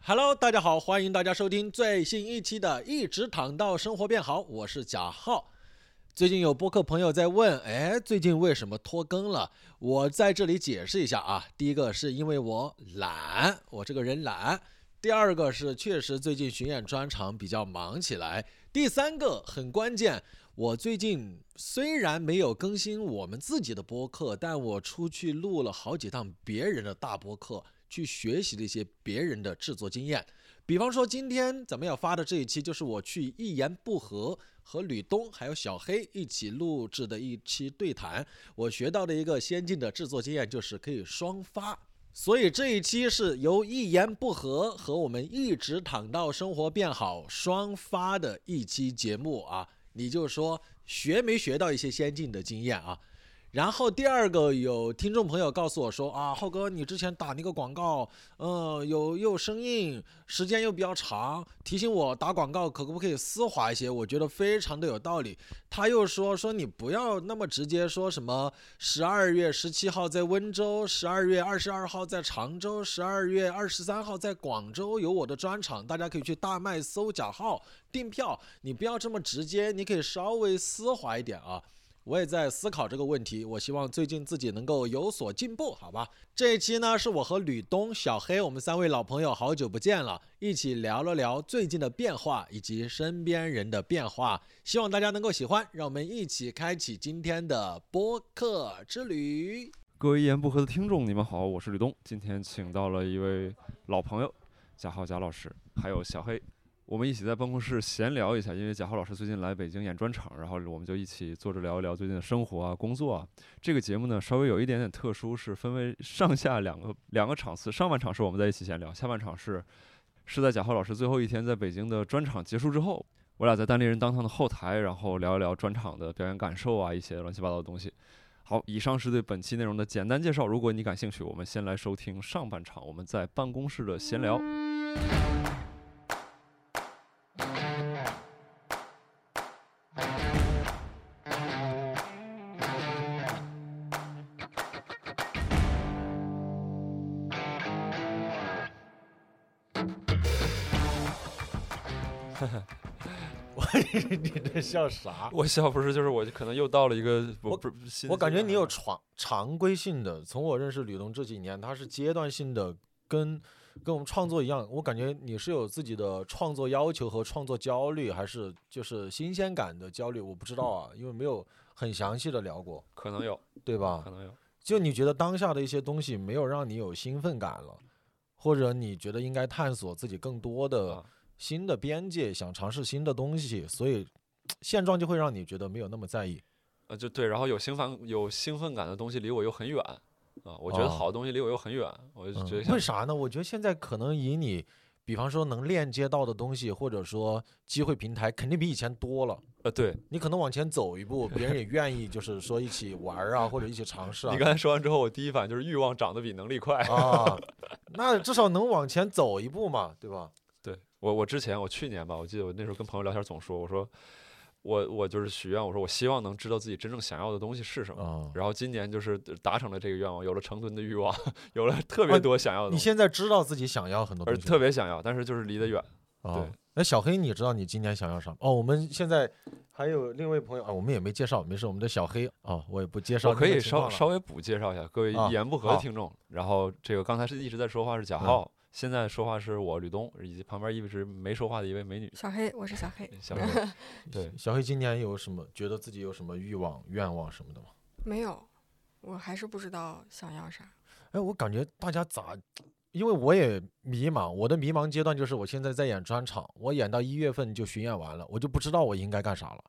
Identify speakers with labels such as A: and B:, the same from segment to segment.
A: Hello，大家好，欢迎大家收听最新一期的《一直躺到生活变好》，我是贾浩。最近有播客朋友在问，哎，最近为什么拖更了？我在这里解释一下啊。第一个是因为我懒，我这个人懒；第二个是确实最近巡演专场比较忙起来；第三个很关键，我最近虽然没有更新我们自己的播客，但我出去录了好几趟别人的大播客，去学习了一些别人的制作经验。比方说，今天咱们要发的这一期，就是我去一言不合和吕东还有小黑一起录制的一期对谈。我学到的一个先进的制作经验，就是可以双发。所以这一期是由一言不合和我们一直躺到生活变好双发的一期节目啊。你就说学没学到一些先进的经验啊？然后第二个有听众朋友告诉我说啊，浩哥，你之前打那个广告，嗯，有又生硬，时间又比较长，提醒我打广告可不可以丝滑一些？我觉得非常的有道理。他又说说你不要那么直接，说什么十二月十七号在温州，十二月二十二号在常州，十二月二十三号在广州有我的专场，大家可以去大麦搜贾浩订票。你不要这么直接，你可以稍微丝滑一点啊。我也在思考这个问题，我希望最近自己能够有所进步，好吧？这一期呢，是我和吕东、小黑我们三位老朋友好久不见了，一起聊了聊最近的变化以及身边人的变化，希望大家能够喜欢。让我们一起开启今天的播客之旅。
B: 各位一言不合的听众，你们好，我是吕东。今天请到了一位老朋友贾浩贾老师，还有小黑，我们一起在办公室闲聊一下，因为贾浩老师最近来北京演专场，然后我们就一起坐着聊一聊最近的生活啊、工作啊。这个节目呢，稍微有一点点特殊，是分为上下两个两个场次，上半场是我们在一起闲聊，下半场是是在贾浩老师最后一天在北京的专场结束之后。我俩在单立人当堂的后台，然后聊一聊专场的表演感受啊，一些乱七八糟的东西。好，以上是对本期内容的简单介绍。如果你感兴趣，我们先来收听上半场我们在办公室的闲聊。
A: 你这笑啥？
B: 我笑不是就是我可能又到了一个
A: 我
B: 不是新
A: 我感觉
B: 阶段
A: 你有
B: 了
A: 常常规性的，从我认识吕东这几年，他是阶段性的，跟跟我们创作一样。我感觉你是有自己的创作要求和创作焦虑，还是就是新鲜感的焦虑？我不知道啊，因为没有很详细的聊过，
B: 可能有
A: 对吧
B: 可？能有，
A: 就你觉得当下的一些东西没有让你有兴奋感了，或者你觉得应该探索自己更多的
B: 啊
A: 新的边界，想尝试新的东西，所以现状就会让你觉得没有那么在意。
B: 呃就对，然后有兴奋有兴奋感的东西离我又很远啊，我觉得
A: 哦
B: 好的东西离我又很远，我就觉得
A: 嗯、
B: 像
A: 为啥呢？我觉得现在可能以你，比方说能链接到的东西，或者说机会平台，肯定比以前多了。
B: 呃对
A: 你可能往前走一步，别人也愿意，就是说一起玩儿啊，或者一起尝试啊
B: 你。 刚才说完之后，我第一反应就是欲望长得比能力快。
A: 啊，那至少能往前走一步嘛，对吧？
B: 对我，我之前我去年吧，我记得我那时候跟朋友聊天总说，我说我我就是许愿，我说我希望能知道自己真正想要的东西是什么。
A: 啊，
B: 然后今年就是达成了这个愿望，有了成吨的欲望，有了特
A: 啊
B: 别多想要的
A: 你
B: 东西，
A: 现在知道自己想要很多
B: 而
A: 东西
B: 特别想要，但是就是离得远。
A: 啊
B: 对。
A: 那小黑，你知道你今年想要啥吗？哦，我们现在还有另一位朋友啊，我们也没介绍，没事，我们的小黑啊，我也不介绍
B: 我
A: 那
B: 可
A: 个
B: 以
A: 情
B: 稍
A: 况了
B: 稍微补介绍一下各位
A: 啊
B: 一言不合
A: 好
B: 的听众。然后这个刚才是一直在说话是贾
A: 嗯
B: 浩，现在说话是我吕东，以及旁边一直没说话的一位美女
C: 小黑，我是小
A: 嗯
C: 黑，
B: 小妹。对，
A: 小黑今年有什么觉得自己有什么欲望、愿望什么的吗？
C: 没有，我还是不知道想要啥。
A: 哎，我感觉大家咋？因为我也迷茫，我的迷茫阶段就是我现在在演专场，我演到一月份就巡演完了，我就不知道我应该干啥了。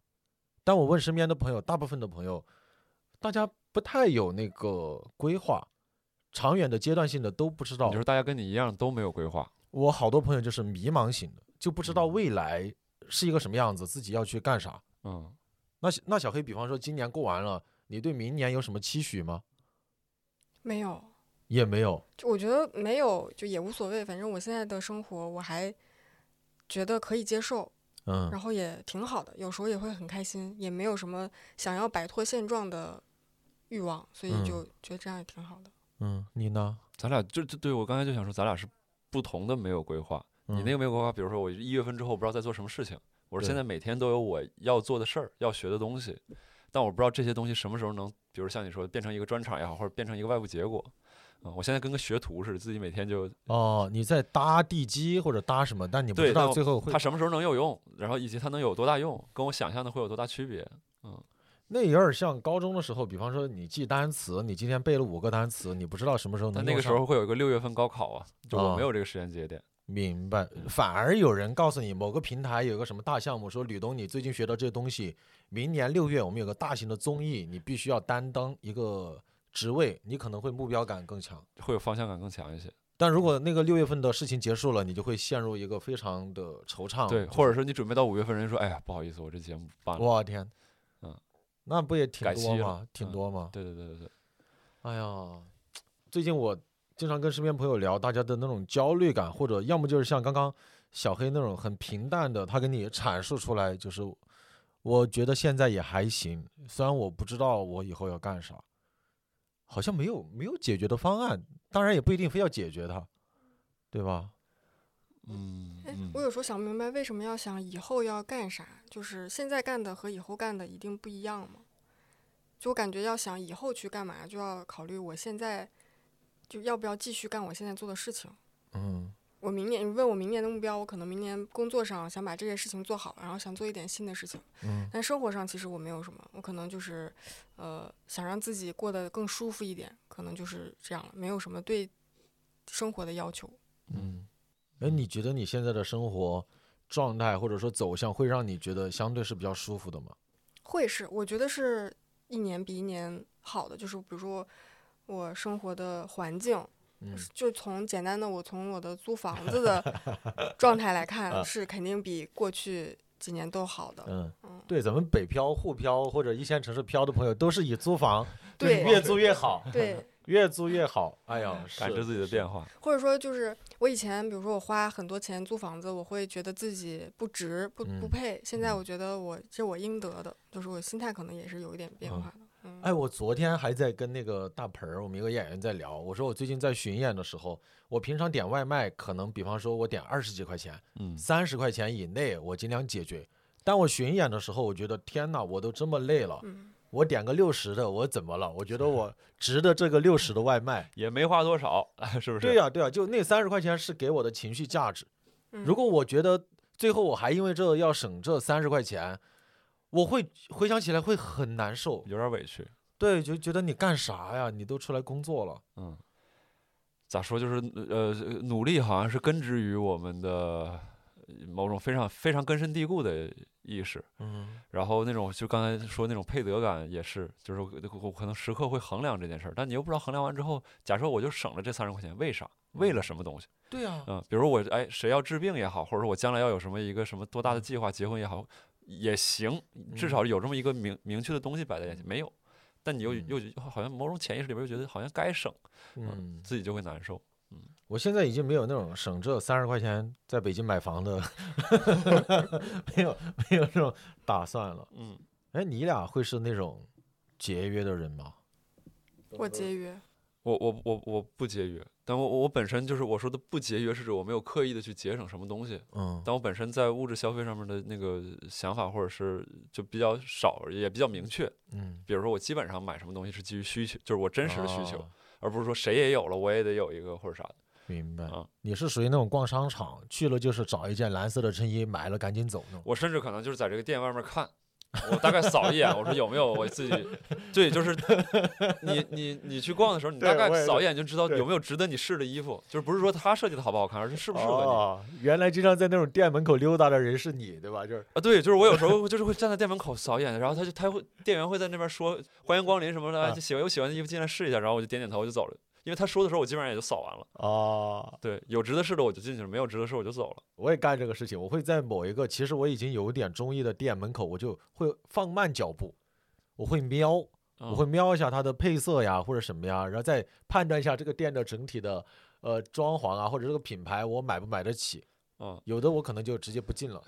A: 但我问身边的朋友，大部分的朋友，大家不太有那个规划，长远的阶段性的都不知道
B: 你。说大家跟你一样都没有规划，
A: 我好多朋友就是迷茫型的，就不知道
B: 嗯
A: 未来是一个什么样子，自己要去干啥。
B: 嗯，
A: 那小那小黑，比方说今年过完了，你对明年有什么期许吗？
C: 没有，
A: 也没有。
C: 就我觉得没有就也无所谓，反正我现在的生活我还觉得可以接受，
A: 嗯，
C: 然后也挺好的，有时候也会很开心，也没有什么想要摆脱现状的欲望，所以
A: 嗯
C: 就觉得这样也挺好的。
A: 嗯，你呢？
B: 咱俩就就对我刚才就想说，咱俩是不同的没有规划。
A: 嗯
B: 你那个没有规划，比如说我一月份之后不知道在做什么事情，我说现
A: 对
B: 在每天都有我要做的事儿，要学的东西，但我不知道这些东西什么时候能，比如像你说变成一个专场也好，或者变成一个外部结果。啊、我现在跟个学徒似的，自己每天就
A: 哦，你在搭地基或者搭什么，但你不
B: 对
A: 知道
B: 但
A: 最后会
B: 它什么时候能有用，然后以及它能有多大用，跟我想象的会有多大区别。
A: 那有点像高中的时候，比方说你记单词，你今天背了五个单词，你不知道什么时候能
B: 但那
A: 用
B: 个时
A: 上
B: 候会有一个六月份高考啊，就我
A: 啊
B: 没有这个时间节点。
A: 明白，反而有人告诉你某个平台有个什么大项目，说吕东，你最近学到这东西，明年六月我们有个大型的综艺，你必须要担当一个职位，你可能会目标感更强。
B: 会有方向感更强一些，
A: 但如果那个六月份的事情结束了，你就会陷入一个非常的惆怅。
B: 对，或者说你准备到五月份，人家说，哎呀，不好意思，我这节目办了，
A: 我天，
B: 嗯，
A: 那不也挺
B: 改
A: 多
B: 期了
A: 吗？挺
B: 嗯
A: 多吗？
B: 对对对对对，
A: 哎呀，最近我经常跟身边朋友聊，大家的那种焦虑感，或者要么就是像刚刚小黑那种很平淡的，他给你阐述出来，就是我觉得现在也还行，虽然我不知道我以后要干啥，好像没有没有解决的方案，当然也不一定非要解决它，对吧？
B: 嗯
C: 哎， 我
B: 嗯，
C: 有时候想不明白，为什么要想以后要干啥？就是现在干的和以后干的一定不一样吗？就我感觉要想以后去干嘛，就要考虑我现在就要不要继续干我现在做的事情。
A: 嗯
C: 我明年，你问我明年的目标，我可能明年工作上想把这件事情做好，然后想做一点新的事情。
A: 嗯
C: 但生活上其实我没有什么，我可能就是，呃，想让自己过得更舒服一点，可能就是这样了，没有什么对生活的要求。
A: 嗯。哎，你觉得你现在的生活状态或者说走向，会让你觉得相对是比较舒服的吗？
C: 会是，我觉得是一年比一年好的，就是比如说我生活的环境，
A: 嗯
C: 就从简单的我从我的租房子的 状态来看，是肯定比过去几年都好 的。
A: 嗯
C: 嗯，
A: 对，咱们北漂、沪漂或者一线城市漂的朋友，都是以租房，就是
C: 对
A: 越租越好，
C: 对，
A: 越租越好。哎呀，
B: 感知
A: 是，
B: 自己的变化，
C: 或者说就是我以前，比如说我花很多钱租房子，我会觉得自己不值，不不
A: 嗯
C: 配。现在
A: 嗯
C: 我觉得我这我应得的，就是我心态可能也是有一点变
A: 嗯
C: 化的。嗯，
A: 哎，我昨天还在跟那个大盆儿，我们一个演员在聊，我说我最近在巡演的时候，我平常点外卖，可能比方说我点二十几块钱，
B: 嗯，
A: 三十块钱以内我尽量解决。但我巡演的时候，我觉得天哪，我都这么累了，
C: 嗯
A: 我点个六十的，我怎么了？我觉得我值得这个六十的外 卖。
B: 也没花多少， 是不是？
A: 对呀、对呀、就那三十块钱是给我的情绪价值。
C: 嗯
A: 如果我觉得最后我还因为这要省这三十块钱，我会回想起来会很难受。
B: 有点委屈，
A: 对，就觉得你干啥呀？你都出来工作了。
B: 嗯，咋说就是呃，努力好像是根植于我们的某种非常非常根深蒂固的意识，
A: 嗯
B: 然后那种就刚才说那种配得感也是，就是我我可能时刻会衡量这件事儿，但你又不知道衡量完之后，假设我就省了这三十块钱，为啥？为了什么东西？，
A: 对啊，
B: 嗯，比如我哎，谁要治病也好，或者说我将来要有什么一个什么多
A: 嗯
B: 大的计划，结婚也好，也行，至少有这么一个明明确的东西摆在眼前。没有，但你又
A: 嗯
B: 又又好像某种潜意识里边又觉得好像该省，
A: 嗯，
B: 自己就会难受。
A: 我现在已经没有那种省这三十块钱在北京买房的， 没有没有这种打算了。
B: 嗯，
A: 哎，你俩会是那种节约的人吗？
C: 我
A: 呃
C: 节约，
B: 我我我我不节约，但我我本身就是我说的不节约，是指我没有刻意的去节省什么东西，
A: 嗯，
B: 但我本身在物质消费上面的那个想法或者是就比较少，也比较明确。
A: 嗯，
B: 比如说我基本上买什么东西是基于需求，就是我真实的需求，
A: 哦
B: 而不是说谁也有了我也得有一个或者啥的。
A: 明白
B: 啊。
A: 你是属于那种逛商场去了就是找一件蓝色的衬衣，买了赶紧走那种。
B: 我甚至可能就是在这个店外面看，我大概扫一眼，我说有没有我自己，对，就是你你你去逛的时候，你大
A: 对我也
B: 概
A: 是
B: 扫一眼就知道
A: 对
B: 有没有值得你试的衣服，就是不是说它设计的好不好看，而是适不适合你
A: 哦，原来经常在那种店门口溜达的人是你，对吧？就是
B: 啊？对，就是我有时候就是会站在店门口扫一眼，然后他就他会店员会在那边说欢迎光临什么的，哎
A: 啊
B: 就喜欢有喜欢的衣服进来试一下，然后我就点点头我就走了，因为他说的时候我基本上也就扫完了，
A: 哦，
B: 对，有值得试的我就进去了，没有值得试我就走了，
A: 我也干这个事情，我会在某一个其实我已经有点中意的店门口，我就会放慢脚步，我会瞄，
B: 嗯
A: 我会瞄一下它的配色呀或者什么呀，然后再判断一下这个店的整体的呃装潢啊或者这个品牌我买不买得起。
B: 嗯，
A: 有的我可能就直接不进了，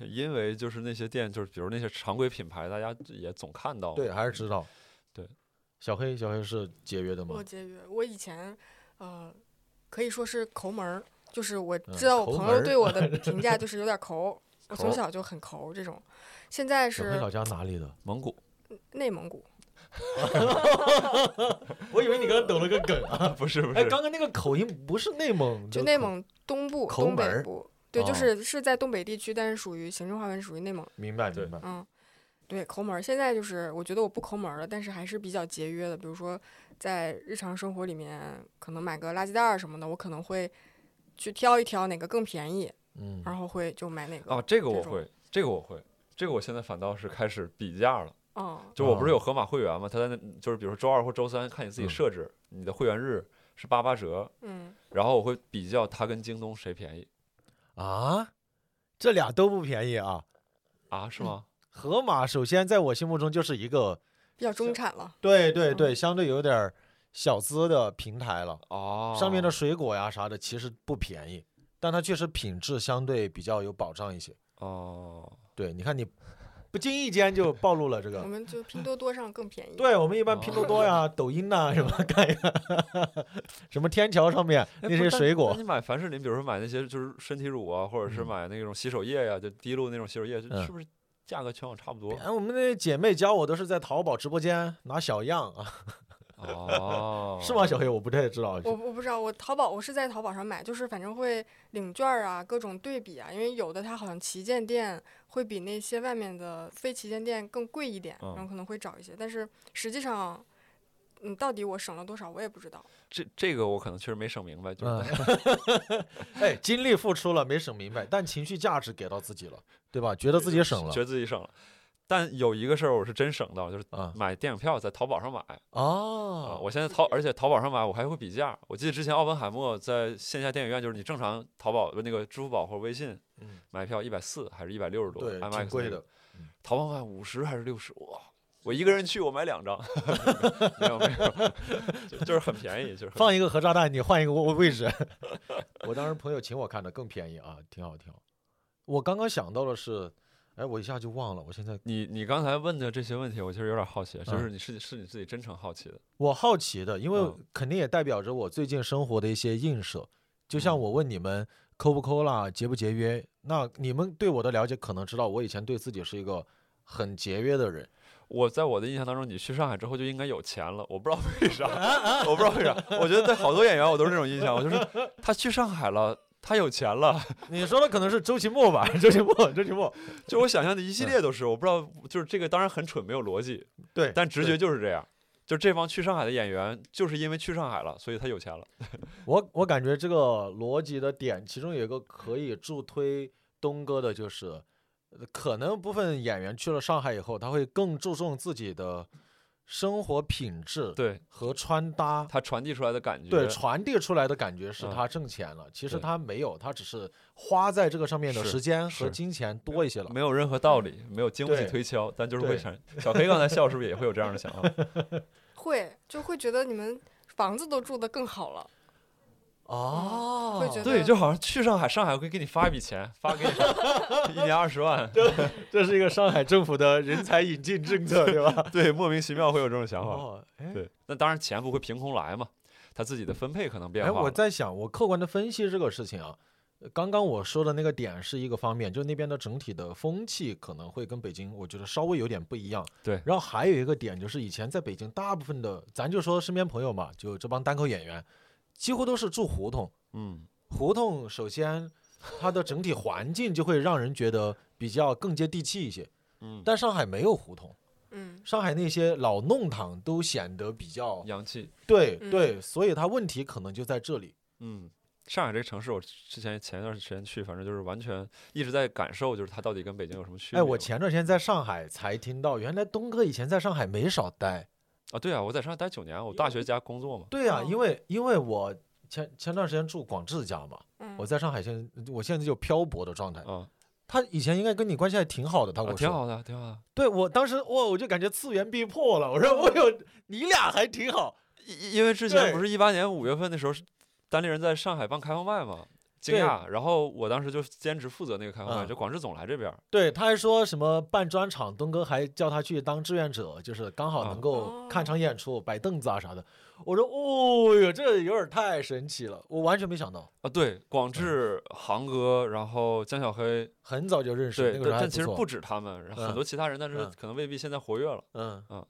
B: 因为就是那些店就是比如那些常规品牌，大家也总看到，
A: 对，，啊还是知道。
B: 哦对，
A: 小黑，小黑是节约的吗
C: 我？节约。我以前，呃，可以说是抠门儿，就是我
D: 嗯
C: 知道
A: 抠
C: 我朋
A: 门
C: 友
A: 儿
C: 对我 的评价就是有点抠，我从
B: 抠
C: 小就很抠这种。现在
A: 小辉
C: 是
A: 老家哪里的？
B: 蒙古
C: 内蒙古，
A: 我以为你刚刚抖了个梗啊！
B: 不是 不
A: 哎，刚刚那个口音不是内蒙的口，
C: 就内蒙东部、
A: 抠
C: 东
A: 门
C: 北
A: 儿
C: 部，对，
A: 哦
C: 就是是在东北地区，但是属于行政划分属于内蒙。
A: 明白
B: 对
A: 明白。
C: 嗯，对，抠门儿。现在就是我觉得我不抠门儿了，但是还是比较节约的。比如说在日常生活里面，可能买个垃圾袋儿什么的，我可能会去挑一挑哪个更便宜，
A: 嗯，
C: 然后会就买哪
A: 哦
C: 个。
B: 啊，这个我
C: 这种
B: 会，这个我会，这个我现在反倒是开始比价了。
C: 嗯，
B: 就我不是
A: 哦
B: 有盒马会员吗？他在那就是比如说周二或周三看你自己
A: 嗯
B: 设置，你的会员日是八八折，
C: 嗯，
B: 然后我会比较它跟京东谁便宜
A: 啊，这俩都不便宜啊。
B: 啊？是吗？
A: 盒马首先在我心目中就是一个，
C: 比较中产了。
A: 对对对，相对有点儿小资的平台了。
B: 哦，
A: 嗯上面的水果呀啥的其实不便宜，但它确实品质相对比较有保障一些。
B: 哦，
A: 对，你看你不经意间就暴露了这
C: 我
B: 嗯
A: 个。
C: 们就拼多多上更便宜。
A: 对我们一般拼多多呀、抖音呐、什么看一看， 什么天桥上面
B: 哎
A: 那
B: 不
A: 些
B: 但
A: 水果
B: 但你买凡士林，比如说买那些就是身体乳啊，或者是
A: 嗯
B: 买那种洗手液呀、就滴露那种洗手液，就
A: 嗯
B: 是不是价格全网差 不多？
A: 哎，我们那姐妹教我都是在淘宝直播间拿小样啊，，
B: 哦
A: 是吗？？小黑，我不太知道。
C: 我我不知道，我淘宝我是在淘宝上买，就是反正会领券儿啊，各种对比啊，因为有的它好像旗舰店会比那些外面的非旗舰店更贵一点，
B: 嗯
C: 然后可能会找一些，但是实际上，嗯，到底我省了多少我也不知道。
B: 这这个我可能确实没整明白，就是、
A: 嗯， 哎，精力付出了没省明白，但情绪价值给到自己了，对吧？觉得自己省了
B: 觉得自己省了。但有一个事儿我是真省到了，就是
A: 啊
B: 买电影票在淘宝上买啊！
A: 哦，
B: 我现在淘，而且淘宝上买我还会比价。我记得之前奥本海默在线下电影院，就是你正常淘宝不那个支付宝或者微信
A: 嗯
B: 买票一百四还是一百六十多
A: 对，
B: ，IMAX
A: 挺贵
B: 那个
A: 的，
B: 淘宝买五十还是六十？哇！我一个人去，我买两张， 没有没有，就就是很便宜，就是很
A: 放一个核炸弹，你换一个位位置。 我当时朋友请我看的更便宜啊，挺好挺好。我刚刚想到的是，哎，我一下就忘了，我现在
B: 你你刚才问的这些问题，我其实有点好奇，啊
A: 嗯
B: 就是你是是你自己真诚好奇的，
A: 我好奇的，因为
B: 嗯
A: 肯定也代表着我最近生活的一些映射。就像
B: 嗯
A: 我问你们抠不抠啦，节不节约，那你们对我的了解可能知道，我以前对自己是一个很节约的人。
B: 我在我的印象当中，你去上海之后就应该有钱了，我不知道为啥，
A: 啊
B: 我不知道为啥，我觉得对好多演员我都是这种印象，我就是他去上海了，他有钱了，
A: 你说的可能是周奇墨吧？ 周奇墨，周奇墨，
B: 就我想象的一系列都是，我不知道，就是这个当然很蠢，没有逻辑，
A: 对，
B: 但直
A: 对
B: 觉就是这样，就这帮去上海的演员就是因为去上海了，所以他有钱了，
A: 我我感觉这个逻辑的点，其中有一个可以助推东哥的，就是呃可能部分演员去了上海以后，他会更注重自己的生活品质
B: 对
A: 和穿搭，
B: 他传递出来的感觉，
A: 对传递出来的感觉是
B: 嗯
A: 他挣钱了，其实
B: 对
A: 他没有，他只是花在这个上面的
B: 是
A: 时间和
B: 是
A: 金钱多一些了。
B: 没有任何道理，没有经不起
A: 对
B: 推敲，但就是
A: 对
B: 会产。小黑刚才笑是不是也会有这样的想法？
C: 会就会觉得你们房子都住得更好了，
A: 哦，
C: 会觉得
B: 对，就好像去上海，上海会给你发一笔钱，发给你 一年二十万，
A: 这是一个上海政府的人才引进政策，对 吧？
B: 对，莫名其妙会有这种想法。
A: 哦，哎，
B: 对，那当然钱不会凭空来嘛，他自己的分配可能变
A: 哎，
B: 化了。
A: 我在想，我客观的分析这个事情啊，呃刚刚我说的那个点是一个方面，就那边的整体的风气可能会跟北京，我觉得稍微有点不一样。
B: 对
A: 然后还有一个点就是，以前在北京，大部分的咱就说身边朋友嘛，就这帮单口演员，几乎都是住胡同。
B: 嗯，
A: 胡同首先它的整体环境就会让人觉得比较更接地气一些。
B: 嗯
A: 但上海没有胡同，
C: 嗯，
A: 上海那些老弄堂都显得比较
B: 洋气。
A: 对
C: 嗯
A: 对，所以它问题可能就在这里。
B: 嗯，上海这个城市，我之前前一段时间去，反正就是完全一直在感受，就是它到底跟北京有什么区别
A: 哎，
B: 嘛。
A: 我前段时间在上海才听到，原来东哥以前在上海没少待。
B: 啊，对啊，我在上海待九年，我大学加工作嘛。
A: 对呀、
C: 哦
A: 因为因为我前前段时间住广志家嘛，
C: 嗯
A: 我在上海现我现在就漂泊的状态。
B: 啊，
A: 他以前应该跟你关系还挺好的，他
B: 啊
A: 跟我说。
B: 挺好的，挺好的。
A: 对我当时哇，我就感觉次元壁破了。我说我有你俩还挺好。
B: 因因为之前
A: 对
B: 不是一八年五月份的时候，是单立人在上海办开放麦嘛，惊
A: 对
B: 讶。然后我当时就兼职负责那个开放
A: 嗯
B: 麦，就广志总来这边儿，
A: 对，他还说什么办专场，东哥还叫他去当志愿者，就是刚好
B: 啊
C: 哦
A: 能够看场演出，摆凳子啊啥的。我说哦哟，这有点太神奇了，我完全没想到，
B: 啊，对，
A: 嗯
B: 广智、航哥，然后江小黑，
A: 很早就认识
B: 对，
A: 那个
B: 但
A: 人还
B: 但其实
A: 错
B: 不止他们，然后很
A: 嗯
B: 多其他人，但是
A: 嗯
B: 可能未必现在活跃了。
A: 嗯
B: 啊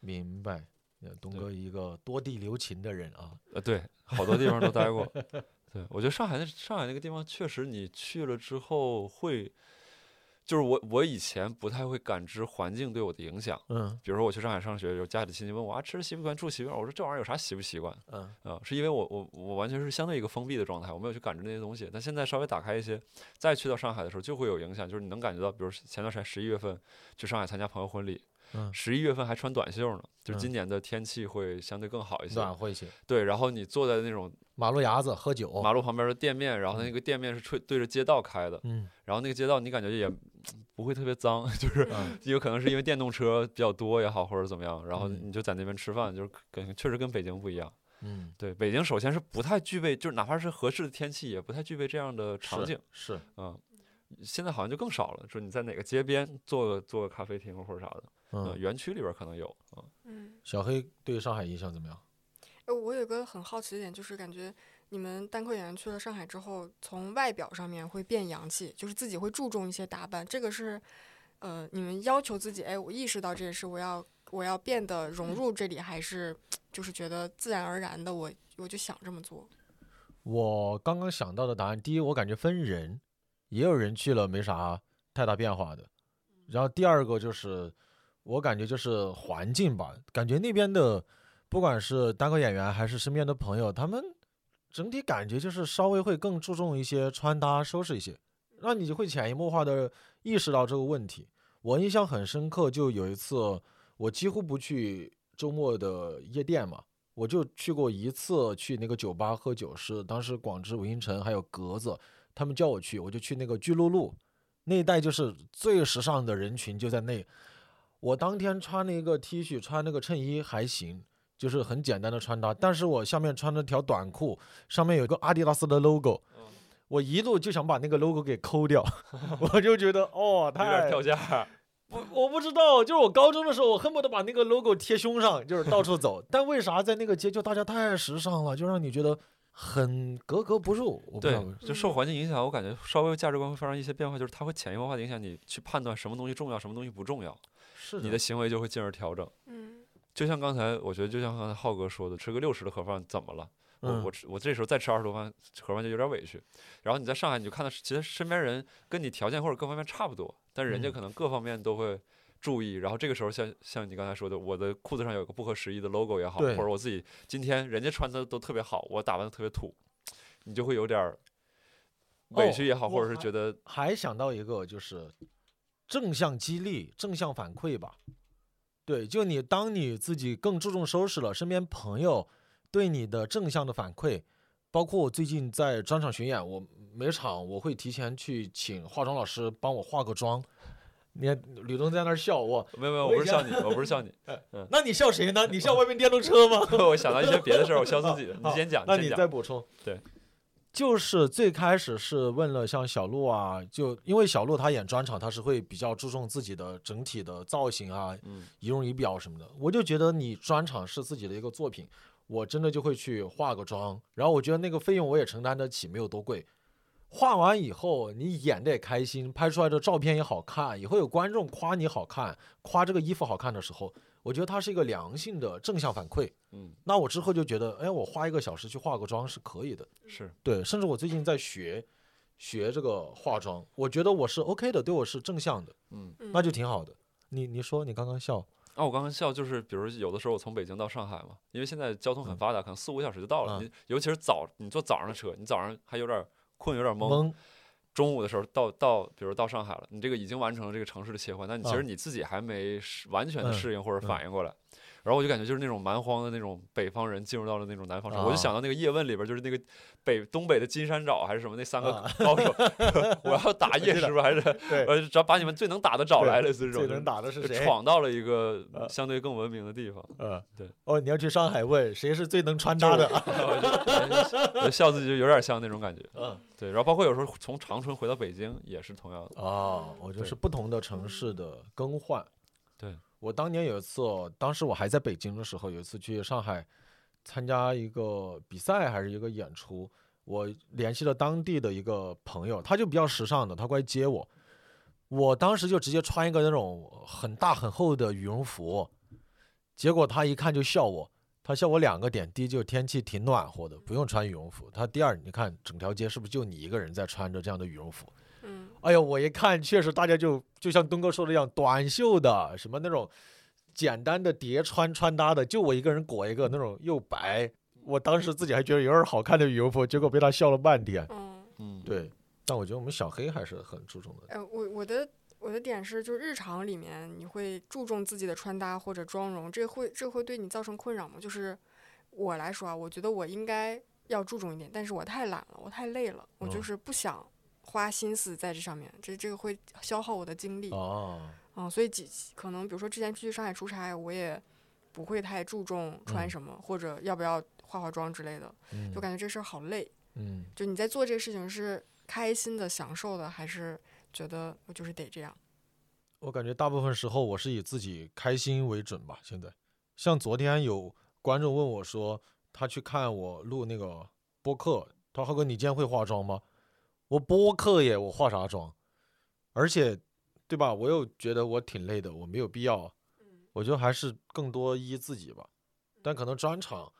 A: 明白。呃东
B: 对
A: 哥一个多地留情的人啊，
B: 呃，对，好多地方都待过。对，我觉得上海那上海那个地方，确实你去了之后会，就是我我以前不太会感知环境对我的影响。
A: 嗯
B: 比如说我去上海上学，有家里亲戚问我啊，吃习不习惯，住习不习惯，我说这玩意儿有啥习不习惯
A: 嗯
B: 啊、是因为我我我完全是相对一个封闭的状态，我没有去感知那些东西。但现在稍微打开一些，再去到上海的时候就会有影响，就是你能感觉到，比如前段时间十一月份去上海参加朋友婚礼，
A: 嗯，
B: 十一月份还穿短袖呢，就是
A: 嗯
B: 今年的天气会相对更好一些。
A: 暖和一些，
B: 对，然后你坐在那种
A: 马路牙子喝酒，
B: 马路旁边的店面，然后它那
A: 哦嗯
B: 个店面是吹对着街道开的，
A: 嗯
B: 然后那个街道你感觉也不会特别脏， 就是
A: 嗯
B: 有可能是因为电动车比较多也好，或者怎么样，然后
A: 嗯
B: 你就在那边吃饭，就是跟确实跟北京不一样。
A: 嗯，
B: 对，北京首先是不太具备，就是哪怕是合适的天气，也不太具备这样的场
A: 是
B: 景。
A: 是，
B: 嗯，现在好像就更少了，说你在哪个街边做个做个咖啡厅或者啥的，嗯，
A: 嗯，
B: 园区里边可能有啊。
C: 嗯，
A: 小黑对上海印象怎么样？
C: 呃，我有个很好奇的点，就是感觉你们单口演员去了上海之后，从外表上面会变洋气，就是自己会注重一些打扮，这个是，呃，你们要求自己，哎，我意识到这件事，我要我要变
A: 嗯
C: 得融入这里，还是就是觉得自然而然的，我我就想这么做。
A: 我刚刚想到的答案，第一，我感觉分人，也有人去了没啥太大变化的。然后第二个就是，我感觉就是环境吧，感觉那边的不管是单口演员还是身边的朋友，他们整体感觉就是稍微会更注重一些穿搭、收拾一些，让你就会潜移默化的意识到这个问题。我印象很深刻，就有一次我几乎不去周末的夜店嘛，我就去过一次，去那个酒吧喝酒，是当时广智、文星城还有格子他们叫我去，我就去那个巨鹿路那一带，就是最时尚的人群就在那。我当天穿了一个 T 恤，穿那个衬衣还行，就是很简单的穿搭，但是我下面穿了条短裤，上面有一个阿迪达斯的 logo。我
B: 嗯
A: 一度就想把那个 logo 给抠掉， 我就觉得哦，
B: 有点
A: 太
B: 跳价，
A: 不，我不知道，就是我高中的时候，我恨不得把那个 logo 贴胸上，就是到处走。但为啥在那个街就大家太时尚了，就让你觉得很格格不入？我不知
B: 对
A: 道为什么，
B: 就受
C: 嗯
B: 环境影响，我感觉稍微价值观会发生一些变化，就是它会潜移默化的影响你去判断什么东西重要，什么东西不重要，
A: 是
B: 你的行为就会进而调整。
C: 嗯，
B: 就像刚才，我觉得就像刚才浩哥说的，吃个六十的盒饭怎么了？我
A: 嗯
B: 我吃我这时候再吃二十多饭盒饭就有点委屈。然后你在上海，你就看到其实身边人跟你条件或者各方面差不多，但人家
A: 嗯
B: 可能各方面都会注意。然后这个时候像，像你刚才说的，我的裤子上有个不合时宜的 logo 也好，或
A: 对
B: 者我自己今天人家穿的都特别好，我打扮的特别土，你就会有点儿委
A: 哦
B: 屈也好，或
A: 我
B: 者是
A: 还
B: 觉得
A: 还想到一个就是正向激励、正向反馈吧。对，就你当你自己更注重收拾了，身边朋友对你的正向的反馈，包括我最近在专场巡演，我每场我会提前去请化妆老师帮我化个妆。你看吕东在那儿笑我，
B: 没有没有，
A: 我
B: 我
A: 以
B: 不是
A: 前
B: 笑你，我不是笑你，
A: 那你笑谁呢？你笑外面电动车吗？
B: 我想到一些别的事儿，我笑自己的。你
A: 好
B: 先讲，
A: 那
B: 啊先
A: 你
B: 讲
A: 再补充。
B: 对，
A: 就是最开始是问了像小鹿啊，就因为小鹿他演专场，他是会比较注重自己的整体的造型啊、
B: 嗯
A: 仪容仪表什么的。我就觉得你专场是自己的一个作品，我真的就会去化个妆，然后我觉得那个费用我也承担得起，没有多贵。化完以后，你演的也开心，拍出来的照片也好看，也会有观众夸你好看，夸这个衣服好看的时候，我觉得它是一个良性的正向反馈。
B: 嗯，
A: 那我之后就觉得，哎，我花一个小时去化个妆是可以的。
B: 是
A: 对，甚至我最近在学学这个化妆，我觉得我是 OK 的，对我是正向的，
B: 嗯。
A: 那就挺好的。你你说你刚刚笑，
B: 啊，我刚刚笑就是，比如有的时候我从北京到上海嘛，因为现在交通很
A: 嗯
B: 发达，可能四五个小时就到了。
A: 嗯
B: 你尤其是早，你坐早上的车，你早上还有点儿困，有点儿懵。
A: 懵，
B: 中午的时候到到，比如到上海了，你这个已经完成了这个城市的切换，但你其实
A: 嗯
B: 你自己还没适完全的
A: 嗯
B: 适应或者反应过来。然后我就感觉就是那种蛮荒的那种北方人进入到了那种南方城，我就
A: 啊
B: 想到那个叶问里边就是那个北东北的金山找还是什么那三个
A: 啊
B: 高手， 我要 打叶师傅还是
A: 对
B: 我只要把你们最能打的找来，类似这种
A: 最
B: 就是
A: 能打的是
B: 就
A: 谁？
B: 呃闯到了一个
A: 呃
B: 相对更文明 的地方。
A: 呃，
B: 对。
A: 哦，你要去上海问谁是最能穿搭的？
B: 我就笑自己就有点像那种感觉。
A: 嗯，
B: 对，然后包括有时候从长春回到北京也是同样的。
A: 哦，我觉得
B: 对
A: 是不同的城市的更换。
B: 对，
A: 我当年有一次哦，当时我还在北京的时候，有一次去上海参加一个比赛还是一个演出，我联系了当地的一个朋友，他就比较时尚的，他过来接我。我当时就直接穿一个那种很大很厚的羽绒服，结果他一看就笑我，他笑我两个点，第一就是天气挺暖和的，不用穿羽绒服；他第二，你看整条街是不是就你一个人在穿着这样的羽绒服？
C: 嗯，
A: 哎呦，我一看，确实大家就就像东哥说的一样，短袖的，什么那种简单的叠穿穿搭的，就我一个人裹一个那种又白，我当时自己还觉得有点好看的羽绒服，结果被他笑了半天。
C: 嗯，
D: 嗯，
A: 对，但我觉得我们小黑还是很注重的。
C: 呃，我我的我的点是，就日常里面你会注重自己的穿搭或者妆容，这会这会对你造成困扰吗？就是我来说啊，我觉得我应该要注重一点，但是我太懒了，我太累了，我就
A: 嗯
C: 是不想花心思在这上面，这这个会消耗我的精力。
A: 哦，
C: 嗯，所以几可能比如说之前去上海出差，我也不会太注重穿
A: 嗯
C: 什么、或者要不要化化妆之类的，
A: 嗯
C: 就感觉这事儿好累。
A: 嗯，
C: 就你在做这个事情是开心的、享受的，还是觉得我就是得这样？
A: 我感觉大部分时候我是以自己开心为准吧。现在，像昨天有观众问我说，他去看我录那个播客，他说浩哥你今天会化妆吗？我播客耶，我化啥妆？而且，对吧？我又觉得我挺累的，我没有必要。我觉得还是更多依自己吧。但可能专场，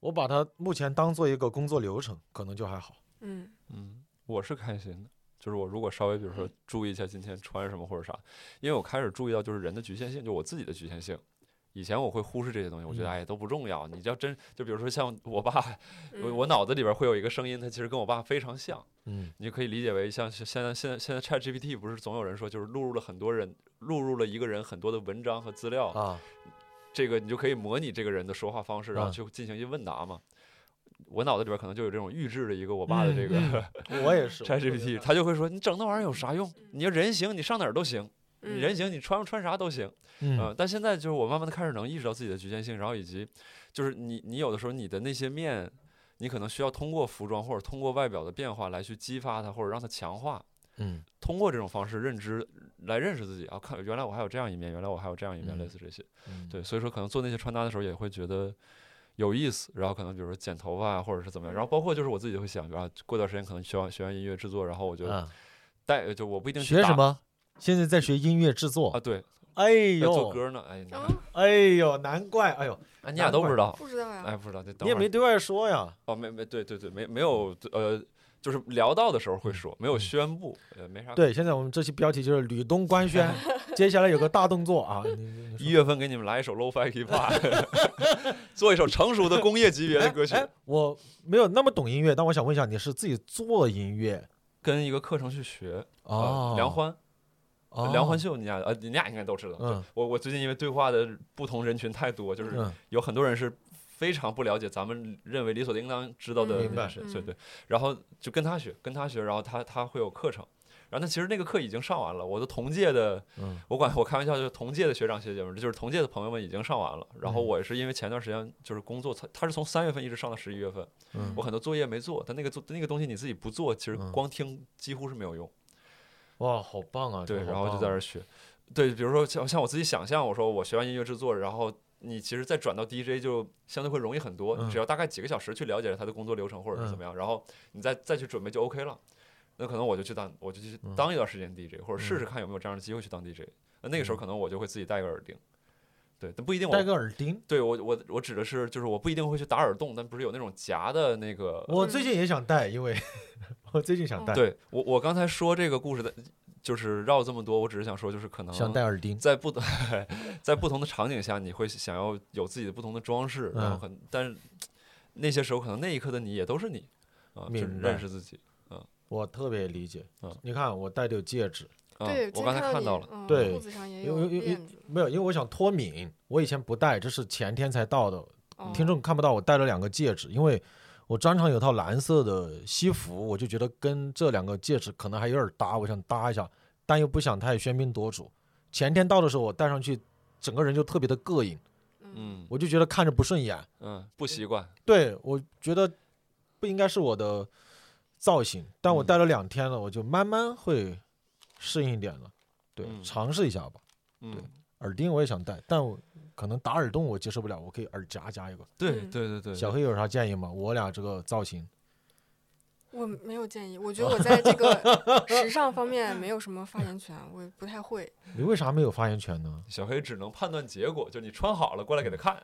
A: 我把它目前当做一个工作流程，可能就还好。
C: 嗯
B: 嗯，我是开心的，就是我如果稍微比如说注意一下今天穿什么或者啥，因为我开始注意到就是人的局限性，就我自己的局限性。以前我会忽视这些东西，我觉得
A: 嗯
B: 哎都不重要。你要真就比如说像我爸，我
C: 嗯
B: 我脑子里边会有一个声音，它其实跟我爸非常像，
A: 嗯
B: 你就可以理解为像现在现在现在 Chat GPT 不是总有人说就是录入了很多人录入了一个人很多的文章和资料，
A: 啊，
B: 这个你就可以模拟这个人的说话方式，然后
A: 嗯
B: 去进行一问答嘛。我脑子里边可能就有这种预制的一个我爸的这个、
A: 嗯 我也是。我特别
B: ChatGPT，他就会说你整那玩意儿有啥用？你人行，你上哪儿都行，
C: 嗯
B: 你人行，你穿穿啥都行。
A: 嗯
B: 呃，但现在就是我慢慢的开始能意识到自己的局限性，然后以及就是你你有的时候你的那些面，你可能需要通过服装或者通过外表的变化来去激发它，或者让它强化。
A: 嗯
B: 通过这种方式认知来认识自己啊，看原来我还有这样一面，原来我还有这样一面，
A: 嗯
B: 类似这些。
A: 嗯，
B: 对，所以说可能做那些穿搭的时候也会觉得有意思，然后可能比如说剪头发啊，或者是怎么样，然后包括就是我自己就会想，啊，过段时间可能学完学完音乐制作，然后我就
A: 啊。
B: 带就我不一定去
A: 学
B: 打
A: 什么？现在在学音乐制作
B: 啊？。对，
A: 哎
B: 要做
A: 呦，
B: 歌呢。哎，你
C: 啊，
A: 哎呦，难怪，哎呦，
B: 啊，你俩都不知道？
C: 不知道呀，
B: 哎，不知道，这等
A: 你也
B: 会儿
A: 没对外说呀。
B: 哦，没没，对对对，没没有呃，就是聊到的时候会
A: 嗯
B: 说，没有
A: 嗯
B: 宣布，呃，没啥。，
A: 对，现在我们这期标题就是吕东官 宣，接下来有个大动作啊。你你
B: 一
A: 你说
B: 月份给你们来一首 low-fi hip-hop，做 一首成熟的工业级别的歌曲
A: 哎，哎我没有那么懂音乐，但我想问一下，你是自己做音乐
B: 跟一个课程去学。
A: 哦
B: 呃，梁欢，
A: 哦
B: 梁欢秀，你俩呃，你俩应该都知道。
A: 嗯
B: 我我最近因为对话的不同人群太多，就是
A: 嗯
B: 有很多人是非常不了解咱们认为理所应当知道的
C: 嗯
B: 那
A: 明白
B: 件事，对
C: 嗯
B: 对。然后就跟他学，跟他学，然后他他会有课程。然后，那其实那个课已经上完了。我的同届的，
A: 嗯
B: 我管我开玩笑，就是同届的学长学姐们，就是同届的朋友们已经上完了。然后
A: 嗯
B: 我也是因为前段时间就是工作，他他是从三月份一直上到十一月份，
A: 嗯
B: 我很多作业没做。但那个做那个东西你自己不做，其实
A: 嗯
B: 光听几乎是没有用。
A: 哇，好棒啊！
B: 对，
A: 这个
B: 然
A: 好
B: 后就
A: 棒
B: 在
A: 啊
B: 这儿学。对，比如说像像我自己想象，我说我学完音乐制作，然后你其实再转到 DJ 就相对会容易很多，你只
A: 嗯
B: 要大概几个小时去了解他的工作流程或者是怎么样，然后你再再去准备就 OK 了。那可能我就去当，我就去
A: 嗯
B: 当一段时间 DJ，或者试
A: 嗯
B: 试看有没有这样的机会去当 DJ。那那个时候可能我就会自己戴个耳钉，对，但不一定
A: 戴
B: 我
A: 个耳钉。
B: 对我我我指的是就是我不一定会去打耳洞，但不是有那种夹的那个
A: 我最近也想戴，因 为我最近想戴，
B: 嗯对我我刚才说这个故事的，就是绕这么多，我只是想说就是可能
A: 想戴耳钉。
B: 在不同 在不同的场景下，你会想要有自己的不同的装饰，然后
A: 嗯
B: 很，但是那些时候可能那一刻的你也都是你啊，就是
A: 明白
B: 认识自己。
A: 我特别理解
B: 嗯。
A: 你看，我戴的有戒指，
B: 啊
C: 对，
B: 我
C: 今
B: 刚
C: 天
B: 才看
C: 你
B: 到了，
C: 嗯
A: 对
C: 裤子上也
A: 因为
C: 有
A: 因为
C: 链子，
A: 没有，因为我想脱敏，我以前不戴，这是前天才到的。
C: 哦
A: 听众看不到，我戴了两个戒指，因为我专场有套蓝色的西服，我就觉得跟这两个戒指可能还有点搭，我想搭一下，但又不想太喧宾夺主。前天到的时候，我戴上去，整个人就特别的膈应，
B: 嗯
A: 我就觉得看着不顺眼。
B: 嗯，不习惯，
A: 对我觉得不应该是我的造型，但我
B: 嗯
A: 戴了两天了，我就慢慢会适应一点了。对，
B: 嗯
A: 尝试一下吧。
B: 嗯
A: 耳钉我也想戴，但我可能打耳洞我接受不了，我可以耳夹加一个。
B: 对
C: 嗯
B: 对对对，
A: 小黑有啥建议吗？我俩这个造型，
C: 我没有建议，我 觉得我在这个时尚方面没有什么发言权，我不太会。
A: 你为啥没有发言权呢？
B: 小黑只能判断结果，就是你穿好了过来给他看。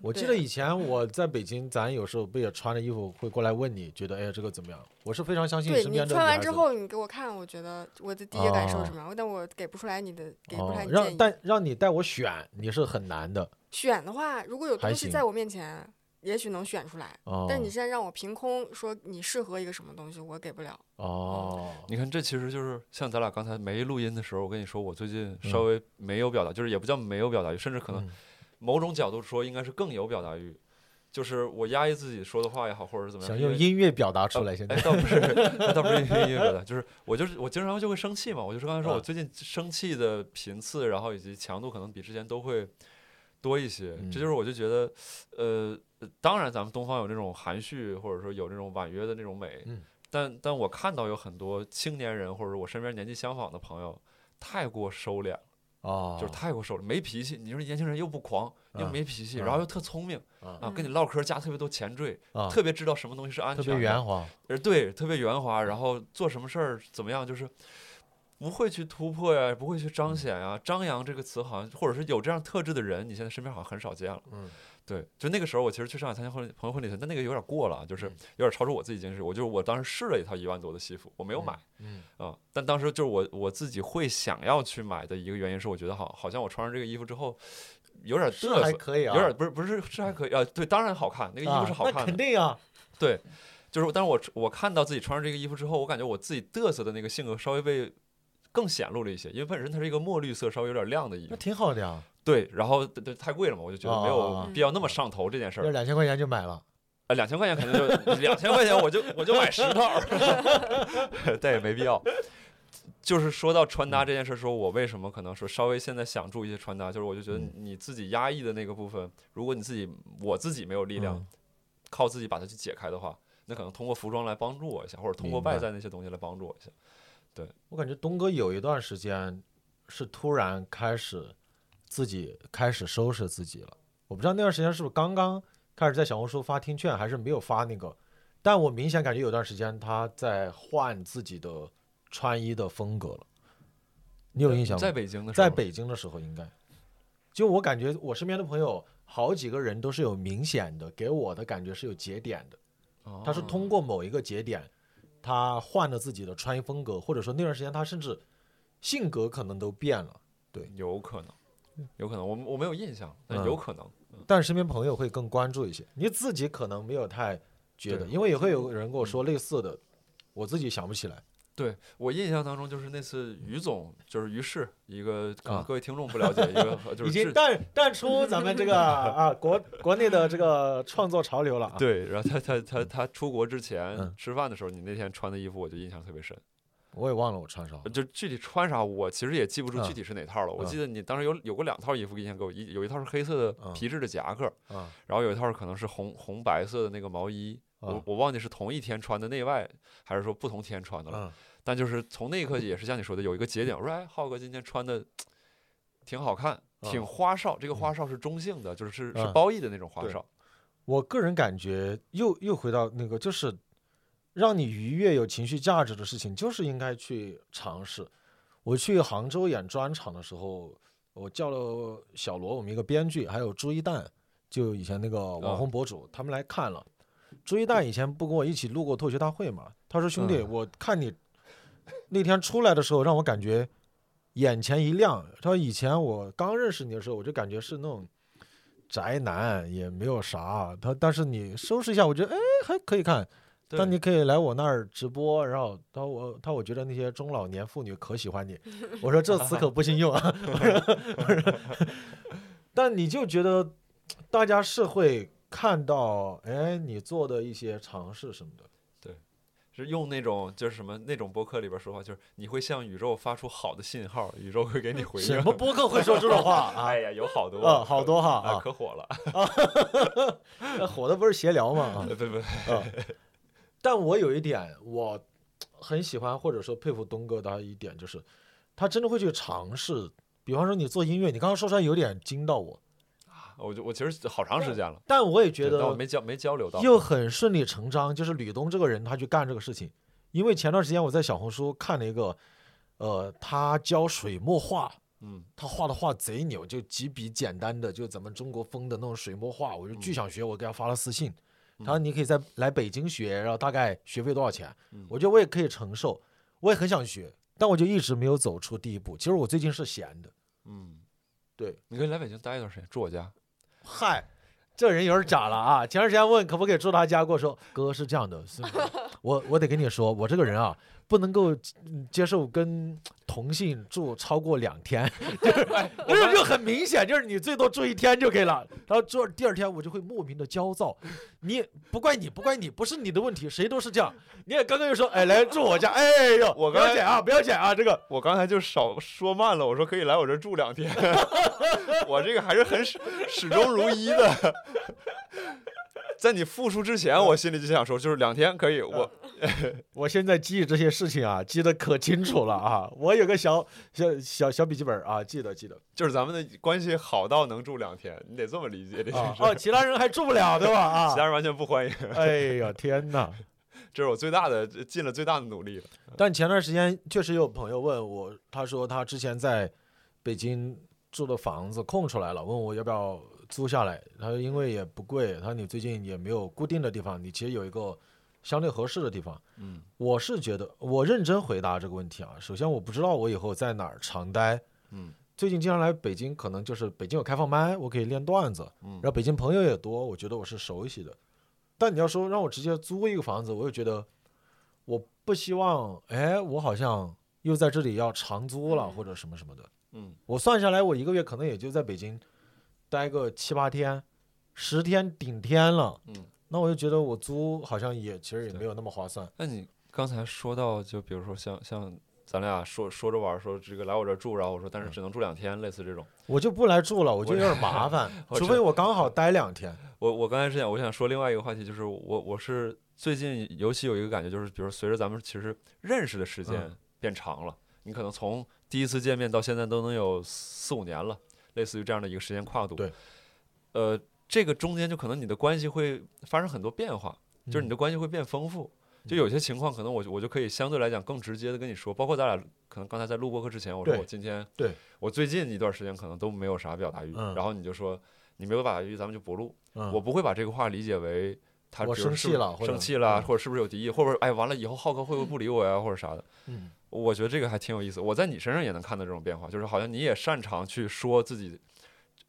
A: 我记得
C: 对
A: 以前我在北京，咱有时候不也穿着衣服会过来问你，觉得哎呀这个怎么样？我是非常相信
C: 对
A: 身
C: 你
A: 边的
C: 穿
A: 女
C: 完
A: 孩
C: 之
A: 子
C: 后，你给我看，我觉得我的第一感受是什么样，但我给不出来你的，给不出
A: 哦
C: 来你建
A: 让
C: 议。
A: 但让你带我选，你是很难的
C: 选的话，如果有
A: 还
C: 东西
A: 行
C: 在我面前，也许能选出来。
A: 哦。
C: 但你现在让我凭空说你适合一个什么东西，我给不了。
A: 哦，
B: 你看，这其实就是像咱俩刚才没录音的时候，我跟你说，我最近稍微没有表达，就是也不叫没有表达欲，甚至可能
A: 嗯
B: 某种角度说，应该是更有表达欲，就是我压抑自己说的话也好，或者是怎么
A: 想
B: 样，因
A: 用
B: 为
A: 音乐表达出来，现在
B: 哎，倒不是，倒不是因为音乐的，就是我就是我经常就会生气嘛，我就是刚才说，
A: 啊
B: 我最近生气的频次，然后以及强度可能比之前都会多一些。
A: 嗯
B: 这就是我就觉得，呃，当然咱们东方有这种含蓄，或者说有这种婉约的那种美，
A: 嗯
B: 但但我看到有很多青年人，或者我身边年纪相仿的朋友。太过收敛了，
A: 哦，
B: 就是太过收敛，没脾气。你说年轻人又不狂，又
A: 啊
B: 没脾气，
A: 啊
B: 然后又特聪明
A: 啊
B: 啊，跟你唠嗑加特别多前缀，
A: 啊，
B: 特别知道什么东西是安
A: 特
B: 全的，
A: 别圆滑，
B: 呃，对，特别圆滑，然后做什么事儿怎么样，就是不会去突破呀，不会去
A: 嗯
B: 彰显呀。张扬这个词好像，或者是有这样特质的人，你现在身边好像很少见了。
A: 嗯
B: 对，就那个时候，我其实去上海参加婚礼朋友婚礼去，但那个有点过了，啊就是
A: 嗯
B: 有点超出我自己经济。我就是我当时试了一套一万多的西服，我没有买啊、
A: 嗯
B: 但当时就是我我自己会想要去买的一个原因是，我觉得好好像我穿上这个衣服之后有点
A: 是
B: 嘚
A: 还
B: 瑟。
A: 可以啊，
B: 有点不是不是是还可以啊，对，当然好看，那个衣服是好
A: 啊那
B: 看的，
A: 肯定啊，
B: 对，就是，但是我我看到自己穿上这个衣服之后，我感觉我自己嘚瑟的那个性格稍微被更显露了一些，因为本身它是一个墨绿色，稍微有点亮的衣
A: 那
B: 服。
A: 挺好的呀，
B: 对，然后对对太贵了嘛，我就觉得没
A: 哦哦
B: 有
C: 哦
B: 必要那么上头这件事
A: 要
B: 儿。
A: 两千块钱就买了，
B: 啊，两千块钱肯定就两千块钱，我就我就买十套儿， 嗯但也没必要。就是说到穿搭这件事儿，说我为什么可能说稍微现在想注意一些穿搭，就是我就觉得
A: 嗯
B: 你自己压抑的那个部分，如果你自己我自己没有力量，
A: 嗯
B: 靠自己把它去解开的话，那可能通过服装来帮助我一下，或者通过
A: 明白
B: 外在那些东西来帮助我一下。
A: 我感觉东哥有一段时间是突然开始自己开始收拾自己了，我不知道那段时间是不是刚刚开始在小红书发听券，还是没有发那个，但我明显感觉有段时间他在换自己的穿衣的风格了，你有印象吗？
B: 在北京的时候，
A: 在北京的时候应该，就我感觉我身边的朋友好几个人都是有明显的，给我的感觉是有节点的。
B: 哦，
A: 他是通过某一个节点，他换了自己的穿衣风格，或者说那段时间他甚至性格可能都变了。
B: 有可能，有可能，我我没有印象，但
A: 嗯
B: 有可能。
A: 但是身边朋友会更关注一些，你自己可能没有太觉得，
B: 对
A: 因为也会有人跟我说类似的，我自己想不起来。
B: 对我印象当中，就是那次于总，就是于适，一个可
A: 啊
B: 能各位听众不了解，一个 就是
A: 已经
B: 制
A: 淡淡出咱们这个啊国国内的这个创作潮流了啊。
B: 对，然后他他他他出国之前
A: 嗯
B: 吃饭的时候，你那天穿的衣服我就印象特别深，呃
A: 我也忘了我穿啥了。
B: 就具体穿啥我其实也记不住
A: 啊
B: 具体是哪套了。我
A: 啊
B: 记得你当时有有过两套衣服印象给我，一有一套是黑色的
A: 啊
B: 皮质的夹克，
A: 啊
B: 然后有一套可能是红红白色的那个毛衣，
A: 啊
B: 我我忘记是同一天穿的内外，还是说不同天穿的了。
A: 嗯
B: 但就是从那一刻起也是像你说的，有一个节点，我说哎，浩哥今天穿的挺好看，挺花哨。这个花哨是中性的，就是是是
A: 嗯
B: 褒义的那种花
A: 对
B: 哨。
A: 我个人感觉又又回到那个，就是让你愉悦、有情绪价值的事情，就是应该去尝试。我去杭州演专场的时候，我叫了小罗，我们一个编剧，还有朱一蛋，就以前那个网红博主，他们来看了。朱一蛋以前不跟我一起录过脱口秀大会嘛？他说：“兄弟，
B: 嗯
A: 我看你那天出来的时候，让我感觉眼前一亮。他说以前我刚认识你的时候，我就感觉是那种宅男，也没有啥。啊他但是你收拾一下，我觉得哎还可以看。
B: 对
A: 但你可以来我那儿直播，然后他说我他我觉得那些中老年妇女可喜 欢你。我说这词可不行用啊。我说但你就觉得大家是会看到哎你做的一些尝试什么的。
B: 是用那种就是什么那种播客里边说话，就是你会向宇宙发出好的信号，宇宙会给你回应。
A: 什么播客会说这种 话啊
B: 哎？呀，有好多
A: 啊，好多哈
B: 可啊，
A: 啊！
B: 可火了！
A: 那火的不是闲聊吗？啊，
B: 对对，
A: 但我有一点我很喜欢或者说佩服东哥的一点就是，他真的会去尝试。比方说你做音乐，你刚刚说出来有点惊到我，
B: 吧？我就我其实好长时间了，
A: 但我也
B: 对
A: 觉得
B: 但我没交没交流到，
A: 又很顺理成章，就是吕东这个人他去干这个事情。因为前段时间我在小红书看了一个，呃，他教水墨画，
B: 嗯
A: 他画的画贼牛，就几笔简单的，就咱们中国风的那种水墨画，我就巨想学，我给他发了私信，他说你可以在来北京学，然后大概学费多少钱？
B: 嗯
A: 我觉得我也可以承受，我也很想学，但我就一直没有走出第一步。其实我最近是闲的，
B: 嗯，
A: 对，
B: 你可以来北京待一段时间，住我 家，
A: 嗨，这人有点假了啊！前段时间问可不可以住他家，跟我说 哥是这样的，是我我得跟你说，我这个人啊，不能够嗯接受跟同性住超过两 天，
B: 哎
A: 就是就是就很明显，就是你最多住一天就可以了。然后住第二天我就会莫名的焦躁，你不怪你不怪你，不是你的问题，谁都是这样。你也刚刚又说，哎，来住我家，哎呦，
B: 我
A: 不要
B: 刚才
A: 剪啊，不要剪啊，这个
B: 我刚才就少说慢了，我说可以来我这住两天， 我这个还是很始始终如一的。在你复述之前，我心里就想说，就是两天可以，
A: 嗯
B: 我
A: 我现在记这些事情啊，记得可清楚了啊！我有个小小小小笔记本啊，记得记得
B: 就是咱们的关系好到能住两天，你得这么理解这件
A: 啊。
B: 事。
A: 哦，其他人还住不了对吧？
B: 其他
A: 啊，
B: 人完全不欢迎，
A: 哎呀天哪！
B: 这是我最大的尽了最大的努力了。
A: 但前段时间确实有朋友问我，他说他之前在北京住的房子空出来了，问我要不要租下来。他说因为也不贵，他说你最近也没有固定的地方，你其实有一个相对合适的地方。
B: 嗯
A: 我是觉得，我认真回答这个问题啊。首先，我不知道我以后在哪儿常待。
B: 嗯，
A: 最近经常来北京，可能就是北京有开放麦，我可以练段子，
B: 嗯
A: 然后北京朋友也多，我觉得我是熟悉的。但你要说让我直接租一个房子，我又觉得我不希望，哎，我好像又在这里要长租了
C: 嗯
A: 或者什么什么的。
B: 嗯
A: 我算下来，我一个月可能也就在北京待个七八天，十天顶天了。
B: 嗯，
A: 那我就觉得我租好像也其实也
B: 对
A: 没有那么划算。
B: 那你刚才说到，就比如说像像咱俩说说着玩儿，说这个来我这儿住，然后我说但是只能住两天，类似这种。
A: 我就不来住了，我就
B: 我，
A: 有点麻烦
B: 我
A: 除
B: 知
A: 非我刚好待两天。
B: 我我刚才是想，我想说另外一个话题，就是我我是最近尤其有一个感觉，就是比如随着咱们其实认识的时间
A: 嗯
B: 变长了，你可能从第一次见面到现在都能有四五年了，类似于这样的一个时间跨度。
A: 对，
B: 呃，这个中间就可能你的关系会发生很多变化， 就是你
A: 的
B: 的关系会变丰富。
A: 嗯
B: 就有些情况，可能我就我就可以相对来讲更直接的跟你说，包括咱俩可能刚才在录播课之前，我说
A: 对
B: 我今天
A: 对
B: 我最近一段时间可能都没有啥表达欲，
A: 嗯
B: 然后你就说你没有表达欲，咱们就不录。
A: 嗯、
B: 我不会把这个话理解为他
A: 我
B: 比如
A: 生
B: 是
A: 气
B: 不是
A: 了或者
B: 生气了，
A: 嗯
B: 或者是不是有敌意，或者是哎完了以后浩哥会不会不理我呀，或者啥的。
A: 嗯
B: 我觉得这个还挺有意思，我在你身上也能看到这种变化，就是好像你也擅长去说自己，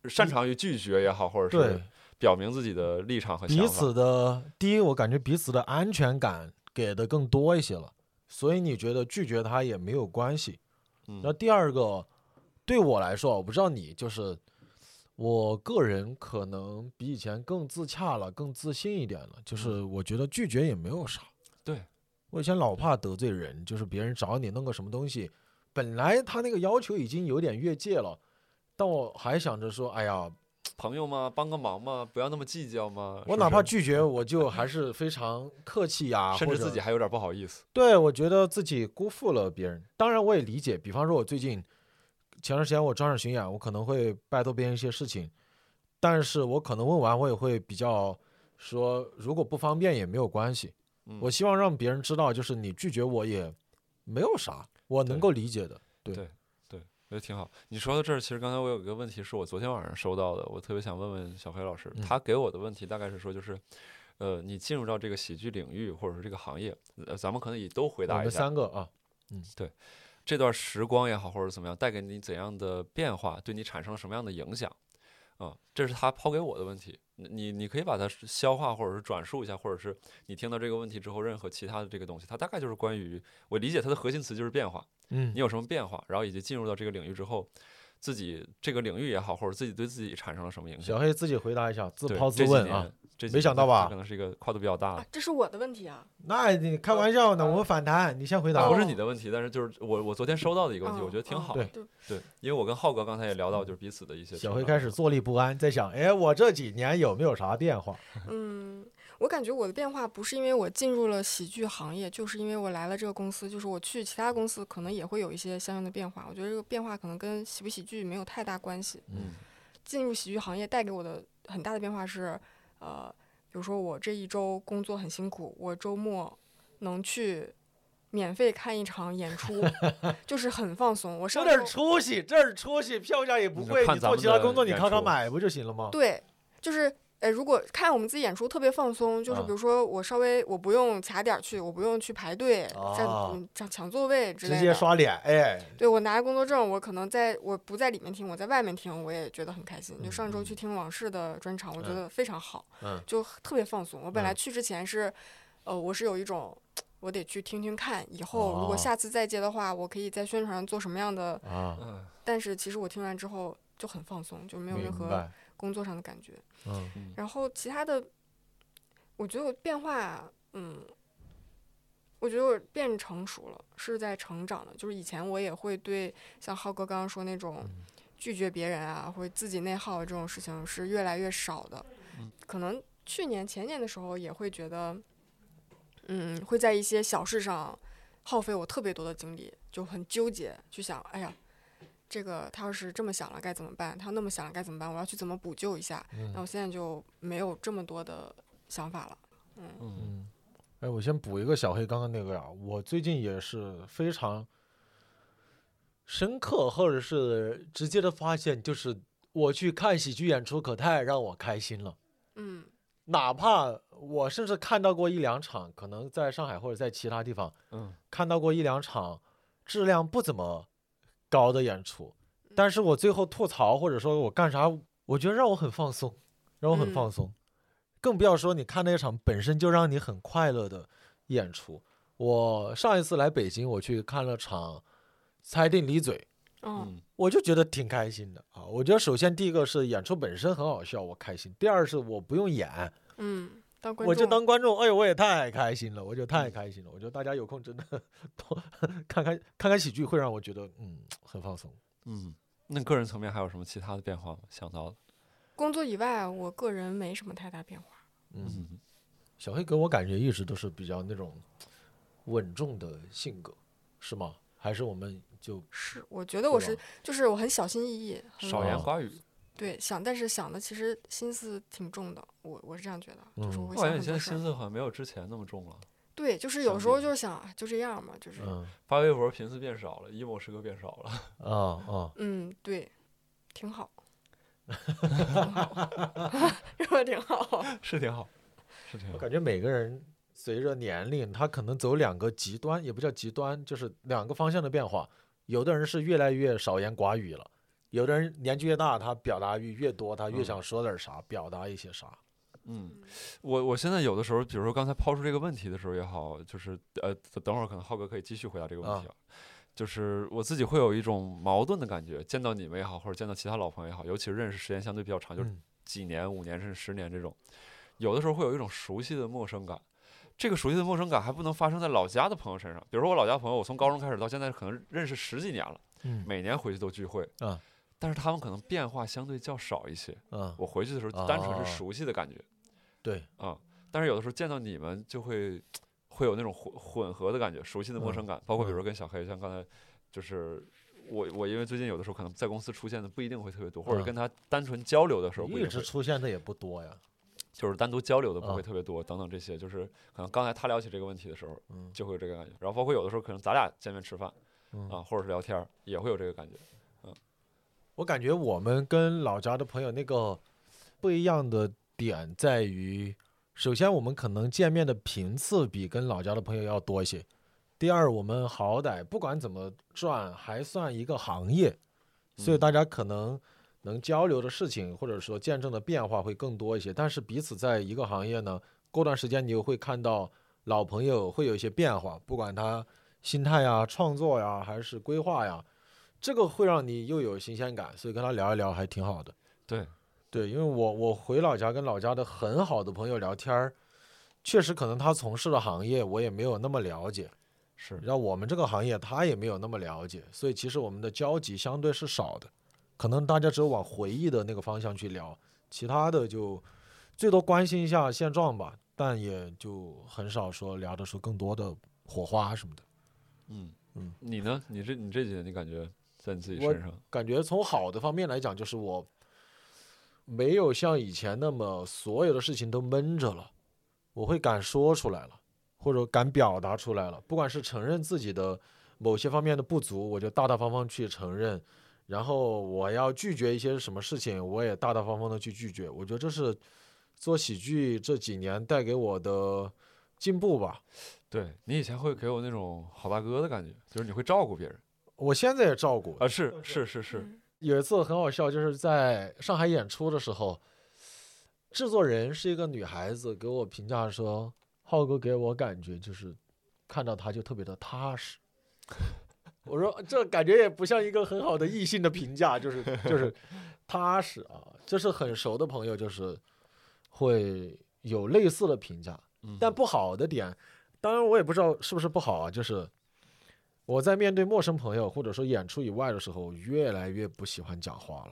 B: 擅长于拒绝也好，或者
A: 对
B: 是表明自己的立场和想
A: 彼
B: 法。
A: 此的第一，我感觉彼此的安全感给的更多一些了，所以你觉得拒绝他也没有关系。
B: 嗯
A: 那第二个，对我来说，我不知道你，就是我个人可能比以前更自洽了，更自信一点了。就是我觉得拒绝也没有啥。
B: 嗯对，
A: 我以前老怕得罪人，就是别人找你弄个什么东西，本来他那个要求已经有点越界了，但我还想着说，哎呀，
B: 朋友嘛，帮个忙嘛，不要那么计较嘛。啊是
A: 我
B: 不
A: 哪怕
B: 是
A: 拒绝，我就还是非常客气呀、
B: 甚
A: 或
B: 至自
A: 者
B: 己还啊有点不好意思。
A: 对，我觉得自己辜负了别人。当然，我也理解。比方说，我最近前段时间我专场巡演，我可能会拜托别人一些事情，但是我可能问完，我也会比较说，如果不方便也没有关系。
B: 嗯
A: 我希望让别人知道，就是你拒绝我也没有啥，我能
B: 对
A: 够理解的。对
B: 我觉得挺好。你说到这儿，其实刚才我有一个问题是我昨天晚上收到的，我特别想问问小黑老师，
A: 嗯
B: 他给我的问题大概是说，就是，呃，你进入到这个喜剧领域或者是这个行业，呃，咱们可能也都回
A: 我
B: 答一
A: 们
B: 下
A: 三个啊，
B: 这段时光也好，或者怎么样，带给你怎样的变化，对你产生了什么样的影响？啊、这是他抛给我的问题，你你你可以把它是消化，或者是转述一下，或者是你听到这个问题之后，任何其他的这个东西，它大概就是关于我理解它的核心词就是变化，
A: 嗯
B: 你有什么变化，然后以及进入到这个领域之后，自己这个领域也好，或者自己对自己产生了什么影响
A: 小？黑自己回答一下，自
B: 对
A: 抛自问啊。，
B: 这几年这几
A: 没
B: 年
A: 想到
B: 它
A: 吧
B: 它可能是一个跨度比较大
C: 啊
B: 的，，
C: 这是我的问题啊。
A: 那你开玩笑呢？我们反弹，你先回答。
B: 不
C: 哦
B: 是你的问题，但是就是我我昨天收到的一个问题，我觉得挺
C: 嗯
B: 好。
A: 对
C: 对
B: 对，因为我跟浩哥刚才也聊到，就是彼此的一些
A: 小
B: 成
A: 黑
B: 长
A: 开始坐立不安，在想，哎，我这几年有没有啥变化？
C: 嗯，我感觉我的变化不是因为我进入了喜剧行业，就是因为我来了这个公司，就是我去其他公司可能也会有一些相应的变化。我觉得这个变化可能跟喜不喜剧没有太大关系。
B: 嗯
C: 进入喜剧行业带给我的很大的变化是，呃，比如说我这一周工作很辛苦，我周末能去免费看一场演出， 就是很放松。我
A: 这
C: 上
A: 点
C: 周
A: 出息，这儿出息，票价也不
B: 你就
A: 贵，
B: 看
A: 你
B: 咱
A: 做
B: 们
A: 其他
B: 的
A: 工作你
B: 演
A: 扛扛
B: 出
A: 买不就行了吗？
C: 对，就是呃，如果看我们自己演出特别放松，就是
A: 啊
C: 比如说我稍微我不用卡点儿去，我不用去排队、占
A: 啊
C: 嗯抢抢座位之
A: 直
C: 类的，
A: 接刷脸，哎，
C: 对我拿着工作证，我可能在我不在里面听，我在外面听，我也觉得很开心。就上周去听往事的专场，我觉
A: 嗯
C: 得非常好，
A: 嗯
C: 就特别放松。我本来
A: 嗯
C: 去之前是，呃，我是有一种我得去听听看，以后如果
A: 哦
C: 下次再接的话，我可以在宣传上做什么样的。
A: 啊，
B: 嗯
C: 但是其实我听完之后就很放松，就没有任
A: 明
C: 何
A: 白，
C: 工作上的感觉。
A: 嗯，
C: 然后其他的，我觉得我变化，嗯，我觉得我变成熟了，是在成长的。就是以前我也会对像浩哥刚刚说那种拒绝别人啊，或者自己内耗这种事情是越来越少的。
B: 嗯
C: 可能去年前年的时候也会觉得，嗯，会在一些小事上耗费我特别多的精力，就很纠结，去想，哎呀。这个他要是这么想了该怎么办？他要那么想了该怎么办？我要去怎么补救一下？那我现在就没有这么多的想法了。
B: 嗯
A: 嗯，哎，我先补一个小黑刚刚那个呀、我最近也是非常深刻，或者是直接的发现，就是我去看喜剧演出可太让我开心了。
C: 嗯
A: 哪怕我甚至看到过一两场，可能在上海或者在其他地方
B: 嗯
A: 看到过一两场质量不怎么高的演出，但是我最后吐槽或者说我干啥，我觉得让我很放松，让我很
C: 嗯
A: 放松。更不要说你看那场本身就让你很快乐的演出。我上一次来北京，我去看了场猜定李嘴，
C: 哦
B: 嗯
A: 我就觉得挺开心的啊。我觉得首先第一个是演出本身很好笑，我开心；第二是我不用演，
C: 嗯，当观众嗯
A: 我就当观众，哎呦，我也太开心了，我觉得太开心了。我觉得大家有空真的 多看看看看喜剧，会让我觉得嗯很放松。
B: 嗯。那个人层面还有什么其他的变化吗？想到的，
C: 工作以外，我个人没什么太大变化。
A: 嗯，
B: 嗯，
A: 小黑给我感觉一直都是比较那种稳重的性格，是吗？还是我们就
C: 是，我觉得我
A: 对
C: 是
A: 吧，
C: 就是我很小心翼翼，很
B: 少言
A: 哦
B: 寡语。
C: 对想，但是想的其实心思挺重的。我我是这样觉得，就是我
A: 嗯
C: 会
B: 我
C: 想
B: 感觉你现在
C: 很多事儿
B: 心思好像没有之前那么重了，
C: 对，就是
B: 想
C: 有时候
B: 比
C: 就是想，哎就这样嘛，就是
A: 嗯
B: 发微博频次变少了，emo 时刻变少了。
A: 啊啊
C: 嗯，对，挺好，挺好， 是吧？挺好。
B: 是挺好，是挺
A: 我
B: 好。
A: 感觉每个人随着年龄，他可能走两个极端，也不叫极端，就是两个方向的变化。有的人是越来越少言寡语了，有的人年纪越大，他表达欲越多，他越
B: 嗯
A: 想说点啥，表达一些啥。
B: 嗯，我我现在有的时候，比如说刚才抛出这个问题的时候也好，就是呃，等等会儿可能浩哥可以继续回答这个问
A: 啊
B: 题啊。就是我自己会有一种矛盾的感觉，见到你们也好，或者见到其他老朋友也好，尤其是认识时间相对比较长，就是
A: 嗯
B: 几年、五年甚至十年这种，有的时候会有一种熟悉的陌生感。这个熟悉的陌生感还不能发生在老家的朋友身上，比如说我老家朋友，我从高中开始到现在可能认识十几年了，
A: 嗯
B: 每年回去都聚会，
A: 啊
B: 但是他们可能变化相对较少一些。
A: 嗯，
B: 我回去的时候单纯
A: 哦
B: 是熟悉的感觉
A: 对，
B: 啊、但是有的时候见到你们就会会有那种混混合的感觉，熟悉的陌
A: 嗯
B: 生感，包括比如说跟小黑，像刚才就是。我我因为最近有的时候可能在公司出现的不一定会特别多，或者
A: 嗯
B: 跟他单纯交流的时候不一
A: 一
B: 定会
A: 直出现的也不多呀。
B: 就是单独交流的不
A: 啊
B: 会特别多，等等这些，就是可能刚才他聊起这个问题的时候，
A: 嗯
B: 就会有这个感觉。然后包括有的时候可能咱俩见面吃饭
A: 嗯
B: 啊，或者是聊天儿，也会有这个感觉。
A: 我感觉我们跟老家的朋友那个不一样的点在于，首先我们可能见面的频次比跟老家的朋友要多一些，第二我们好歹不管怎么转还算一个行业，所以
B: 嗯
A: 大家可能能交流的事情或者说见证的变化会更多一些。但是彼此在一个行业呢，过段时间你又会看到老朋友会有一些变化，不管他心态呀、创作呀还是规划呀。这个会让你又有新鲜感，所以跟他聊一聊还挺好的。
B: 对，
A: 对，因为我我回老家跟老家的很好的朋友聊天儿，确实可能他从事的行业我也没有那么了解，
B: 是
A: 然后我们这个行业他也没有那么了解，所以其实我们的交集相对是少的，可能大家只有往回忆的那个方向去聊，其他的就最多关心一下现状吧，但也就很少说聊得出更多的火花什么的。
B: 嗯
A: 嗯
B: 你呢？你这你这几年你感觉在你自己
A: 我
B: 身上，
A: 感觉从好的方面来讲，就是我没有像以前那么所有的事情都闷着了，我会敢说出来了，或者敢表达出来了。不管是承认自己的某些方面的不足，我就大大方方去承认。然后我要拒绝一些什么事情，我也大大方方的去拒绝。我觉得这是做喜剧这几年带给我的进步吧。
B: 对你以前会给我那种好大哥的感觉，就是你会照顾别人
A: 我现在也照顾，
B: 啊，是是是是，
C: 嗯
A: 有一次很好笑，就是在上海演出的时候，制作人是一个女孩子，给我评价说，浩哥给我感觉就是看到他就特别的踏实。 我说这感觉也不像一个很好的异性的评价，就是就是踏实啊，就是很熟的朋友就是会有类似的评价，
B: 嗯
A: 但不好的点，当然我也不知道是不是不好啊，就是我在面对陌生朋友或者说演出以外的时候，越来越不喜欢讲话了。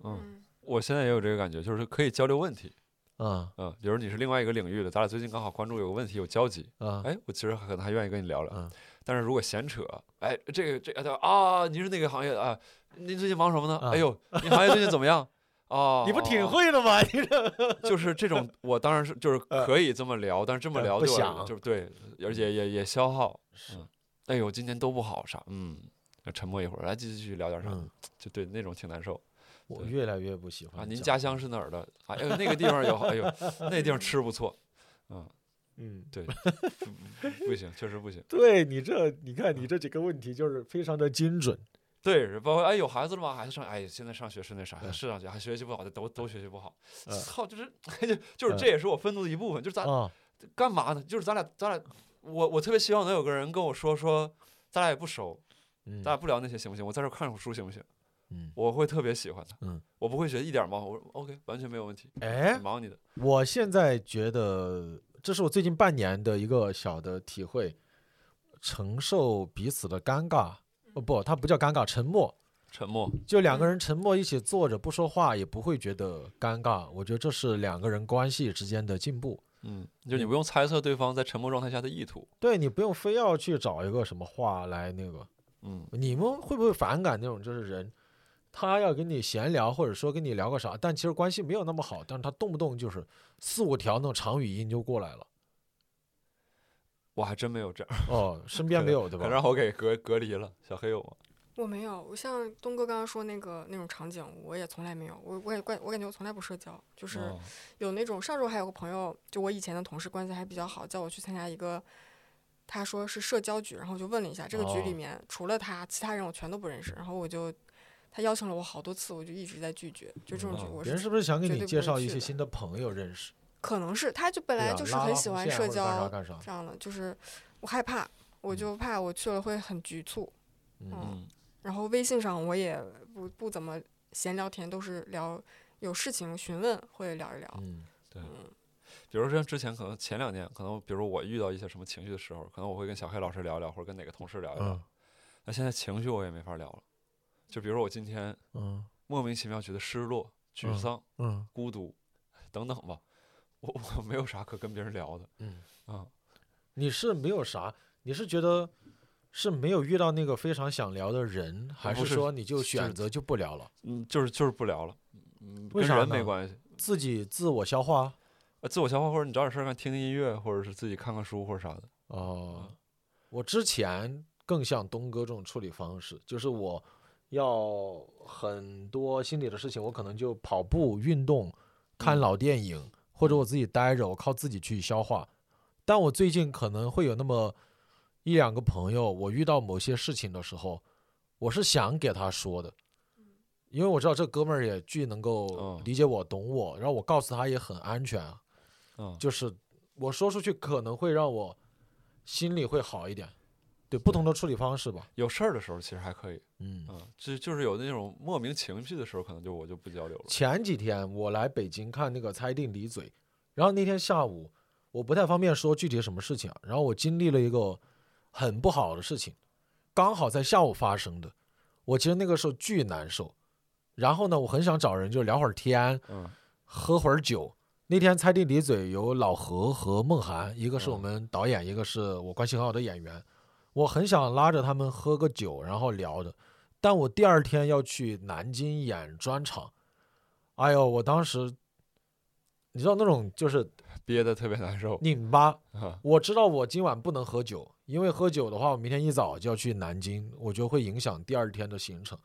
B: 嗯，
C: 嗯
B: 我现在也有这个感觉，就是可以交流问题，
A: 啊
B: 嗯，比如你是另外一个领域的，咱俩最近刚好关注有个问题有交集，
A: 啊
B: 哎，我其实可能还愿意跟你聊聊，
A: 嗯
B: 但是如果闲扯，哎，这个这个啊，您是那个行业的啊，您最近忙什么呢？
A: 啊
B: 哎呦，您行业最近怎 么样？哦，
A: 你不挺
B: 哦
A: 会的吗？你这
B: 就是这种，我当然是就是
A: 呃
B: 可以这么聊，但是这么
A: 呃
B: 聊
A: 不
B: 对我来
A: 想
B: 就是对，而且也也消耗。嗯，哎呦，今天都不好啥，嗯，沉默一会儿，来继续继续聊点啥，
A: 嗯，
B: 就对那种挺难受
A: 我
B: 对
A: 越来越不喜欢
B: 啊。您
A: 讲
B: 家乡是哪儿的？哎呦，那个地方有好，哎呦，那地方吃不错，嗯，
A: 嗯，
B: 对，不不行，确实不行。
A: 对你这，你看你这几个问题就是非常的精准。
B: 对，包括哎，有孩子了吗？孩子上哎，现在上学是那啥，
A: 嗯
B: 是上学还学习不好的，都都学习不好。
A: 嗯
B: 操，就是就就是
A: 嗯
B: 这也是我愤怒的一部分，就是咱
A: 啊
B: 干嘛呢？就是咱俩，咱俩，我我特别希望能有个人跟我说说，咱俩也不熟，
A: 嗯
B: 咱俩不聊那些行不行？我在这儿看会儿书行不行？
A: 嗯，
B: 我会特别喜欢他，
A: 嗯，
B: 我不会觉得一点忙，我说 OK，完全没有问题，
A: 哎
B: 你，忙你的，
A: 我现在觉得这是我最近半年的一个小的体会，承受彼此的尴尬，哦不，它不叫尴尬，沉默。
B: 沉默，
A: 就两个人沉默一起坐着不说话，也不会觉得尴尬。我觉得这是两个人关系之间的进步。
B: 嗯，就你不用猜测对方在沉默状态下的意图，
A: 对你不用非要去找一个什么话来那个，
B: 嗯，
A: 你们会不会反感那种就是人，他要跟你闲聊，或者说跟你聊个啥，但其实关系没有那么好，但是他动不动就是四五条那种长语音就过来了。
B: 我还真没有这样，
A: 哦，身边没有对
B: 可让
A: 吧？
B: 我给隔隔离了，小黑有吗？
C: 我没有，我像东哥刚刚说那个那种场景，我也从来没有。我我也怪我感觉我从来不社交，就是
B: 哦
C: 有那种上周还有个朋友，就我以前的同事关系还比较好，叫我去参加一个，他说是社交局，然后我就问了一下，这个局里
A: 哦
C: 面、除了他，其他人我全都不认识，然后我就他邀请了我好多次，我就一直在拒绝，就这种局
B: 哦
C: 我
A: 别
C: 是
A: 人是不是想给
C: 绝
A: 你
C: 对不
A: 介
C: 会
A: 绍一
C: 去
A: 些
C: 的
A: 新的朋友认识？
C: 可能是他就本
A: 对
C: 来
A: 啊
C: 就是
A: 拉
C: 很
A: 拉
C: 喜
A: 红
C: 欢
A: 线
C: 社
A: 或者干啥嗯
C: 交
A: 干啥？
C: 这样的，就是我害怕，我就怕我去了会很局促，
A: 嗯
C: 嗯
B: 嗯，
C: 然后微信上我也不不怎么闲聊天，都是聊有事情询问会聊一聊，
A: 嗯
B: 比如说像之前可能前两年，可能比如我遇到一些什么情绪的时候，可能我会跟小黑老师聊一聊，或者跟哪个同事聊一聊，
A: 嗯
B: 那现在情绪我也没法聊了，就比如说我今天
A: 嗯
B: 莫名其妙觉得失落、沮
A: 嗯
B: 丧、
A: 嗯
B: 孤独等等吧，我我没有啥可跟别人聊的，
A: 嗯
B: 啊，
A: 你是没有啥？你是觉得是没有遇到那个非常想聊的人，还
B: 不
A: 是
B: 是
A: 说你就是选择就不聊了，
B: 嗯，就是就是不聊了，嗯，
A: 为
B: 跟
A: 啥
B: 人没
A: 呢
B: 关系，
A: 自己自我消化？啊
B: 呃自我消化或者你找点事儿干，听听音乐，或者是自己看看书或者啥的，
A: 哦，
B: 嗯
A: 我之前更像东哥这种处理方式，就是我要很多心里的事情，我可能就跑步、运动、看
B: 嗯
A: 老电影，或者我自己待着，我靠自己去消化。但我最近可能会有那么一两个朋友，我遇到某些事情的时候，我是想给他说的，因为我知道这哥们儿也巨能够
B: 嗯
A: 理解我、懂我，然后我告诉他也很安全，啊
B: 嗯，
A: 就是我说出去可能会让我心里会好一点，对不同的处理方式吧。
B: 有事儿的时候其实还可以，
A: 嗯，
B: 嗯，就就是有那种莫名情绪的时候，可能就我就不交流了，
A: 前几天我来北京看那个《猜定离嘴》，然后那天下午我不太方便说具体什么事情啊，然后我经历了一个很不好的事情，刚好在下午发生的，我其实那个时候巨难受，然后呢，我很想找人就聊会儿天，
B: 嗯
A: 喝会儿酒。那天猜地离嘴有老何和梦涵，一个是我
B: 嗯
A: 们导演，一个是我关系很好的演员。我很想拉着他们喝个酒，然后聊的，但我第二天要去南京演专场，哎呦，我当时，你知道那种就是
B: 憋得特别难受
A: 拧巴，
B: 啊。
A: 我知道我今晚不能喝酒，因为喝酒的话，我明天一早就要去南京，我觉得会影响第二天的行程。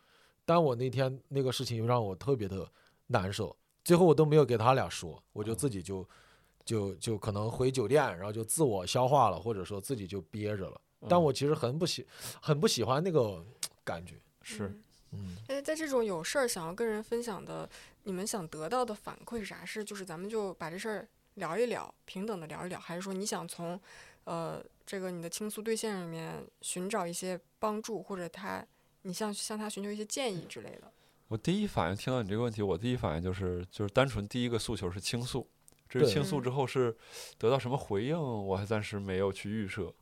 A: 但我那天那个事情又让我特别的难受，最后我都没有给他俩说，我就自己就、就就可能回酒店，然后就自我消化了，或者说自己就憋着了。但
B: 嗯
A: 我其实很不喜很不喜欢那个感觉，
B: 是
C: 嗯
A: 嗯，
C: 哎，在这种有事儿想要跟人分享的，你们想得到的反馈是啥？是就是咱们就把这事儿聊一聊，平等的聊一聊，还是说你想从，呃，这个你的倾诉对象里面寻找一些帮助，或者他你向向他寻求一些建议之类的？
B: 我第一反应听到你这个问题，我第一反应就是就是单纯第一个诉求是倾诉，至于
A: 对
B: 倾诉
C: 嗯
B: 之后是得到什么回应，我还暂时没有去预设。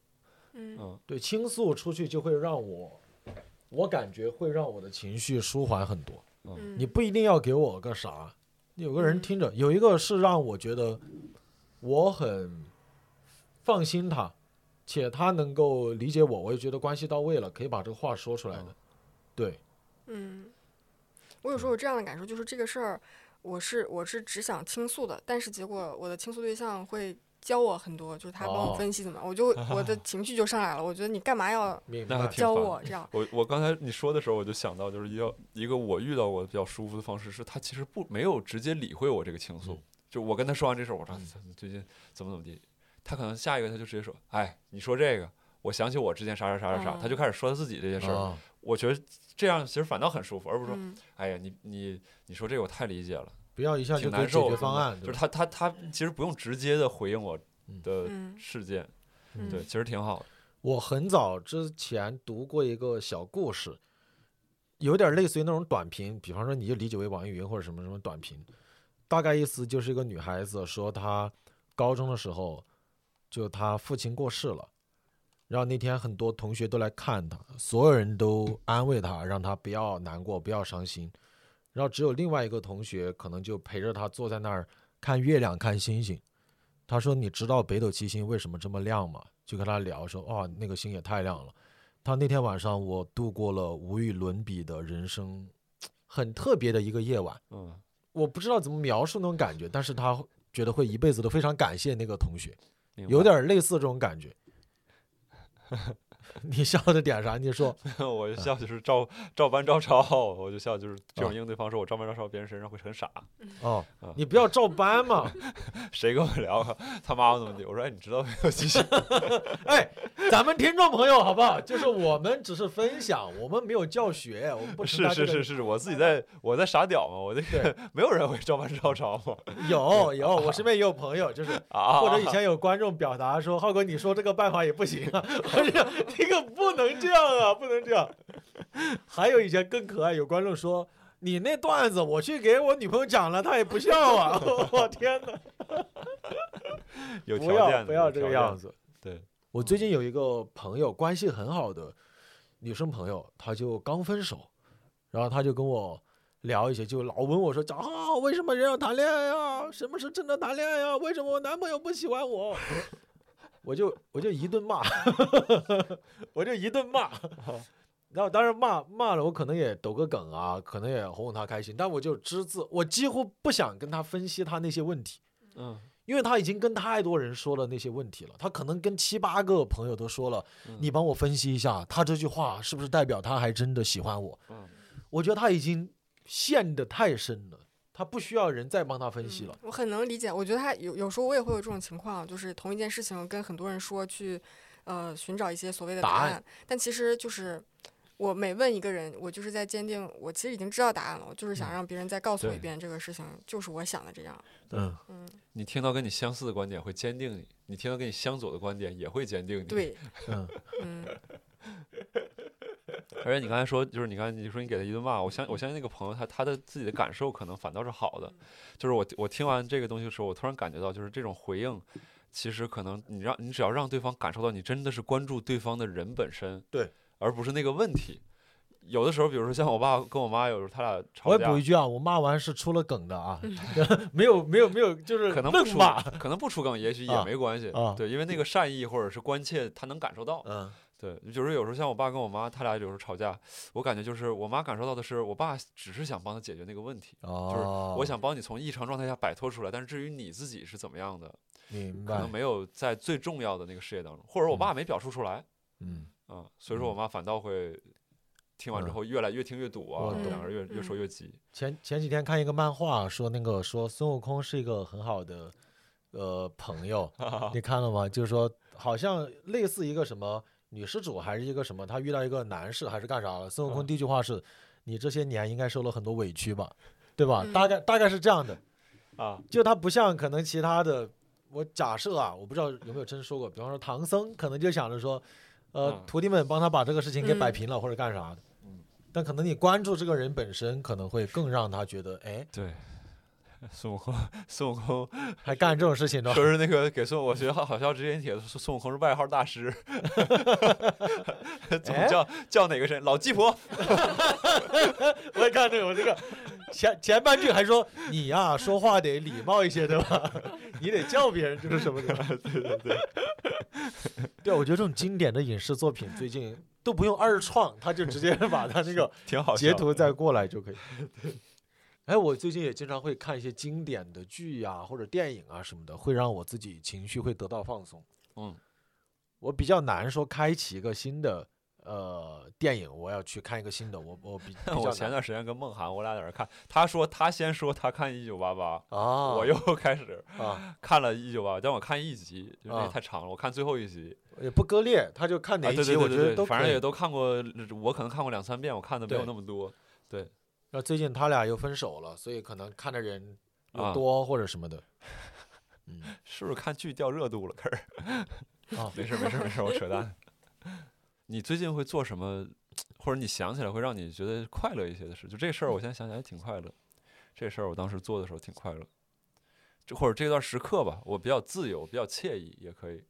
C: 嗯
B: 嗯，
A: 对，倾诉出去就会让我，我感觉会让我的情绪舒缓很多。
C: 嗯，
A: 你不一定要给我个啥，有个人
C: 嗯
A: 听着，有一个是让我觉得我很放心他，且他能够理解我，我也觉得关系到位了，可以把这个话说出来的
C: 哦
B: 嗯。
A: 对，
C: 嗯，我有时候有这样的感受，就是这个事儿，我是我是只想倾诉的，但是结果我的倾诉对象会教我很多，就是他帮
A: 哦
C: 我分析怎么样，我就 我的情绪就上来了，我觉得你干嘛要
A: 明
B: 那还
A: 白
B: 挺。
C: 教
B: 烦
C: 我这样？
B: 我我刚才你说的时候，我就想到，就是要一个我遇到我比较舒服的方式，是他其实不没有直接理会我这个倾诉
A: 嗯，
B: 就我跟他说完这事儿，我说
A: 嗯
B: 你最近怎么怎么地，他可能下一个他就直接说，哎，你说这个，我想起我之前啥啥啥
C: 哦
B: 啥啥，他就开始说他自己这些事儿，
A: 啊，
B: 我觉得这样其实反倒很舒服，而不是说，
C: 嗯
B: 哎呀，你你你说这个我太理解了，
A: 不要一下
B: 挺
A: 就给
B: 难
A: 解
B: 受
A: 决
B: 的，
A: 方案，
B: 就是
A: 对吧
B: 他他他其实不用直接的回应我
A: 嗯
B: 的
C: 嗯
B: 事件，
C: 嗯
B: 对，其实挺好的，
A: 我很早之前读过一个小故事，有点类似于那种短评，比方说你就理解为网易云或者什么什么短评，大概意思就是一个女孩子说她高中的时候，就她父亲过世了，然后那天很多同学都来看她，所有人都安慰她，让她不要难过，不要伤心，然后只有另外一个同学可能就陪着她坐在那儿看月亮看星星。他说：“你知道北斗七星为什么这么亮吗？”就跟他聊说：“哇，那个星也太亮了。”他那天晚上我度过了无与伦比的人生，很特别的一个夜晚。
B: 嗯
A: 我不知道怎么描述那种感觉，但是他觉得会一辈子都非常感谢那个同学，，
B: 明
A: 有
B: 白
A: 点类似这种感觉。 你笑的点啥？你说
B: 我
A: 嗯
B: 就笑就是照照搬照抄，我就笑就是这
A: 啊
B: 种应对方式，我照搬照抄别人身上会很傻。
A: 哦
B: 啊，
A: 你不要照搬嘛！
B: 谁跟我聊啊他妈妈怎么地？我说哎，你知道没有？其 实
A: 哎，咱们听众朋友好不好？就是我们只是分享，我们没有教学，我们不承
B: 是
A: 担这
B: 是
A: 个
B: 是是，我自己在我在傻屌嘛，我这个 没有人会照搬照抄嘛
A: 有有，我身边也有朋友，就是
B: 啊，
A: 或者以前有观众表达说，浩哥你说这个办法也不行啊，我这个这个不能这样啊，不能这样。还有以前更可爱，有观众说你那段子我去给我女朋友讲了，她也不笑啊， 我天哪！
B: 啊有
A: 不
B: 条件
A: 要
B: 的
A: 不要这个样。
B: 有条件的
A: 子。
B: 对，
A: 我最近有一个朋友，关系很好的女生朋友，她就刚分手，然后她就跟我聊一些，就老问我说：“讲啊，为什么人要谈恋爱啊？什么是真的谈恋爱啊？为什么我男朋友不喜欢我？” 我就我就一顿骂， 我就一顿骂， 然后当然骂骂了，我可能也抖个梗啊，可能也哄哄她开心，但我就只字，我几乎不想跟她分析她那些问题。
B: 嗯，
A: 因为他已经跟太多人说了那些问题了，他可能跟七八个朋友都说了，
B: 嗯
A: 你帮我分析一下，他这句话是不是代表他还真的喜欢我？
B: 嗯
A: 我觉得他已经陷得太深了，他不需要人再帮他分析了
C: 嗯。我很能理解，我觉得他有有时候我也会有这种情况，就是同一件事情跟很多人说去，呃，寻找一些所谓的
A: 答
C: 答
A: 案
C: 但其实就是我每问一个人，我就是在坚定，我其实已经知道答案了，我就是想
A: 嗯
C: 让别人再告诉我一
B: 对
C: 遍这个事情就是我想的这样。
A: 嗯，
C: 嗯，
B: 你听到跟你相似的观点会坚定你，你听到跟你相左的观点也会坚定你。，
C: 对，
A: 嗯，
C: 嗯，
B: 而且你刚才说，就是你刚才你说你给他一顿骂，我相我相信那个朋友他他的自己的感受可能反倒是好
A: 嗯
B: 的，就是我我听完这个东西的时候，我突然感觉到，就是这种回应，其实可能你让你只要让对方感受到你真的是关注对方的人本身，
A: 对，
B: 而不是那个问题。有的时候，比如说像我爸跟我妈，有时候他俩
A: 我
B: 吵
A: 也
B: 架
A: 补一，句啊，我骂完是出了梗的啊， 没有没有没有，就是
B: 可能不
A: 愣
B: 出
A: 骂。，
B: 可能不出梗，也许
A: 啊
B: 也没关系，
A: 啊
B: 对，因为那个善意或者是关切，他能感受到，
A: 嗯，
B: 对，就是有时候像我爸跟我妈，他俩有时候吵架，我感觉就是我妈感受到的是，我爸只是想帮他解决那个问题，就是
A: 哦，
B: 我想帮你从异常状态下摆脱出来，但是至于你自己是怎么样的，
A: 明
B: 可
A: 白
B: 能，没有在最重要的那个事业当中，或者我爸没表述出来，
A: 嗯，
B: 嗯，所以说我妈反倒会听完之
A: 嗯
B: 后越来越听越堵啊，
A: 我
B: 两个人
C: 懂
B: 越越说
C: 嗯
B: 越急，
A: 前前几天看一个漫画，说那个说孙悟空是一个很好的呃朋友，你看了吗？就是说好像类似一个什么女施主还是一个什么，他遇到一个男士还是干啥了？孙悟空
B: 嗯
A: 第一句话是：“你这些年应该受了很多委屈吧？”对吧？
C: 嗯
A: 大概大概是这样的，
B: 啊，
A: 就他不像可能其他的，我假设啊，我不知道有没有真说过，比方说唐僧可能就想着说，呃
B: 嗯，
A: 徒弟们帮他把这个事情给摆
C: 嗯
A: 平了、或者干啥的
B: 嗯。
A: 但可能你关注这个人本身，可能会更让他觉得，哎，
B: 对。 孙悟空，孙悟空，
A: 还干这种事 情呢？
B: 说是那个给孙，我学好好笑之前帖子，说孙悟空是外号大师，总
A: 哎
B: 叫叫哪个神老鸡婆，
A: 我也看这个，我这个前前半句还说你呀、说话得礼貌一些，对 吧？你得叫别人就是什么的。 对对对，对，我觉得这种经典的影视作品最近都不用二创，他就直接把他那个
B: 挺好笑
A: 截
B: 的。
A: 图再过来就可以。哎，我最近也经常会看一些经典的剧呀、或者电影啊什么的，会让我自己情绪会得到放松。
B: 嗯，
A: 我比较难说开启一个新的呃电影，我要去看一个新的，我我比 比较
B: 我前
A: 难
B: 段时间跟梦涵，我俩在那儿看，他说他先说他看一九八八，
A: 啊，
B: 我又 开始
A: 啊
B: 看了一九八八，但我看一集，就是那
A: 啊
B: 太长了，我看最后一集。
A: 也不割裂，他就看哪
B: 啊，
A: 一
B: 对
A: 集，
B: 对
A: 我
B: 对
A: 觉
B: 对
A: 得
B: 对，
A: 都
B: 反
A: 可
B: 正
A: 以
B: 也。都看过，我可能看过两三遍，我看的没有
A: 对
B: 那么多。
A: 那最近他俩又分手了，所以可能看的人又
B: 啊
A: 多或者什么的。嗯，
B: 是不是看剧掉热度了？开始
A: 啊
B: 没事没事没事，我扯淡。 你最近会做什么，或者你想起来会让你觉得快乐一些的事？就这事儿，我现在想起来挺快乐。这事儿我当时做的时候挺快乐，这或者这段时刻吧，我比较自由，比较惬意，也可以。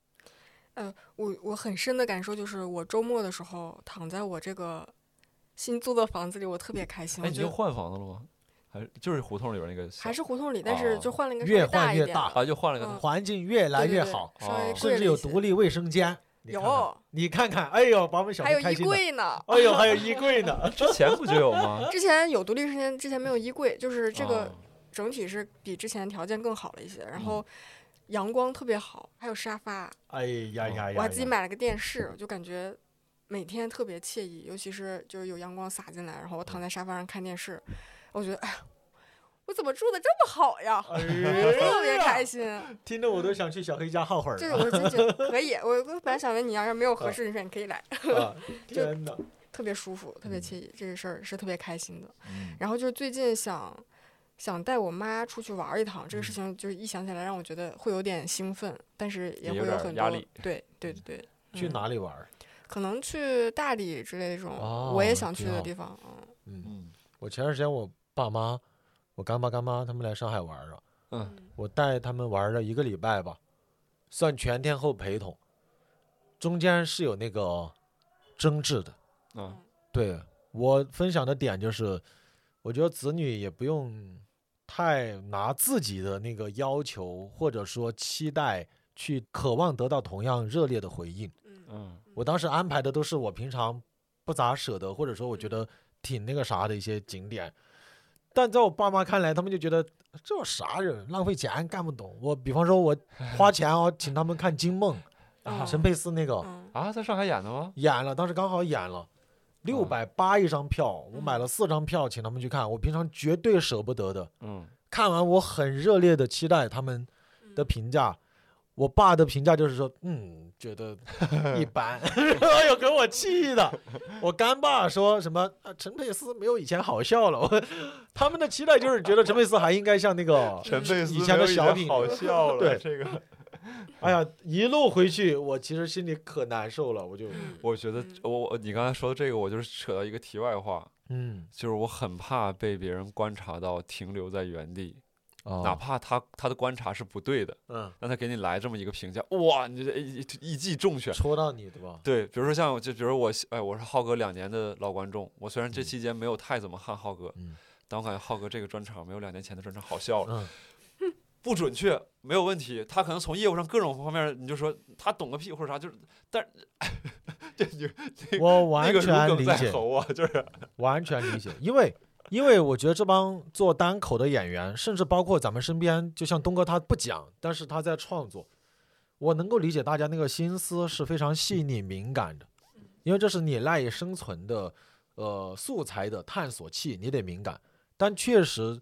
C: 呃，我我很深的感受就是，我周末的时候躺在我这个新租的房子里，我特别开心。
B: 哎，
C: 我
B: 你
C: 觉
B: 就
C: 得
B: 换房子了吗？还是就是胡同里边那个小？
C: 还是胡同里，但是
B: 哦
C: 就换了一个稍
A: 越
C: 微大
A: 换
C: 一
A: 越
C: 点
A: 大
C: 的，
B: 啊，就换了一个
C: 嗯
B: 东
A: 环境越来
C: 对对
A: 越
C: 对
A: 好，
C: 稍微
B: 哦。
C: 贵
A: 甚
C: 了
A: 至
C: 一
A: 有
C: 些
A: 独立卫生间。你看看
C: 有，
A: 你看看，哎呦，把我们小
C: 还有
A: 孩开
C: 衣
A: 心的。
C: 柜呢。
A: 哎呦，还有衣柜呢
B: 之前不就有吗？
C: 之前有独立卫生间，之前没有衣柜，就是 这个
A: 嗯
B: 啊
C: 整体是比之前条件更好了一些，然后阳光特别好，还有沙发，
A: 哎呀呀呀！
C: 我还自己
A: 呀
C: 买了个电视，我就感觉每天特别惬意，尤其是就是有阳光洒进来，然后我躺在沙发上看电视，我觉得哎呀，我怎么住的这么好呀？
A: 哎
C: 特别开
A: 呀，
C: 心，
A: 听得我都想去小黑家耗会儿
C: 就是
A: 了。
C: 我真觉得可以。我我本来想问你要是没有合适人选，你可以来，
A: 啊天哪！
C: 特别舒服，特别惬意，这个事儿是特别开心的。
A: 嗯
C: 然后就是最近想想带我妈出去玩儿一趟，这个事情就是一想起来让我觉得会有点兴奋，但是
B: 也
C: 也会
B: 有点
C: 很
B: 压
C: 多
B: 力
C: 对对对对，
A: 去
C: 嗯
A: 哪里玩儿？
C: 可能去大理之类这种
A: 哦
C: 我也想去
A: 挺
C: 的
A: 好
C: 地方，嗯，
A: 嗯，
B: 嗯
A: 我前段时间我爸妈，我干爸干妈他们来上海玩儿了，
B: 嗯，
A: 我带他们玩儿了一个礼拜吧，算全天候陪同，中间是有那个争执的。
B: 啊
A: 对我分享的点就是，我觉得子女也不用太拿自己的那个要求或者说期待去渴望得到同样热烈的回应。
C: 嗯
B: 嗯
A: 我当时安排的都是我平常不咋舍得，或者说我
C: 嗯
A: 觉得挺那个啥的一些景点，但在我爸妈看来，他们就觉得这有啥人浪费钱干不懂。我比方说，我花钱哦，请他们看《惊梦》
C: 啊，
A: 陈佩斯那个，
C: 嗯
B: 啊，在上海演的吗？
A: 演了，当时刚好演了。六百八一张票，我买了四张票，请他们去看。我平常绝对舍不得的，
B: 嗯，，
A: 看完我很热烈的期待他们
C: 嗯
A: 的评价。我爸的评价就是说，嗯，觉得一般。哎呦，给我气的！我干爸说什么、啊、陈佩斯没有以前好笑了。 我他们的期待就是觉得陈佩斯还应该像那个
B: 陈佩斯
A: 以前
B: 没
A: 的
B: 有
A: 小品
B: 好笑 了，
A: 对
B: 这个。
A: 哎呀，一路回去我其实心里可难受了，我就
B: 我觉得
C: 嗯
B: 我我你刚才说的这个，我就是扯到一个题外话，
A: 嗯
B: 就是我很怕被别人观察到停留在原地，哪
A: 啊
B: 怕他他的观察是不对的，
A: 嗯，
B: 让他给你来这么一个评价，哇，你这一一记中选。
A: 戳到你对吧？
B: 对，比如说像我就比如我哎，我是浩哥两年的老观众，我虽然这期间没有太怎么看浩哥，
A: 嗯
B: 但我感觉浩哥这个专场没有两年前的专场好笑了，
A: 嗯，
B: 不准确没 有问题，他可能从业务上各种方面你就说他懂个屁或者啥，就是但是
E: 这
B: 就
E: 就这个
A: 我
E: 那
A: 完
E: 个
A: 全
E: 如鲠
A: 理
E: 在
A: 解，
E: 喉啊，就是
A: 完全理解，因为因为我觉得这帮做单口的演员，甚至包括咱们身边，就像东哥他不讲，但是他在创作，我能够理解大家那个心思是非常细腻敏感的，因为这是你赖以生存的呃素材的探索器，你得敏感。但确实，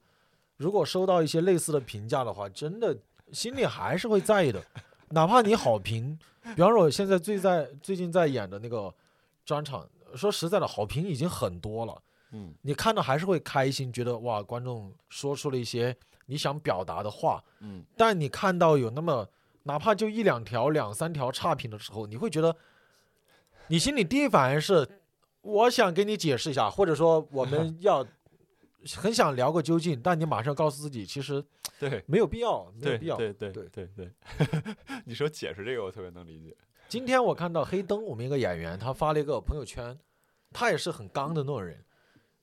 A: 如果收到一些类似的评价的话，真的心里还是会在意的，哪怕你好评，比方说我现在最在最近在演的那个专场。说实在的，好评已经很多了，
B: 嗯，
A: 你看到还是会开心，觉得哇，观众说出了一些你想表达的话。
B: 嗯，
A: 但你看到有那么哪怕就一两条、两三条差评的时候，你会觉得，你心里第一反应是，我想给你解释一下，或者说 我们要很想聊个究竟，但你马上告诉自己，其实
E: 对
A: 没有必要，没
E: 对
A: 有必要。
E: 对对
A: 对
E: 对 对，你说解释这个我特别能理解，
A: 今天我看到黑灯，我们一个演员，他发了一个朋友圈，他也是很刚的那种人。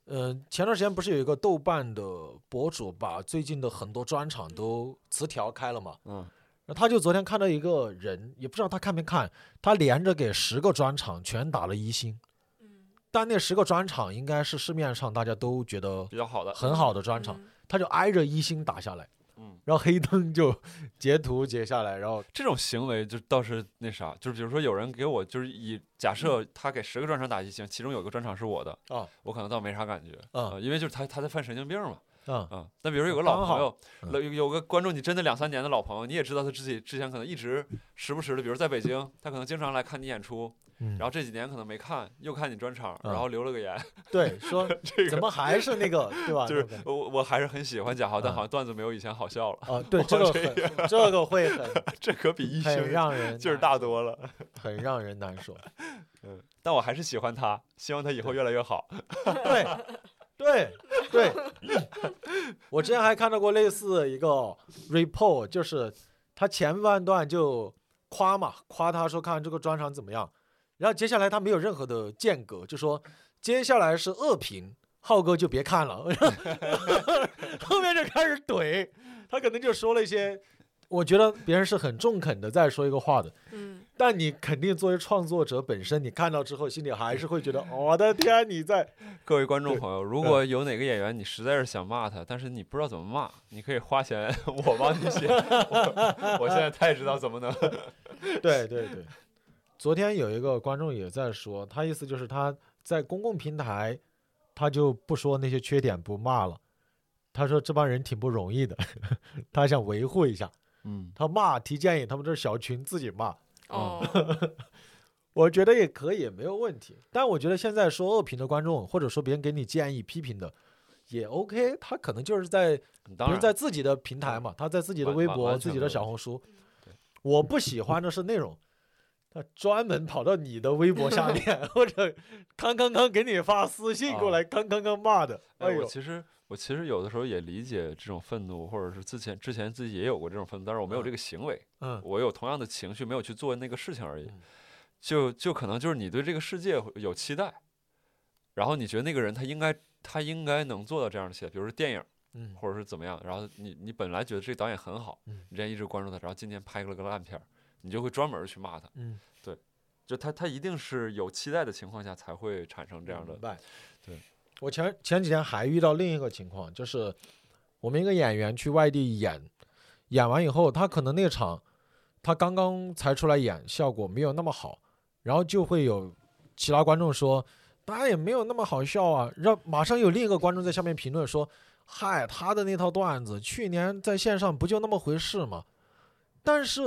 A: 呃，前段时间不是有一个豆瓣的博主把最近的很多专场都词条开了嘛？
B: 嗯，
A: 然后他就昨天看到一个人，也不知道他看没看，他连着给十个专场全打了一星，
C: 嗯，
A: 但那十个专场应该是市面上大家都觉得
B: 比较好的，
A: 很好的专场，
C: 嗯
A: 他就挨着一星打下来。
B: 嗯，
A: 然后黑灯就截图截下来，然后
B: 这种行为就倒是那啥，就是比如说有人给我，就是以假设他给十个专场打一星，其中有一个专场是我的，
A: 嗯哦
B: 我可能倒没啥感觉，
A: 嗯
B: 呃因为就是他他在犯神经病嘛，
A: 嗯
B: 啊、那比如说有个
A: 刚
B: 老
A: 好
B: 朋友，
A: 嗯
B: 有有个观众，你真的两三年的老朋友，你也知道他自己之前可能一直时不时的，比如在北京，他可能经常来看你演出，
A: 嗯
B: 然，后这几年可能没看，又看你专场，
A: 嗯
B: 然后留了个言，
A: 对，说
B: 这
A: 怎
B: 个
A: 么还是那个对吧？
B: 就
A: 那
B: 是
A: 种感觉
B: 我我还是很喜欢贾浩，但
A: 嗯
B: 好像段子没有以前好笑了，
A: 啊，对，这
B: 哇
A: 个
B: 哦这
A: 很，这个会很
B: 这可比 一
A: 很
B: 星
A: 让人
B: 劲儿
A: 难
B: 大
A: 受，
B: 多了，
A: 很让人难受。
B: 嗯，但我还是喜欢他，希望他以后越来越 好，
A: 对，对，对。我之前还看到过类似一个 report，就是他前半段就夸嘛，夸他说看这个专场怎么样，然后接下来他没有任何的间隔，就说接下来是恶评，浩哥就别看了， 后面就开始怼，他可能就说了一些，我觉得别人是很中肯的在说一个话的。
C: 嗯，
A: 但你肯定作为创作者本身，你看到之后心里还是会觉得，哦我的天，你在
B: 各位观众
A: 对
B: 朋友，如果有哪个演员你实在是想骂他，但是你不知道怎么骂，你可以花钱 我帮你写。我我现在太知道怎么 能
A: 对对对。昨天有一个观众也在说，他意思就是他在公共平台，他就不说那些缺点不骂了。他说这帮人挺不容易的， 他想维护一下。
B: 嗯
A: 他骂提建议，他们这小群自己骂，
C: 哦，
A: 我觉得也可以，没有问题。但我觉得现在说恶评的观众，或者说别人给你建议批评的，也 OK。他可能就是在
B: 当
A: 比
B: 然
A: 如在自己的平台嘛，他在自己的
B: 完
A: 微
B: 完
A: 博、
B: 完
A: 自己
B: 全
A: 的
B: 没
A: 小
B: 问
A: 红书
B: 对。
A: 我不喜欢的是内容，他专门跑到你的微博 下面，或者康康康给你发私信过
B: 啊
A: 来，康康康骂的。哎
B: 我
A: 呦，
B: 其实我其实有的时候也理解这种愤怒，或者是之前之前自己也有过这种愤怒，但是我没有
A: 嗯
B: 这个行为，
A: 嗯，
B: 我有同样的情绪，没有去做那个事情而已
A: 嗯。
B: 就就可能就是你对这个世界会有期待，然后你觉得那个人他应该他应该能做到这样的期待，比如说电影。
A: 嗯，
B: 或者是怎么样，然后你你本来觉得这导演很好，
A: 嗯
B: 你之前一直关注他，然后今天拍了个烂片儿，你就会专门儿去骂他。
A: 嗯，
B: 对，就他他一定是有期待的情况下才会产生这样的
A: 明。白。
B: 对，
A: 我前前几天还遇到另一个情况，就是我们一个演员去外地演，演完以后，他可能那场他刚刚才出来演，效果没有那么好，然后就会有其他观众说，当然也没有那么好笑啊，让马上有另一个观众在下面评论说，嗨，他的那套段子去年在线上不就那么回事吗？但是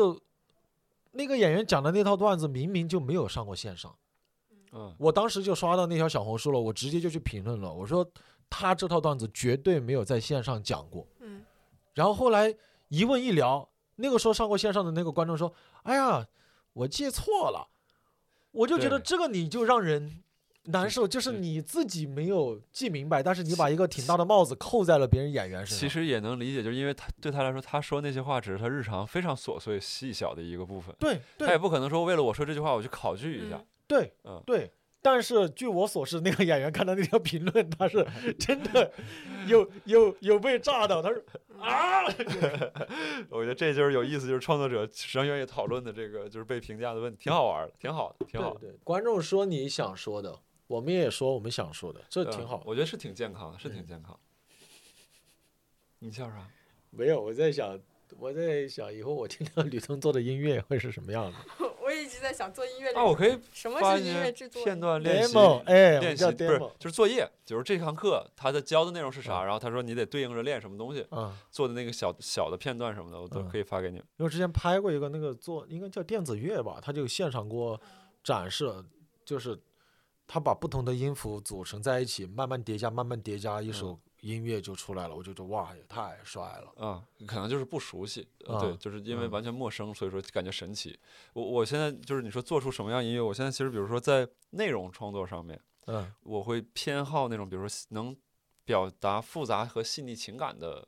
A: 那个演员讲的那套段子明明就没有上过线上。
B: 嗯，
A: 我当时就刷到那条小红书了，我直接就去评论了，我说他这套段子绝对没有在线上讲过。
C: 嗯，
A: 然后后来一问一聊，那个说上过线上的那个观众说：“哎呀，我记错了。”我就觉得
B: 对
A: 这个你就让人难受，就是
B: 对
A: 你自己没有记明白，但是你把一个挺大的帽子扣在了别人演员身上。
B: 其实也能理解，就是因为他对他来说，他说那些话只是他日常非常琐碎细小的一个部分，
A: 对
B: 他也
A: 对
B: 不可能说为了我说这句话我去考据一
C: 嗯
B: 下。
A: 对
B: 嗯
A: 对，但是据我所知，那个演员看到那条评论，他是真的有有有被炸到，他说
C: 嗯
A: 啊，
B: 我觉得这就是有意思，就是创作者实际上愿意讨论的这个就是被评价的问题，挺好玩儿的，挺好的，挺好的，
A: 对，观众说你想说的，我们也说我们想说的，这
B: 对
A: 挺好。
B: 嗯我觉得是挺健康的，是挺
A: 嗯
B: 健康。你笑啥？
A: 没有，我在想，我在想以后我听到吕东做的音乐会是什么样的。
C: 我一直在想做音乐
B: 啊，我可以
C: 什
B: 发
C: 么
B: 一
C: 是音乐
B: 些
C: 制作？
B: 片段练习。
A: demo，哎，我
B: 练
A: 们
B: 习
A: 叫
B: 不是
A: demo，嗯
B: 就是作业，就是这堂课他的教的内容是啥，然后他说你得对应着练什么东西，
A: 啊。
B: 做的那个小小的片段什么的，我都
A: 嗯
B: 可以发给你们。
A: 因为之前拍过一个那个做应该叫电子乐吧，他就现场给我展示，就是他把不同的音符组成在一起，慢慢叠加，慢慢叠加，一
B: 嗯
A: 首音乐就出来了。我就觉得哇，也太帅了。
B: 啊、可能就是不熟悉，呃对，
A: 啊
B: 就是因为
A: 嗯
B: 完全陌生，所以说感觉神奇。我我现在就是你说做出什么样音乐，我现在其实比如说在内容创作上面，
A: 嗯
B: 我会偏好那种比如说能表达复杂和细腻情感的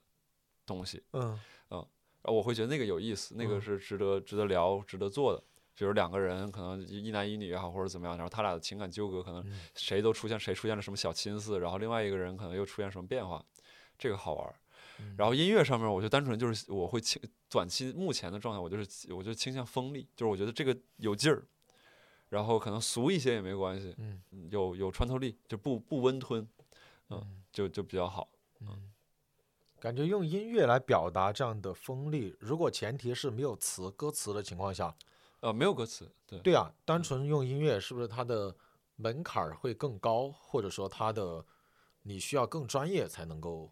B: 东西，
A: 嗯
B: 呃我会觉得那个有意思，那个
A: 嗯
B: 是值得值得聊、值得做的。比如两个人可能一男一女也好，或者怎么样，然后他俩的情感纠葛可能
A: 嗯
B: 谁都出现谁出现了什么小心思，然后另外一个人可能又出现什么变化，这个好玩儿。
A: 嗯
B: 然后音乐上面，我就单纯就是我会倾短期目前的状态，我就是我就倾向锋利，就是我觉得这个有劲儿，然后可能俗一些也没关系，
A: 嗯
B: 有有穿透力，就不不温吞，
A: 嗯
B: 就就比较好。
A: 嗯，感觉用音乐来表达这样的锋利，如果前提是没有词歌词的情况下，
B: 呃，没有歌词，对，
A: 对啊，
B: 嗯
A: 单纯用音乐是不是它的门槛儿会更高，或者说它的你需要更专业才能够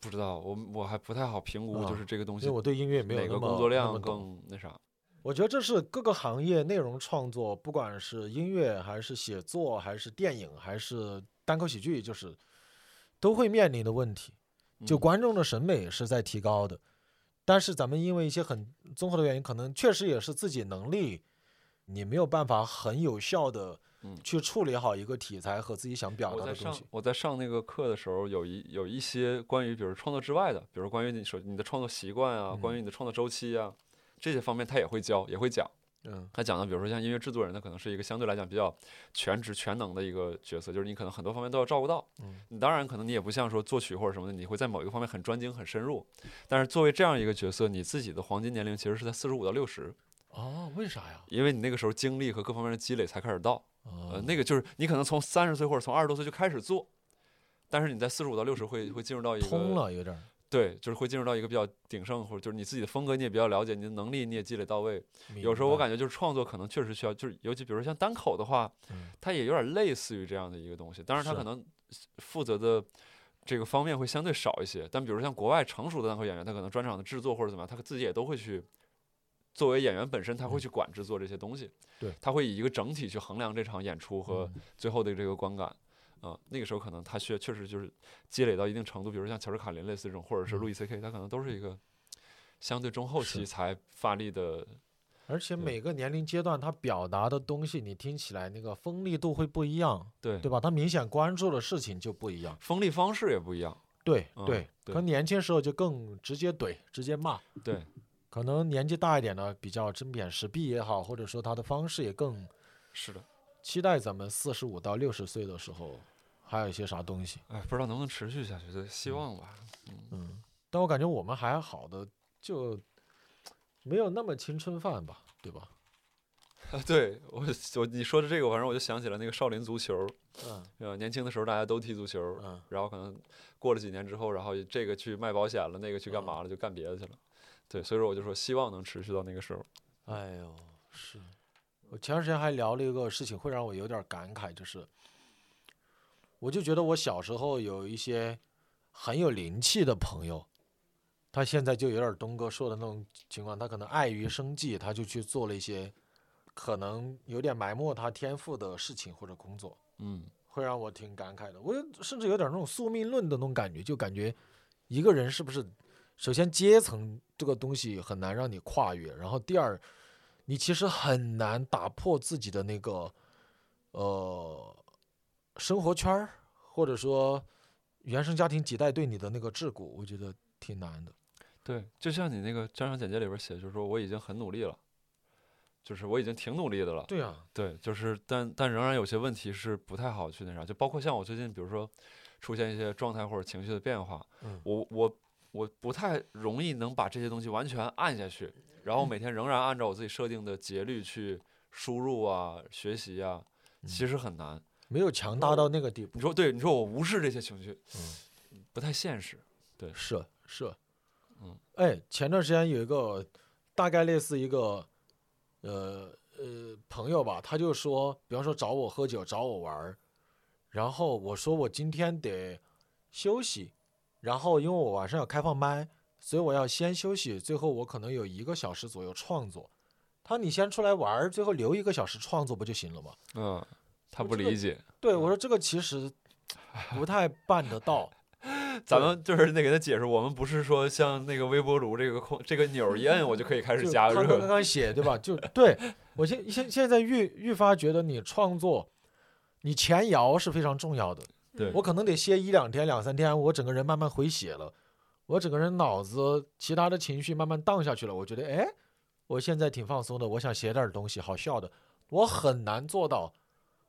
B: 不知道，我我还不太好评估，就
A: 啊
B: 是这个东
A: 因
B: 西
A: 为我对音乐没有
B: 哪
A: 那
B: 个
A: 么
B: 工作
A: 那么懂。
B: 量更那啥。
A: 我觉得这是各个行业内容创作，不管是音乐还是写作，还是电影，还是单口喜剧，就是都会面临的问题。就
B: 嗯
A: 观众的审美是在提高的，但是咱们因为一些很综合的原因，可能确实也是自己能力，你没有办法很有效的
B: 嗯
A: 去处理好一个题材和自己想表
B: 我
A: 达
B: 在
A: 的东
B: 上
A: 西。
B: 我在上那个课的时候，有一有一些关于比如创作之外的，比如关于你说你的创作习惯啊，关于你的创作周期啊这些方面，他也会教，也会讲。
A: 嗯
B: 他讲的，比如说像音乐制作人，他可能是一个相对来讲比较全职全能的一个角色，就是你可能很多方面都要照顾到。
A: 嗯
B: 你当然可能你也不像说作曲或者什么的，你会在某一个方面很专精很深入。但是作为这样一个角色，你自己的黄金年龄其实是在四十五到六十，
A: 哦，为啥呀？
B: 因为你那个时候精力和各方面的积累才开始到。呃
A: 呃，
B: 那个就是你可能从三十岁或者从二十多岁就开始做，但是你在四十五到六十会会进入到一个
A: 通了有点儿
B: 对，就是会进入到一个比较鼎盛，或者就是你自己的风格你也比较了解，你的能力你也积累到位。有时候我感觉就是创作可能确实需要，就是尤其比如说像单口的话，
A: 嗯
B: 它也有点类似于这样的一个东西，当然它
A: 是
B: 可能负责的。这个方面会相对少一些，但比如像国外成熟的单口演员，他可能专场的制作或者怎么样，他自己也都会去，作为演员本身，他
A: 嗯
B: 会去管制作这些东西，
A: 对
B: 他会以一个整体去衡量这场演出和
A: 嗯
B: 最后的这个观感。啊、那个时候可能他确确实就是积累到一定程度，比如像乔治卡林类似这种，或者是
A: 嗯
B: 路易 C K，他可能都是一个相对中后
A: 是
B: 期才发力的。
A: 而且
B: 对
A: 每个年龄阶段，他表达的东西，你听起来那个锋利度会不一样，
B: 对，
A: 对吧？他明显关注的事情就不一样。
B: 锋利方式也不一样。
A: 对
B: 嗯
A: 对，
B: 对
A: 可能年轻时候就更直接怼、直接骂，
B: 对，
A: 可能年纪大一点呢，比较针砭时弊也好，或者说他的方式也更
B: 是的。
A: 期待咱们四十五到六十岁的时候还有一些啥东西。
B: 哎，不知道能不能持续下去，希望吧。
A: 嗯，但我感觉我们还好的，就没有那么青春饭吧，对吧？
B: 啊， 对我我你说的这个，反正我就想起了那个少林足球，
A: 嗯
B: 呃，年轻的时候大家都踢足球，
A: 嗯，
B: 然后可能过了几年之后，然后这个去卖保险了，那个去干嘛了，就干别的去了。对，所以说我就说希望能持续到那个时候。
A: 哎呦，是我前段时间还聊了一个事情，会让我有点感慨，就是我就觉得我小时候有一些很有灵气的朋友，他现在就有点东哥说的那种情况，他可能碍于生计，他就去做了一些可能有点埋没他天赋的事情或者工作，
B: 嗯
A: 会让我挺感慨的。我就甚至有点那种宿命论的那种感觉，就感觉一个人是不是，首先阶层这个东西很难让你跨越，然后第二，你其实很难打破自己的那个呃生活圈儿，或者说原生家庭几代对你的那个桎梏，我觉得挺难的。
B: 对，就像你那个专场简介里边写，就是说我已经很努力了，就是我已经挺努力的了，
A: 对啊，
B: 对，就是但但仍然有些问题是不太好去那啥，就包括像我最近，比如说出现一些状态或者情绪的变化，
A: 嗯
B: 我我我不太容易能把这些东西完全按下去，然后每天仍然按照我自己设定的节律去输入啊、学习啊，
A: 嗯
B: 其实很难。
A: 没有强大到那个地步。
B: 你说对，你说我无视这些情绪，
A: 嗯
B: 不太现实。
A: 是是，
B: 嗯，
A: 哎，前段时间有一个大概类似一个，呃呃朋友吧，他就说，比方说找我喝酒，找我玩儿，然后我说我今天得休息，然后因为我晚上要开放麦，所以我要先休息，最后我可能有一个小时左右创作。他说你先出来玩儿，最后留一个小时创作不就行了吗？
B: 嗯，他
A: 我
B: 不
A: 这个
B: 理解，
A: 对我说这个其实不太办得到。
B: 咱们就是得给他解释，我们不是说像那个微波炉这个空这个钮儿一摁我就可以开始
A: 就
B: 加
A: 刚刚
B: 热。
A: 刚写对吧？就对我现现现在愈愈发觉得你创作，你前摇是非常重要的。
C: 嗯
B: 对
A: 我可能得歇一两天、两三天，我整个人慢慢回血了，我整个人脑子其他的情绪慢慢荡下去了。我觉得，哎，我现在挺放松的，我想写点儿东西好笑的，我很难做到。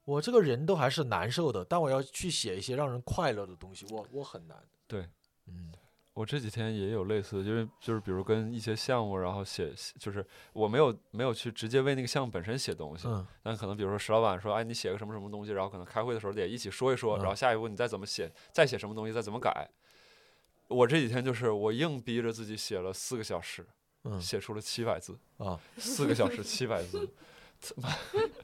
A: 我这个人都还是难受的，但我要去写一些让人快乐的东西，我我很难。
B: 对，
A: 嗯，
B: 我这几天也有类似的，因为就是比如跟一些项目，然后写，写就是我没有没有去直接为那个项目本身写东西，
A: 嗯
B: 但可能比如说石老板说，哎，你写个什么什么东西，然后可能开会的时候得一起说一说，然
A: 嗯
B: 后下一步你再怎么写，再写什么东西，再怎么改。我这几天就是我硬逼着自己写了四个小时，
A: 嗯
B: 写出了七百字，
A: 啊，
B: 四个小时七 百字，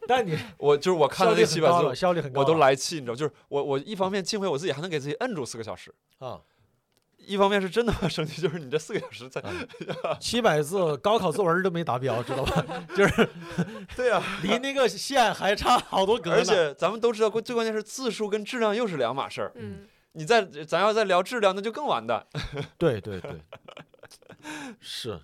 A: 但你
B: 我就是我
A: 效
B: 看到
A: 率
B: 那七
A: 很
B: 百
A: 高
B: 字
A: 了，，效率很高
B: 我
A: 了，
B: 都来气，你知道，就是我我一方面敬佩我自己还能给自己摁住四个小时，
A: 啊。
B: 一方面是真的生气，就是你这四个小时在，
A: 七百字高考作文都没达标，知道 吧？就是
B: 对呀、
A: 离那个线还差好多格呢。
B: 而且咱们都知道，关最关键是字数跟质量又是两码事儿。
C: 嗯，
B: 你再咱要再聊质量，那就更完蛋。
A: 对对 对，是。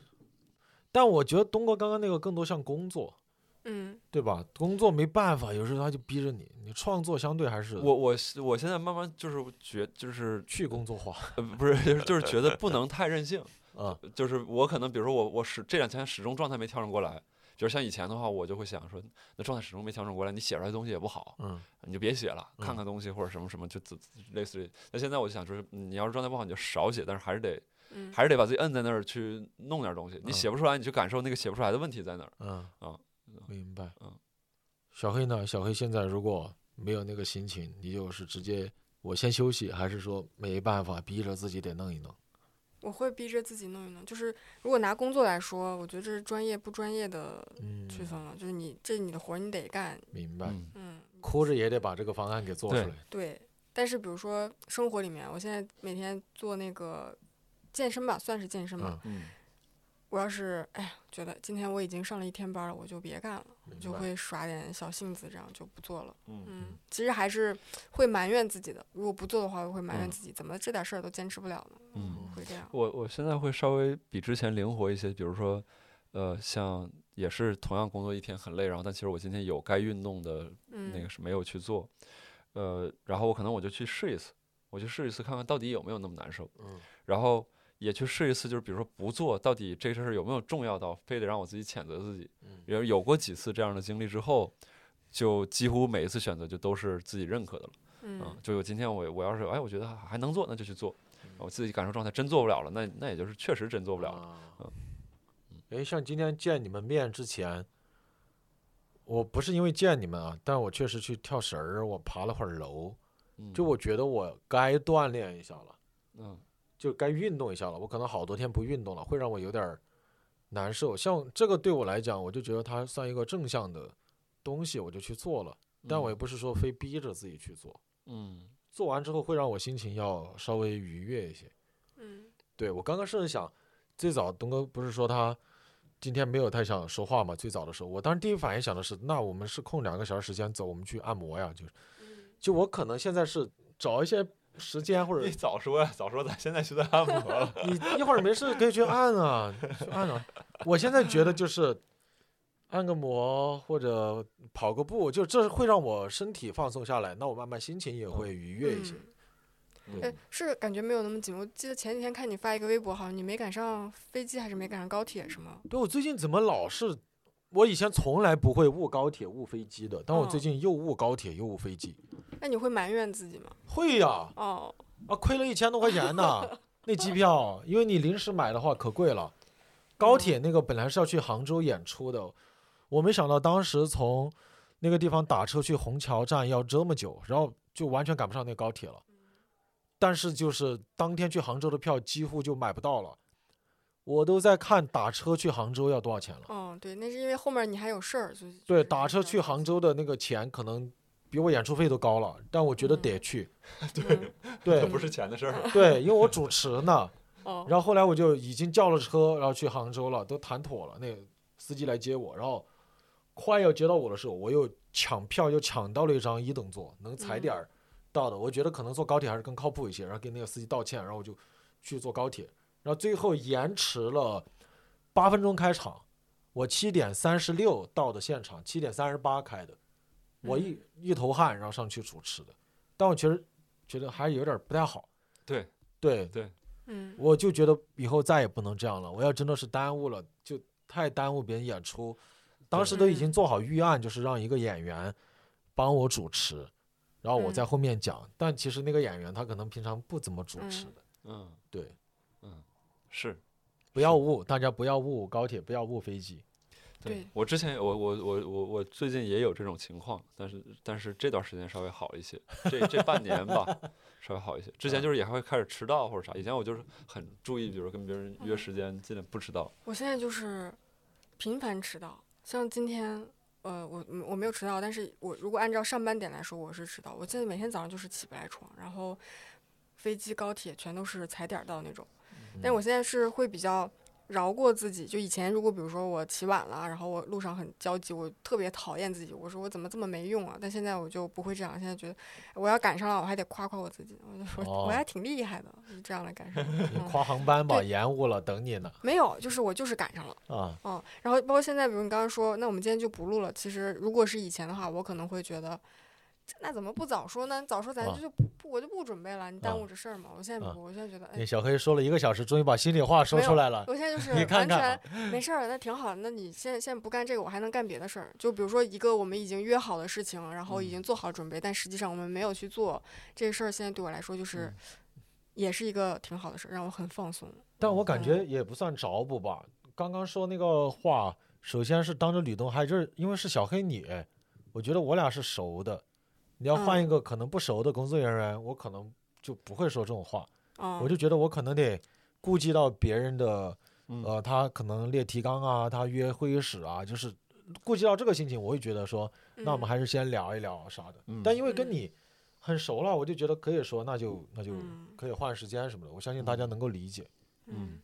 A: 但我觉得东哥刚刚那个更多像工作，
C: 嗯，
A: 对吧？工作没办法，有时候他就逼着你，你创作相对还是
B: 我我是我现在慢慢就是觉就是
A: 去工作化
B: 呃不是 就是就是觉得不能太任性，
A: 啊，
B: 就是我可能比如说我我始这两天始终状态没调整过来。比如像以前的话，我就会想说，那状态始终没调整过来，你写出来的东西也不好，
A: 嗯
B: 你就别写了，看
A: 嗯
B: 看东西或者什么什么，就自类似于。那现在我就想说，嗯你要是状态不好，你就少写，但是还是得
C: 嗯，
B: 还是得把自己摁在那儿去弄点东西。你
A: 嗯
B: 写不出来，你去感受那个写不出来的问题在哪儿。
A: 嗯
B: 啊，
A: 明白。
B: 嗯
A: 小黑呢？小黑现在如果没有那个心情，你就是直接我先休息，还是说没办法逼着自己得弄一弄？
C: 我会逼着自己弄一弄。就是如果拿工作来说，我觉得这是专业不专业的
A: 嗯，
C: 区分了，就是你这你的活儿你得干，
A: 明白。
B: 嗯
C: 嗯，
A: 哭着也得把这个方案给做出
B: 对
A: 来。
C: 对。但是比如说生活里面，我现在每天做那个健身吧，算是健身吧。
A: 嗯
B: 嗯，
C: 我要是哎呀，觉得今天我已经上了一天班了，我就别干了，
A: 明
C: 就
A: 白
C: 会耍点小性子，这样就不做了。
B: 嗯
C: 嗯，其实还是会埋怨自己的。如果不做的话，我会埋
B: 嗯
C: 怨自己，怎么这点事儿都坚持不了呢？
B: 嗯，
C: 会这样。
B: 我我现在会稍微比之前灵活一些，比如说，呃，像也是同样工作一天很累，然后但其实我今天有该运动的那个
C: 嗯
B: 是没有去做，呃，然后我可能我就去试一次，我去试一次看看到底有没有那么难受，
A: 嗯，
B: 然后也去试一次，就是比如说不做，到底这事儿有没有重要到非得让我自己谴责自己？
A: 嗯
B: 有有过几次这样的经历之后，就几乎每一次选择就都是自己认可的了。嗯
C: 嗯，
B: 就有今天我我要是哎，我觉得还还能做，那就去做。
A: 嗯
B: 我自己感受状态真做不了了，那那也就是确实真
A: 做
B: 做不了了。
C: 啊
B: 嗯
A: 哎，像今天见你们面之前，我不是因为见你们啊，但我确实去跳绳儿，我爬了会儿楼，
B: 嗯
A: 就我觉得我该锻炼一下了，
B: 嗯
A: 就该运动一下了。我可能好多天不运动了，会让我有点儿难受。像这个对我来讲，我就觉得它算一个正向的东西，我就去做了。但我也不是说非逼着自己去做，
B: 嗯
A: 做完之后会让我心情要稍微愉悦一些。
C: 嗯
A: 对我刚刚甚至想，最早东哥不是说他今天没有太想说话嘛？最早的时候，我当时第一反应想的是，那我们是空两个小时时间走，我们去按摩呀，就是，就我可能现在是找一些时间或者
B: 你早说呀，早说咱现在去在 按摩了。
A: 你一会儿没事可以去按啊，去按啊。我现在觉得就是按个摩或者跑个步，就这会让我身体放松下来，那我慢慢心情也会愉悦
C: 嗯
A: 一些。
B: 嗯
C: 哎，是感觉没有那么紧。我记得前几天看你发一个微博，好像你没赶上飞机，还是没赶上高铁，是吗？
A: 对我最近怎么老是我以前从来不会误高铁、误飞机的，但我最
C: 嗯
A: 近又误高铁又误飞机。
C: 那你会埋怨自己吗？
A: 会呀，
C: 哦，
A: 啊，亏了一千多块钱呢，那机票，因为你临时买的话可贵了。高铁那个本来是要去杭州演出的，我没想到当时从那个地方打车去虹桥站要这么久，然后就完全赶不上那个高铁了。但是就是当天去杭州的票几乎就买不到了，我都在看打车去杭州要多少钱了。
C: 哦，对，那是因为后面你还有事儿，所以
A: 对，打车去杭州的那个钱可能比我演出费都高了，但我觉得得去。
C: 对，嗯
F: 这
A: 对
F: 不是钱的事 儿。
A: 对，因为我主持呢。
C: 哦，
A: 然后后来我就已经叫了车，然后去杭州了，都谈妥了，那个司机来接我，然后快要接到我的时候，我又抢票，又抢到了一张一等座，能踩点儿到的。我觉得可能坐高铁还是更靠谱一些，然后跟那个司机道歉，然后我就去坐高铁，然后最后延迟了八分钟开场，我七点三十六到的现场，七点三十八开的，我一一头汗，然后上去主持的，但我确实觉得还有点儿不太好。
F: 对
A: 对，
C: 嗯，
A: 我就觉得以后再也不能这样了。我要真的是耽误了，就太耽误别人演出。当时都已经做好预案，就是让一个演员帮我主持，然后我在
C: 嗯
A: 后面讲。但其实那个演员他可能平常不怎么主持
C: 嗯
A: 的。
F: 嗯
A: 对，
F: 嗯，是。
A: 不要误大家，不要误高铁，不要误飞机。
C: 对
F: 我之前我我我我我最近也有这种情况，但是但是这段时间稍微好一些，这这半年吧，稍微好一些。之前就是也还会开始迟到或者啥，以前我就是很注意，比如说跟别人约时间，尽量不迟到。
C: 我现在就是频繁迟到，像今天，呃，我我没有迟到，但是我如果按照上班点来说，我是迟到。我现在每天早上就是起不来床，然后飞机、高铁全都是踩点儿到那种。但我现在是会比较饶过自己，就以前如果比如说我起晚了，然后我路上很焦急，我特别讨厌自己，我说我怎么这么没用啊？但现在我就不会这样，现在觉得我要赶上了，我还得夸夸我自己， 我就说、
A: 哦
C: 我还挺厉害的，就这样来感受。
A: 你
C: 嗯、
A: 夸航班吧，
C: 对
A: 延误了，等你呢。
C: 没有，就是我就是赶上了。
A: 啊，
C: 嗯，然后包括现在，比如你刚刚说，那我们今天就不录了。其实如果是以前的话，我可能会觉得，这那怎么不早说呢？早说咱
A: 啊
C: 就不不，我就不准备了，你
A: 啊
C: 耽误这事儿嘛。我现在
A: 啊
C: 不，我现在觉得，
A: 那
C: 哎，
A: 小黑说了一个小时，终于把心里话说
C: 没有
A: 出来了。
C: 我现 在就是
A: 你看
C: 完
A: 看
C: 全
A: 啊
C: 没事儿，那挺好。那你现在现在不干这个，我还能干别的事儿。就比如说一个我们已经约好的事情，然后
A: 嗯
C: 已经做好准备，但实际上我们没有去做这事儿，现在对我来说就是。
A: 嗯
C: 也是一个挺好的事儿，让我很放松。
A: 但我感觉
C: 嗯
A: 也不算找补吧。刚刚说那个话，首先是当着吕东，还是因为是小黑你，我觉得我俩是熟的。你要
C: 嗯
A: 换一个可能不熟的工作人员，我可能就不会说这种话。
C: 嗯，
A: 我就觉得我可能得顾及到别人的，
F: 嗯
A: 呃，他可能列提纲啊，他约会议室啊，就是顾及到这个心情，我会觉得说，那我们
C: 嗯
A: 还是先聊一聊啥的。
F: 嗯
A: 但因为跟
C: 嗯
A: 你很熟了，我就觉得可以说，那就那就
C: 嗯
A: 可以换时间什么的。我相信大家能够理解。
F: 嗯，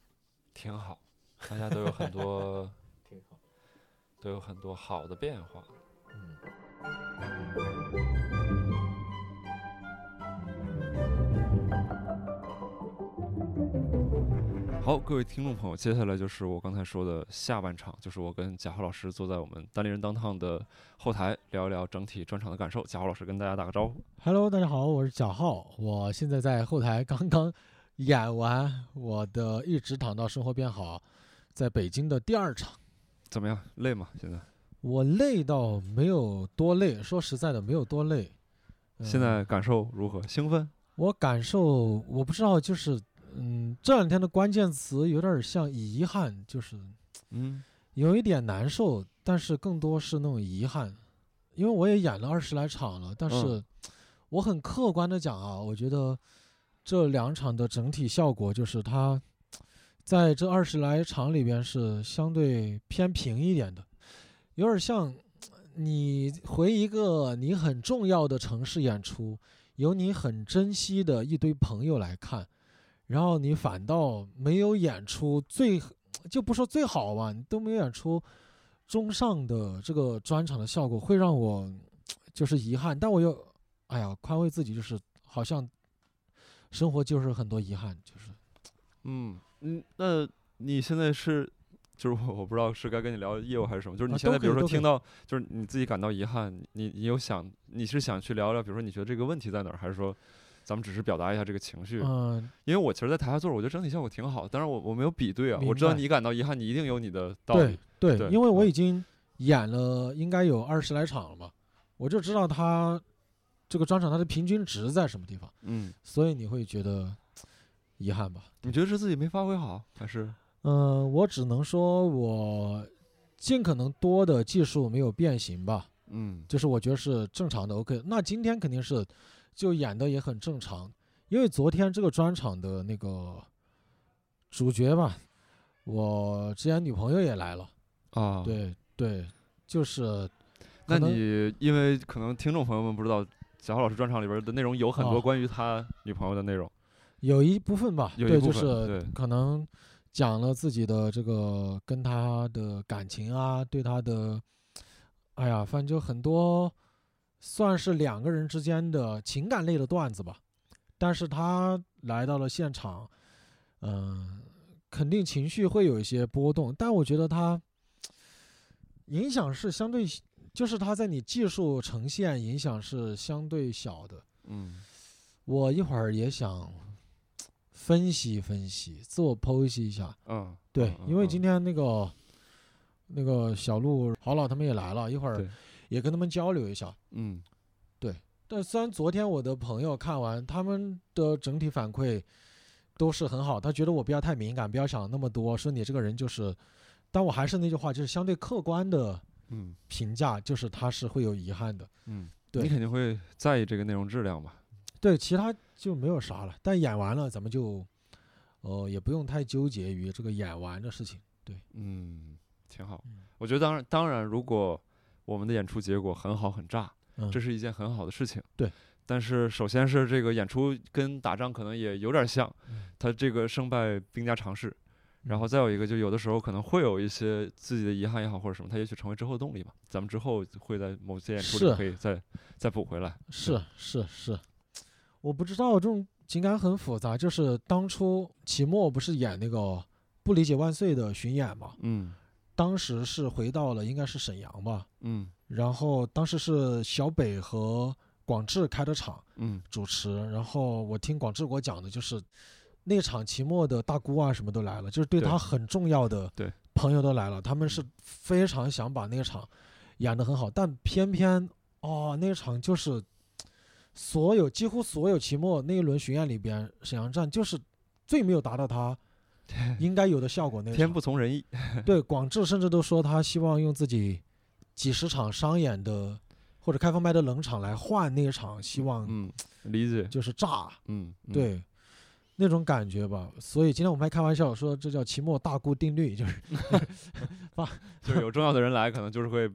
F: 挺好，大家都有很多
A: 挺好。
F: 都有很多好的变化。
A: 嗯。
B: 好，各位听众朋友，接下来就是我刚才说的下半场，就是我跟贾浩老师坐在我们单立人当烫的后台聊一聊整体专场的感受。贾浩老师跟大家打个招呼。
D: Hello，大家好，我是贾浩，我现在在后台刚刚演完我的《一直躺到生活变好》在北京的第二场，
B: 怎么样？累吗？现在、
D: 我累到没有多累，说实在的没有多累。嗯
B: 现在感受如何？兴奋？
D: 我感受，我不知道，就是嗯，这两天的关键词有点像遗憾，就是
B: 嗯，
D: 有一点难受，但是更多是那种遗憾，因为我也演了二十来场了，但是我很客观的讲啊，我觉得这两场的整体效果就是它在这二十来场里边是相对偏平一点的，有点像你回一个你很重要的城市演出，有你很珍惜的一堆朋友来看，然后你反倒没有演出最就不说最好吧，你都没有演出中上的这个专场的效果，会让我就是遗憾。但我又，哎呀，宽慰自己，就是好像生活就是很多遗憾，就是
B: 嗯嗯，那你现在是，就是我我不知道是该跟你聊业务还是什么，就是
D: 啊
B: 你现在
D: 都可
B: 比如
D: 以
B: 说
D: 都可以
B: 听到，就是你自己感到遗憾，你你有想你是想去聊聊，比如说你觉得这个问题在哪儿，还是说咱们只是表达一下这个情绪？
D: 嗯，
B: 因为我其实，在台下坐着，我觉得整体效果挺好，当然我我没有比对啊，我
D: 明
B: 知道
D: 白
B: 你感到遗憾，你一定有你的道
D: 对
B: 理。
D: 对
B: 对
D: 因为我
B: 嗯
D: 已经
A: 演了应该有二十来场了吧，我就知道他这个专场他的平均值在什么地方，
B: 嗯，
A: 所以你会觉得遗憾吧？
B: 你觉得是自己没发挥好，还是
A: 嗯，我只能说我尽可能多的技术没有变形吧，
B: 嗯
A: 就是我觉得是正常的 OK。那今天肯定是就演的也很正常，因为昨天这个专场的那个主角吧，我之前女朋友也来了，
B: 啊？，
A: 对对，就是
B: 那
A: 可能
B: 你因为可能听众朋友们不知道。贾浩老师专场里边的内容有很多
A: 啊
B: 关于他女朋友的内容，
A: 有一部分吧，
B: 有一
A: 对，
B: 部
A: 就
B: 分
A: 是
B: 对
A: 可能讲了自己的这个跟他的感情啊，对他的，哎呀，反正就很多算是两个人之间的情感类的段子吧。但是他来到了现场，嗯、肯定情绪会有一些波动，但我觉得他影响是相对，就是他在你技术呈现影响是相对小的。
B: 嗯
A: 我一会儿也想分析分析，自我剖析一下。
B: 嗯，
A: 对，因为今
B: 天
A: 天那个那个小鹿、郝老他们也来了，一会儿
B: 对
A: 也跟他们交流一下。
B: 嗯
A: 但虽然昨天我的朋友看完，他们的整体反馈都是很好，他觉得我不要太敏感，不要想那么多，说你这个人就是，但我还是那句话，就是相对客观的
B: 嗯
A: 评价，就是他是会有遗憾的。
B: 嗯，
A: 对
B: 你肯定会在意这个内容质量吧？
A: 对，其他就没有啥了。但演完了，咱们就，呃，也不用太纠结于这个演完的事情。
B: 嗯，挺好
A: 嗯。
B: 我觉得当然，当然，如果我们的演出结果很好很炸，
A: 嗯，
B: 这是一件很好的事情。
A: 对。
B: 但是首先是这个演出跟打仗可能也有点像
A: 嗯，
B: 它这个胜败兵家常事。然后再有一个，就有的时候可能会有一些自己的遗憾也好，或者什么，它也许成为之后的动力吧。咱们之后会在某些演出里
A: 是
B: 可以再再补回来。
A: 是是是，我不知道这种情感很复杂。就是当初齐墨不是演那个《不理解万岁》的巡演嘛，
B: 嗯
A: 当时是回到了应该是沈阳吧，
B: 嗯
A: 然后当时是小北和广志开的场
B: 嗯
A: 主持，然后我听广志给我讲的就是。那场期末的大姑啊什么都来了，就是对
B: 对
A: 他很重要的
B: 对嗯
A: 朋友都来了，他们是非常想把那场演得很好，但偏偏哦那场就是所有几乎所有期末那一轮巡演里边，沈阳站就是最没有达到他应该有的效果那
B: 天
A: 场
B: 不。从人意。
A: 对，广志甚至都说他希望用自己几十场商演的或者开放麦的冷场来换那一场，希望
B: 嗯，理解。
A: 就是炸，
B: 嗯，嗯，
A: 对。那种感觉吧，所以今天我们还开玩笑说这叫期末大姑定律， 就是
B: 就是有重要的人来，可能就是会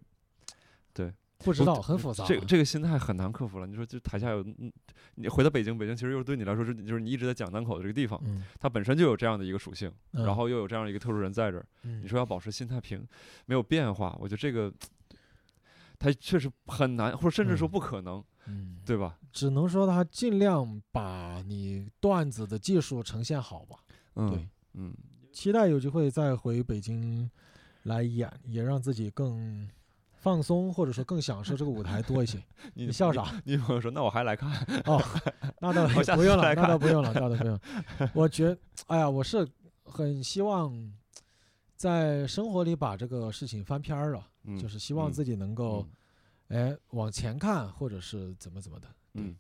A: 不知
B: 不
A: 道很复杂。啊
B: 这个这个心态很难克服了。你说，就台下有，嗯你回到北京，北京其实又对你来说是，就是你一直在讲单口的这个地方，
A: 嗯，
B: 它本身就有这样的一个属性，
A: 嗯
B: 然后又有这样一个特殊人在这儿。
A: 你
B: 你说要保持心态平，没有变化，我觉得这个，它确实很难，或者甚至说
A: 嗯
B: 不可能，
A: 嗯，
B: 对吧？
A: 只能说他尽量把你段子的技术呈现好吧。
B: 嗯，
A: 对，
B: 嗯，
A: 期待有机会再回北京来演，也让自己更放松，或者说更享受这个舞台多一些。
B: 你
A: 你笑？啥？
B: 你女朋友说，那我还来 看，
A: 哦，那倒
B: 我下
A: 不
B: 次
A: 用
B: 来
A: 了，那
B: 看
A: 倒不用了，那倒不用了。我觉，哎呀，我是很希望在生活里把这个事情翻篇儿了，
B: 嗯
A: 就是希望
B: 嗯
A: 自己能够、哎往前看，或者是怎么怎么的。
B: 嗯，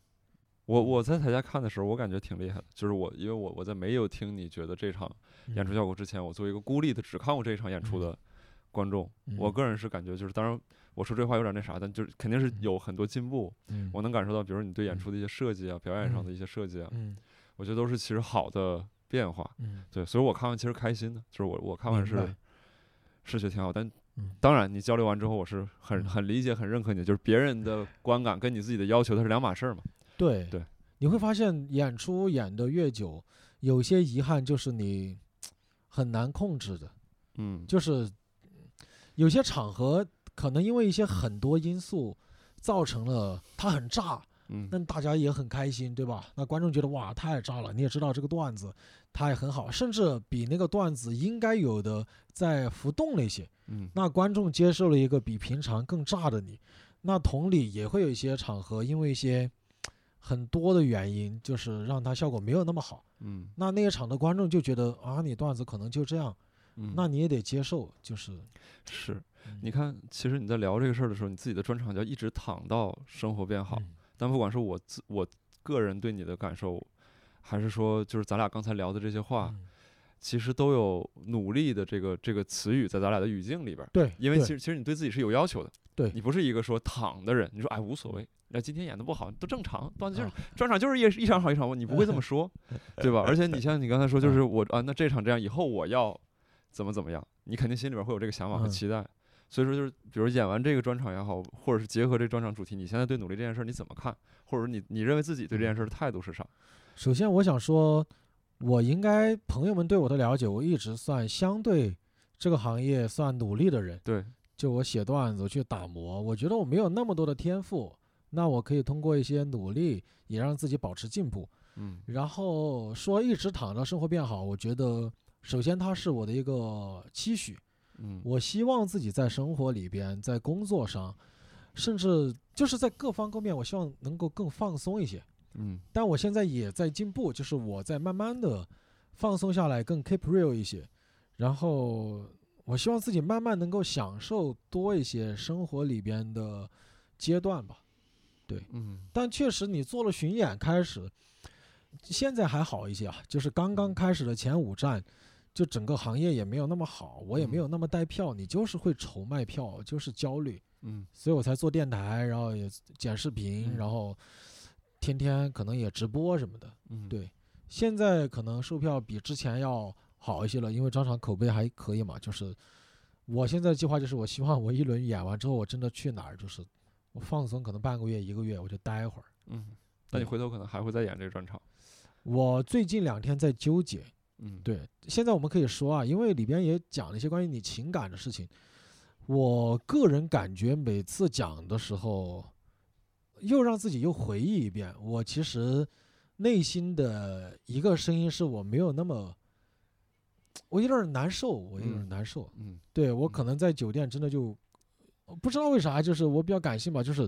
B: 我我在台下看的时候，我感觉挺厉害的，就是我因为我我在没有听你觉得这场演出效果之前，我作为一个孤立的只看过这一场演出
A: 嗯
B: 的观众，我
A: 嗯
B: 个人是感觉就是，当然我说这话有点那啥，但就是肯定是
A: 嗯
B: 有很多进步，
A: 嗯
B: 我能感受到，比如你对演
A: 嗯
B: 出的一些设计啊，表演上的
A: 嗯
B: 一些设计啊，
A: 嗯
B: 我觉得都是其实好的变化。
A: 嗯，
B: 对，所以我看完其实开心的，就是我我看完
A: 明白
B: 是是觉得挺好，但
A: 嗯
B: 当然你交流完之后，我是很
A: 嗯
B: 很理解、很认可你的，就是别人的观感跟你自己的要求它是两码事儿嘛。
A: 对
B: 对，
A: 你会发现演出演的越久，有些遗憾就是你很难控制的，
B: 嗯，
A: 就是有些场合可能因为一些很多因素造成了它很炸，
B: 嗯
A: 那大家也很开心，对吧？那观众觉得哇太炸了，你也知道这个段子它也很好，甚至比那个段子应该有的再浮动了一些。
B: 嗯
A: 那观众接受了一个比平常更炸的你，那同理也会有一些场合，因为一些很多的原因，就是让它效果没有那么好。
B: 嗯
A: 那那一场的观众就觉得啊，你段子可能就这样，
B: 嗯，
A: 那你也得接受，就是
B: 是你看，其实你在聊这个事儿的时候，你自己的专长叫一直躺到生活变好。
A: 嗯
B: 但不管是我自我个人对你的感受，还是说就是咱俩刚才聊的这些话，
A: 嗯
B: 其实都有努力的这个这个词语在咱俩的语境里边儿。
A: 对，
B: 因为
A: 对
B: 其实其实你对自己是有要求的，
A: 对
B: 你不是一个说躺的人，你说哎无所谓，那今天演的不好都正常，对吧就是
A: 啊
B: 专场就是一一场好一场不好，你不会这 么说，对吧？而且你像你刚才说，
A: 嗯
B: 就是我啊，那这场这样，以后我要怎么怎么样，你肯定心里边会有这个想法和
A: 嗯
B: 期待。所以说就是，比如演完这个专场也好，或者是结合这专场主题，你现在对努力这件事儿你怎么看？或者你你认为自己对这件
A: 嗯
B: 事儿的态度是啥？
A: 首先，我想说，我应该朋友们对我的了解，我一直算相对这个行业算努力的人。
B: 对，
A: 就我写段子去打磨，我觉得我没有那么多的天赋，那我可以通过一些努力，也让自己保持进步。
B: 嗯
A: 然后说一直躺着生活变好，我觉得首先它是我的一个期许，
B: 嗯，
A: 我希望自己在生活里边，在工作上，甚至就是在各方各面，我希望能够更放松一些。
B: 嗯
A: 但我现在也在进步，就是我在慢慢的放松下来，更 keep real 一些。然后我希望自己慢慢能够享受多一些生活里边的阶段吧。
B: 嗯
A: 但确实，你做了巡演开始，现在还好一些啊，就是刚
B: 嗯
A: 刚开始的前五站，就整个行业也没有那么好，我也没
B: 嗯
A: 有那么带票，你就是会愁卖票，就是焦虑。
B: 嗯
A: 所以我才做电台，然后也剪视频，
B: 嗯
A: 然后天天可能也直播什么的。
B: 嗯，
A: 对现在可能售票比之前要好一些了，因为专场口碑还可以嘛。就是我现在的计划就是，我希望我一轮演完之后，我真的去哪儿，就是我放松，可能半个月一个月，我就待一会儿。
B: 嗯。那你
A: 对
B: 回头可能还会再演这个专场。
A: 我最近两天在纠结，
B: 嗯，
A: 对，现在我们可以说啊，因为里边也讲了一些关于你情感的事情。我个人感觉每次讲的时候，又让自己又回忆一遍。我其实内心的一个声音是我没有那么，我有点儿难受，我有点儿
B: 嗯
A: 难受。
B: 嗯
A: 对我
B: 嗯
A: 可能在酒店真的就呃不知道为啥，就是我比较感性吧，就是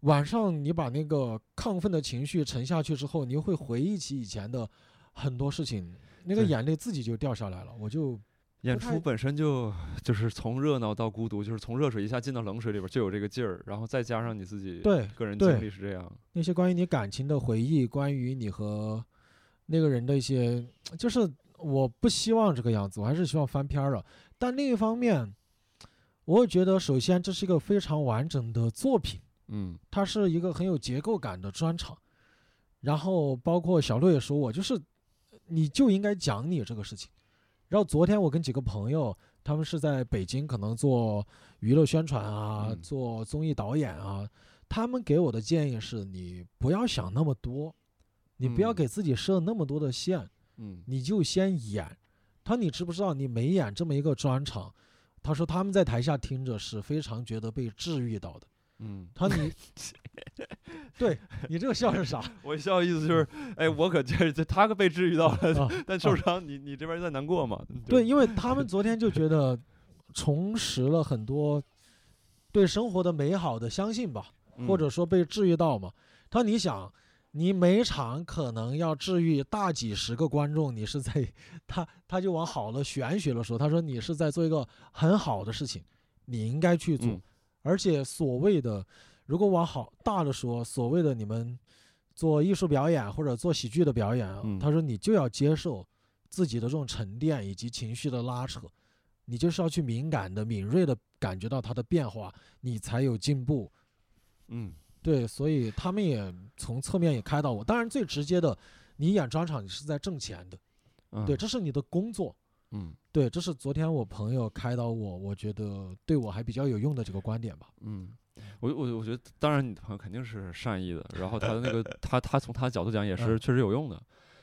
A: 晚上你把那个亢奋的情绪沉下去之后，你会回忆起以前的很多事情，那个
B: 对
A: 眼泪自己就掉下来了。我就
B: 演
A: 不太
B: 出本身就就是从热闹到孤独，就是从热水一下进到冷水里边儿就有这个劲儿，然后再加上你自己
A: 对
B: 个人
A: 对
B: 经历是这样，
A: 那些关于你感情的回忆，关于你和那个人的一些，就是我不希望这个样子，我还是希望翻篇儿了。但另一方面，我又觉得首先这是一个非常完整的作品。
B: 嗯
A: 它是一个很有结构感的专场。然后包括小六也说我，就是你就应该讲你这个事情。然后昨天我跟几个朋友，他们是在北京，可能做娱乐宣传啊，
B: 嗯
A: 做综艺导演啊。他们给我的建议是你不要想那么多，你不要
B: 嗯
A: 给自己设那么多的线，
B: 嗯
A: 你就先演。他说你知不知道，你每演这么一个专场，他说他们在台下听着是非常觉得被治愈到的。
B: 嗯，
A: 他说你，对你这个笑是啥？
B: 我一笑的意思就是，哎，我可这这他可被治愈到了，
A: 啊
B: 但受伤你你这边儿在难过嘛？
A: 对，，因为他们昨天就觉得重拾了很多对生活的美好的相信吧，
B: 嗯
A: 或者说被治愈到嘛。他说你想，你每场可能要治愈大几十个观众，你是在他他就往好了玄学了说，他说你是在做一个很好的事情，你应该去做。
B: 嗯
A: 而且所谓的，如果往好大的说，所谓的你们做艺术表演或者做喜剧的表演，啊
B: 嗯
A: 他说你就要接受自己的这种沉淀以及情绪的拉扯，你就是要去敏感的、敏锐的感觉到它的变化，你才有进步。
B: 嗯
A: 对，所以他们也从侧面也开导我。当然，最直接的，你演专场你是在挣钱的，
B: 嗯
A: 对，这是你的工作。
B: 嗯
A: 对，这是昨天我朋友开导我，我觉得对我还比较有用的这个观点吧。
B: 嗯，我我我觉得，当然你的朋友肯定是善意的，然后他的那个他他从他的角度讲也是确实有用的。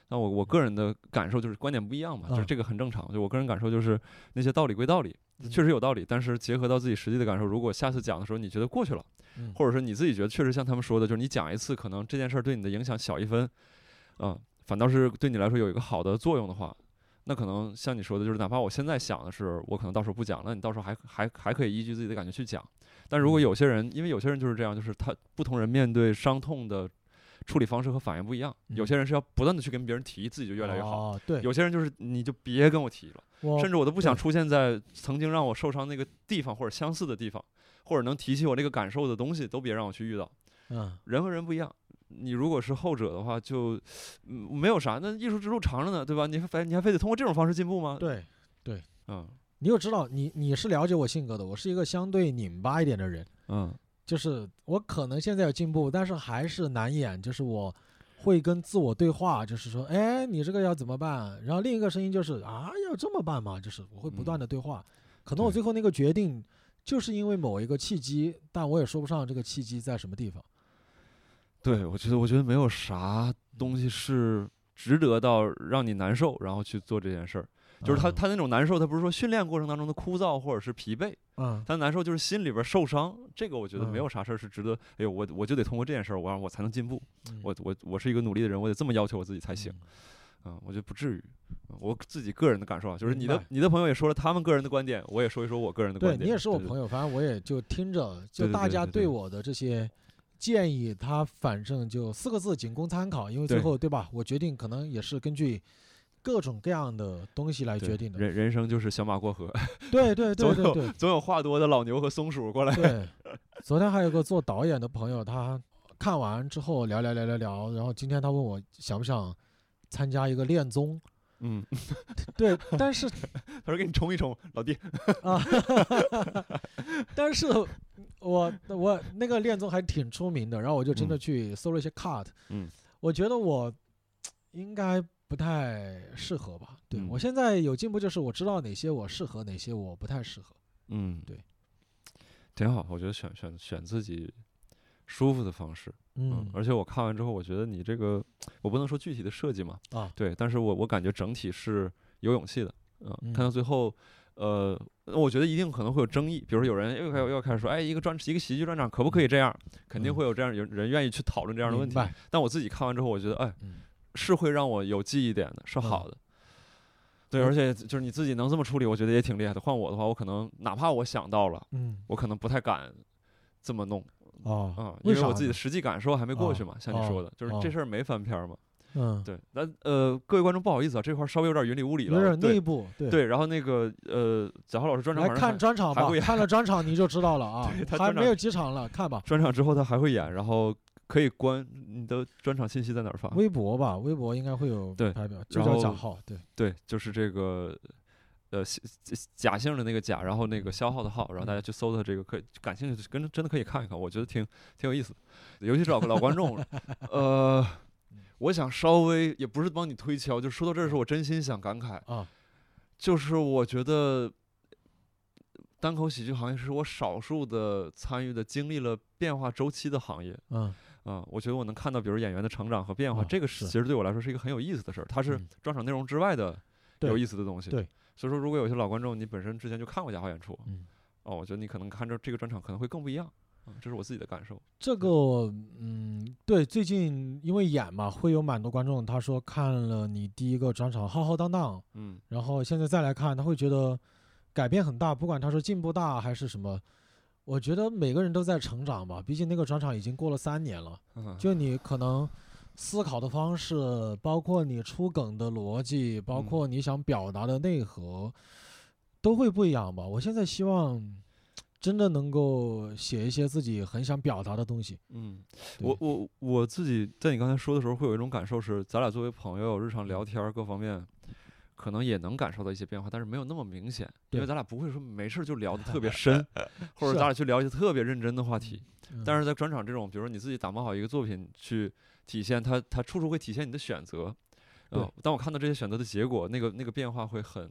B: 那我我个人的感受就是观点不一样嘛，就是
A: 嗯
B: 这个很正常。就我个人感受就是那些道理归道理，确实有道理，但是结合到自己实际的感受，如果下次讲的时候你觉得过去了，
A: 嗯
B: 或者是你自己觉得确实像他们说的，就是你讲一次可能这件事儿对你的影响小一分，啊、反倒是对你来说有一个好的作用的话，那可能像你说的，就是哪怕我现在想的是我可能到时候不讲，那你到时候还还还可以依据自己的感觉
A: 嗯
B: 去讲。但如果有些人，因为有些人就是这样，就是他不同人面对伤痛的处理方式和反应不一样。有些人是要不断的去跟别人提，自己就越来越好；
A: 嗯哦，对，
B: 有些人就是你就别跟我提了，
A: 我
B: 甚至我都不想
A: 对
B: 出现在曾经让我受伤那个地方或者相似的地方，或者能提起我这个感受的东西，都别让我去遇到。
A: 嗯
B: 人和人不一样。你如果是后者的话，就嗯没有啥。那艺术之路长着呢，对吧？你还非你还非得通过这种方式进步吗？，
A: 对。
B: 嗯
A: 你就知道，你你是了解我性格的，我是一个相对拧巴一点的人，
B: 嗯，
A: 就是我可能现在有进步，但是还是难掩，就是我会跟自我对话，就是说，哎，你这个要怎么办？然后另一个声音就是啊，要这么办吗？就是我会不断的对话，可能我
B: 嗯对
A: 最后那个决定就是因为某一个契机，但我也说不上这个契机在什么地方。
B: 对，我觉得我觉得没有啥东西是值得到让你难受，然后去做这件事儿。就是他
A: 嗯
B: 他那种难受，他不是说训练过程当中的枯燥或者是疲惫，
A: 嗯，
B: 他的难受就是心里边儿受伤。这个我觉得没
A: 嗯
B: 有啥事儿是值得，哎呦，我我就得通过这件事儿，我让我才能进步。
A: 嗯
B: 我我我是一个努力的人，我得这么要求我自己才行。嗯，我觉得不至于。嗯我自己个人的感受啊，就是
A: 明
B: 你的
A: 白
B: 你的朋友也说了他们个人的观点，我也说一说我个人的观
A: 对
B: 点。
A: 你也是我
B: 对
A: 朋友，反正我也就听着，就
B: 对对
A: 大
B: 对
A: 家
B: 对
A: 对
B: 对
A: 我的这些建议，他反正就四个字，仅供参考。因为最
B: 对
A: 后对吧，我决定可能也是根据各种各样的东西来
B: 对
A: 决定的。
B: 人人生就是小马过河，
A: 对对对
B: 总
A: 对对
B: 有总有话多的老牛和松鼠过来。
A: 对。昨天还有个做导演的朋友，他看完之后聊聊聊聊聊，然后今天他问我想不想参加一个恋 综，
B: 嗯，
A: 对，但是
B: 他说给你冲一冲，老弟。
A: 啊，但是我我那个恋综还挺出名的，然后我就真的
B: 嗯
A: 去搜了一些 cut，
B: 嗯，
A: 我觉得我应该不太适合吧。对、
B: 嗯
A: 我现在有进步，就是我知道哪些我适合，哪些我不太适合。
B: 嗯，
A: 对，
B: 挺好。我觉得选选选自己舒服的方式。
A: 嗯
B: 而且我看完之后，我觉得你这个，我不能说具体的设计嘛，
A: 啊
B: 对，但是我我感觉整体是有勇气的，
A: 嗯
B: 嗯，看到最后，呃，我觉得一定可能会有争议，比如说有人又开又开始说，哎，一个专一个喜剧专场可不可以这样？肯定
A: 嗯
B: 会有这样有人愿意去讨论这样的问
A: 明
B: 题。
A: 白，
B: 但我自己看完之后，我觉得，哎
A: 嗯，
B: 是会让我有记忆点的，是好的。对，
A: 我
B: 而且就是你自己能这么处理，我觉得也挺厉害的。换我的话，我可能哪怕我想到了，
A: 嗯
B: 我可能不太敢这么弄。
A: 哦，
B: 啊，
A: 为
B: 因为我
A: 啥
B: 自己
A: 呢
B: 的实际感受还没过去嘛，像
A: 哦
B: 你说的，就是
A: 哦
B: 这事儿没翻篇儿嘛。
A: 嗯，
B: 对，那呃，各位观众不好意思啊，这块儿稍微有点云里雾里
A: 有
B: 了。
A: 点内
B: 对
A: 部，对
B: 对，然后那个呃，贾浩老师专场
A: 来
B: 晚上
A: 看
B: 还
A: 专场
B: 还
A: 吧
B: 会，
A: 看了专场你就知道了啊
B: 对，他
A: 还
B: 专
A: 没
B: 场
A: 有几场了，看吧，
B: 专场之后他还会演，然后可以关你的专场信息在哪儿发？
A: 微博吧，微博应该会有
B: 啊对
A: 排表，就
B: 然
A: 叫贾
B: 后
A: 浩，对，
B: 对，就是这个呃西假姓的那个贾，然后那个消耗的耗，
A: 嗯
B: 然后大家去搜他这个可以感兴趣的，跟真的可以看一看，我觉得挺挺有意思的，尤其是老老观众， 呃，
A: 嗯
B: 我想稍微也不是帮你推敲，就说到这儿的时候，我真心想感慨
A: 啊，
B: 就是我觉得。单口喜剧行业是我少数的参与的经历了变化周期的行业
A: 嗯
B: 啊、我觉得我能看到，比如演员的成长和变化，
A: 啊
B: 这个
A: 是
B: 其实对我来说是一个很有意思的事儿，它是
A: 嗯
B: 专场内容之外的有
A: 对
B: 意思的东西。
A: 对
B: 所以说如果有些老观众你本身之前就看过嘉浩演出，
A: 嗯
B: 哦，我觉得你可能看着这个专场可能会更不一样，嗯这是我自己的感受。
A: 这个，嗯，对，最近因为演嘛，会有蛮多观众他说看了你第一个专场浩浩荡荡，
B: 嗯
A: 然后现在再来看，他会觉得改变很大，不管他说进步大还是什么，我觉得每个人都在成长吧，毕竟那个专场已经过了三年了，
B: 嗯，
A: 就你可能思考的方式，包括你出梗的逻辑，包
B: 嗯
A: 括你想表达的内核，都会不一样吧。我现在希望。真的能够写一些自己很想表达的东西，
B: 嗯，我我我自己在你刚才说的时候，会有一种感受是，咱俩作为朋友，日常聊
A: 嗯
B: 天儿各方面。可能也能感受到一些变化，但是没有那么明显，因
A: 对
B: 为咱俩不会说没事儿就聊 得特别深，
A: 是
B: 或
A: 啊
B: 者咱俩去聊一些特别认真的话题。
A: 嗯
B: 但是在专场这种，比如说你自己打磨好一个作品，去体现它，它处处会体现你的选择。呃，当我看到这些选择的结果，那个那个变化会很，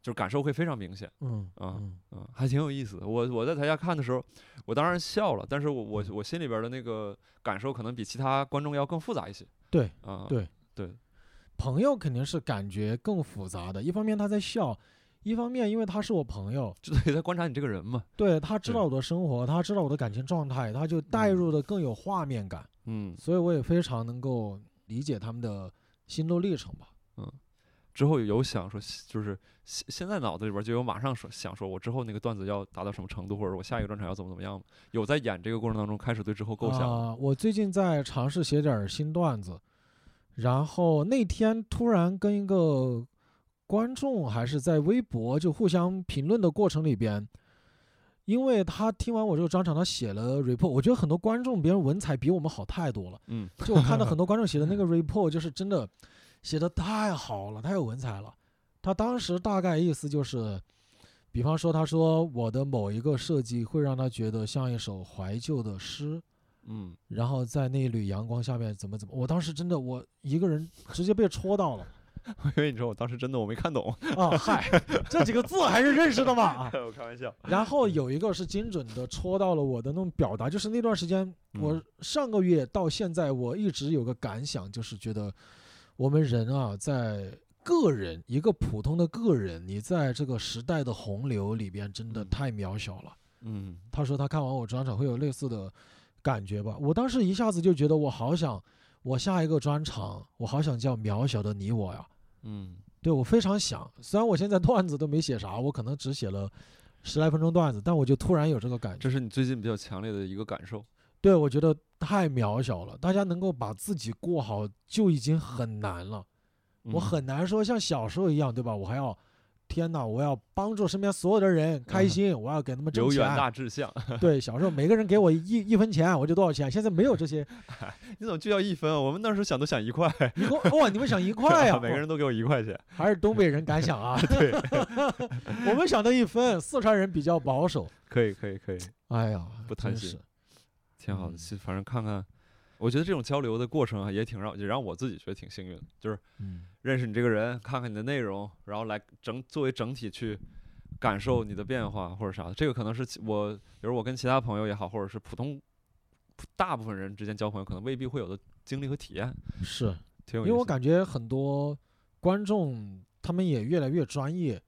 B: 就是感受会非常明显。
A: 嗯
B: 啊
A: 嗯
B: 嗯，还挺有意思的。我我在台下看的时候，我当然笑了，但是我我
A: 嗯
B: 我心里边的那个感受可能比其他观众要更复杂一些。
A: 对
B: 啊，
A: 对
B: 对，
A: 朋友肯定是感觉更复杂的，一方面他在笑，一方面因为他是我朋友，
B: 就得在观察你这个人嘛。
A: 对他知
B: 对
A: 道我的生活，他知道我的感情状态，他就带
B: 嗯
A: 入的更有画面感，
B: 嗯，
A: 所以我也非常能够理解他们的心路历程吧。
B: 之后有想说，就是现现在脑子里边就有马上说想说我之后那个段子要达到什么程度，或者我下一个专场要怎么怎么样吗？有在演这个过程当中开始对之后构想吗，
A: 啊、我最近在尝试写点儿新段子，然后那天突然跟一个观众还是在微博就互相评论的过程里边，因为他听完我这个专场，他写了 report，我觉得很多观众别人文采比我们好太多了。
B: 嗯，
A: 就我看到很多观众写的那个 report，就是真的写的太好了，太有文采了。他当时大概意思就是，比方说，他说我的某一个设计会让他觉得像一首怀旧的诗，
B: 嗯，
A: 然后在那一缕阳光下面怎么怎么，我当时真的我一个人直接被戳到了
B: 我以为你说我当时真的我没看懂，
A: 啊！嗨，这几个字还是认识的嘛啊！
B: 我开玩笑，
A: 然后有一个是精准的戳到了我的那种表达，就是那段时间，我
B: 嗯
A: 上个月到现在，我一直有个感想，就是觉得我们人啊，在个人一个普通的个人，你在这个时代的洪流里边，真的
B: 嗯
A: 太渺小了。
B: 嗯
A: 他说他看完我专场会有类似的感觉吧。我当时一下子就觉得我好想，我下一个专场，我好想叫《渺小的你我》呀。
B: 嗯
A: 对我非常想，虽然我现在段子都没写啥，我可能只写了十来分钟段子，但我就突然有这个感觉。
B: 这是你最近比较强烈的一个感受，
A: 对我觉得太渺小了，大家能够把自己过好就已经很难了。我
B: 嗯
A: 很难说像小时候一样，对吧？我还要。天呐！我要帮助身边所有的人开
B: 嗯
A: 心，我要给他们挣
B: 有
A: 钱。
B: 远大志向，
A: 对，小时候每个人给我一一分钱，我就多少钱。现在没有这些，
B: 你怎么就要一分啊？我们那时候想都想一块，啊
A: 一共哇，你们想一块呀、 哦
B: 每个人都给我一块钱，
A: 还是东北人敢想啊？
B: 对，
A: 我们想的一分，四川人比较保守。
B: 可以可以可以，
A: 哎呀，
B: 不贪
A: 真
B: 心
A: 是。
B: 挺好的。
A: 嗯
B: 其实反正看看，我觉得这种交流的过程啊，也挺让也让我自己觉得挺幸运的，就是
A: 嗯，
B: 认识你这个人，看看你的内容，然后来整作为整体去感受你的变化或者啥的。这个可能是其我，比如我跟其他朋友也好，或者是普通普大部分人之间交朋友，可能未必会有的经历和体验，
A: 是
B: 挺
A: 因
B: 有意思
A: 为
B: 的。
A: 我感觉很多观众他们也越来越专业，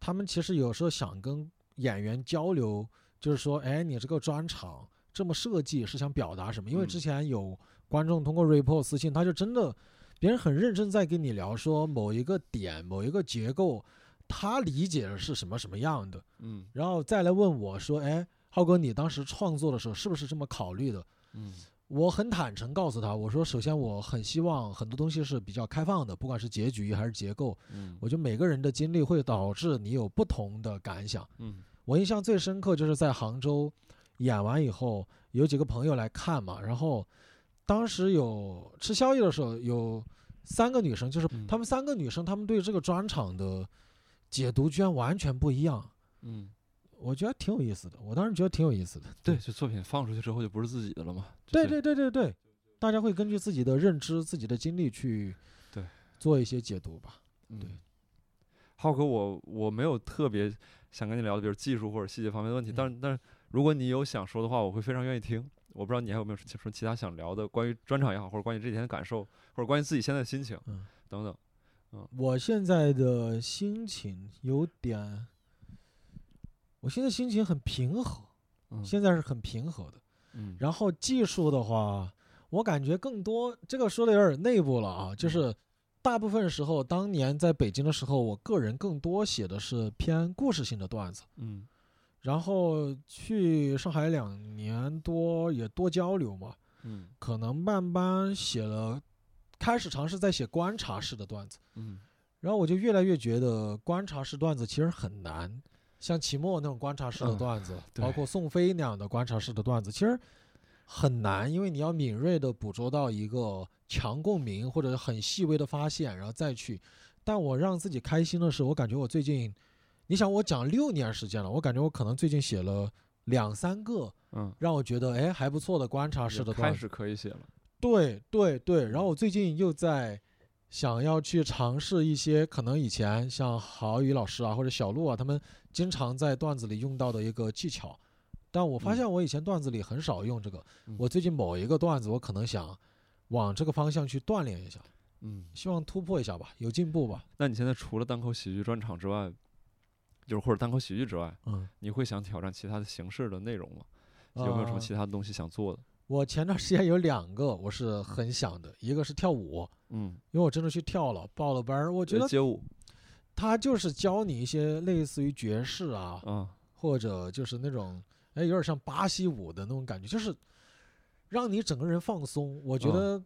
A: 他们其实有时候想跟演员交流，就是说，哎，你这个专场这么设计是想表达什么？因为
B: 嗯
A: 之前有观众通过 report 私信，他就真的别人很认真在跟你聊，说某一个点、某一个结构，他理解的是什么什么样的。
B: 嗯
A: 然后再来问我说：“哎，浩哥，你当时创作的时候是不是这么考虑的
B: 嗯？”
A: 我很坦诚告诉他，我说：“首先，我很希望很多东西是比较开放的，不管是结局还是结构，
B: 嗯
A: 我觉得每个人的经历会导致你有不同的感想。
B: 嗯
A: 我印象最深刻就是在杭州演完以后，有几个朋友来看嘛，然后当时有吃宵夜的时候，有三个女生，就是
B: 嗯
A: 她们三个女生，她们对这个专场的解读居然完全不一样。”
B: 嗯，
A: 我觉得挺有意思的，我当时觉得挺有意思的。
B: 对，就作品放出去之后就不是自己的了嘛。
A: 对
B: 对
A: 对对对对，大家会根据自己的认知、自己的经历去
B: 对
A: 做一些解读吧。对
B: 嗯，浩哥，我我没有特别想跟你聊的，比如技术或者细节方面的问
A: 嗯
B: 题，但是但是如果你有想说的话，我会非常愿意听。我不知道你还有没有什么其他想聊的，关于专场也好，或者关于这几天的感受，或者关于自己现在的心情、
A: 嗯
B: 等等。
A: 我现在的心情有点，我现在心情很平和，
B: 嗯
A: 现在是很平和的。
B: 嗯
A: 然后技术的话，我感觉更多这个说的有点内部了啊，就
B: 嗯
A: 是大部分时候，当年在北京的时候，我个人更多写的是偏故事性的段子。
B: 嗯
A: 然后去上海两年多，也多交流嘛，
B: 嗯
A: 可能慢慢写了，开始尝试在写观察式的段子，
B: 嗯
A: 然后我就越来越觉得观察式段子其实很难，像齐墨那种观察式的
B: 嗯
A: 段子，
B: 对
A: 包括宋飞那样的观察式的段子，其实很难，因为你要敏锐的捕捉到一个强共鸣或者很细微的发现，然后再去。但我让自己开心的是，我感觉我最近，你想我讲六年时间了，我感觉我可能最近写了两三个
B: 嗯，
A: 让我觉得哎还不错的观察式
B: 也
A: 的
B: 开
A: 段子。
B: 始可以写了。
A: 对对对，然后我最近又在想要去尝试一些可能以前像郝宇老师啊或者小鹿啊他们经常在段子里用到的一个技巧，但我发
B: 嗯
A: 现我以前段子里很少用这个，
B: 嗯
A: 我最近某一个段子我可能想往这个方向去锻炼一下，
B: 嗯，
A: 希望突破一下吧，有进步吧。
B: 那你现在除了单口喜剧专场之外，就是或者单口喜剧之外，
A: 嗯，
B: 你会想挑战其他的形式的内容吗？有没有什么
A: 呃
B: 其他的东西想做的？
A: 我前段时间有两个我是很想的，一个是跳舞，
B: 嗯，
A: 因为我真的去跳了，报了班儿。我觉
B: 就
A: 得
B: 是街舞
A: 他就是教你一些类似于爵士啊，
B: 啊，
A: 或者就是那种哎有点像巴西舞的那种感觉，就是让你整个人放松。我觉
B: 嗯
A: 得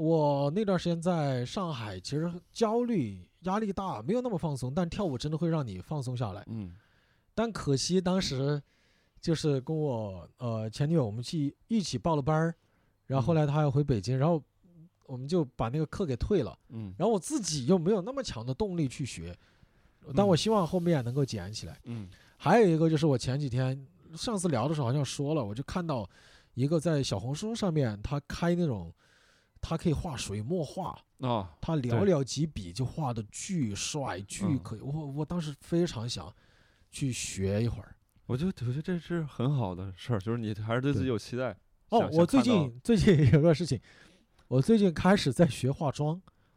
A: 我那段时间在上海，其实焦虑、压力大，没有那么放松，但跳舞真的会让你放松下来。
B: 嗯
A: 但可惜当时就是跟我呃前女友我们去一起报了班儿，然后后
B: 嗯
A: 来她要回北京，然后我们就把那个课给退了，
B: 嗯
A: 然后我自己又没有那么强的动力去学，但我
B: 嗯
A: 希望后面能够捡起来。
B: 嗯
A: 还有一个就是我前几天上次聊的时候好像说了，我就看到一个在小红书上面他开那种，他可以画水墨画，
B: 啊，
A: 他寥
B: 对
A: 寥几笔就画的巨帅巨
B: 嗯
A: 可以，我我当时非常想去学一会儿。
B: 我就我觉得这是很好的事儿，就是你还是对自己
A: 对
B: 有期待。
A: 哦
B: 想，
A: 我
B: 想
A: 最
B: 看到
A: 近最近有个事情，我最近开始在学化妆。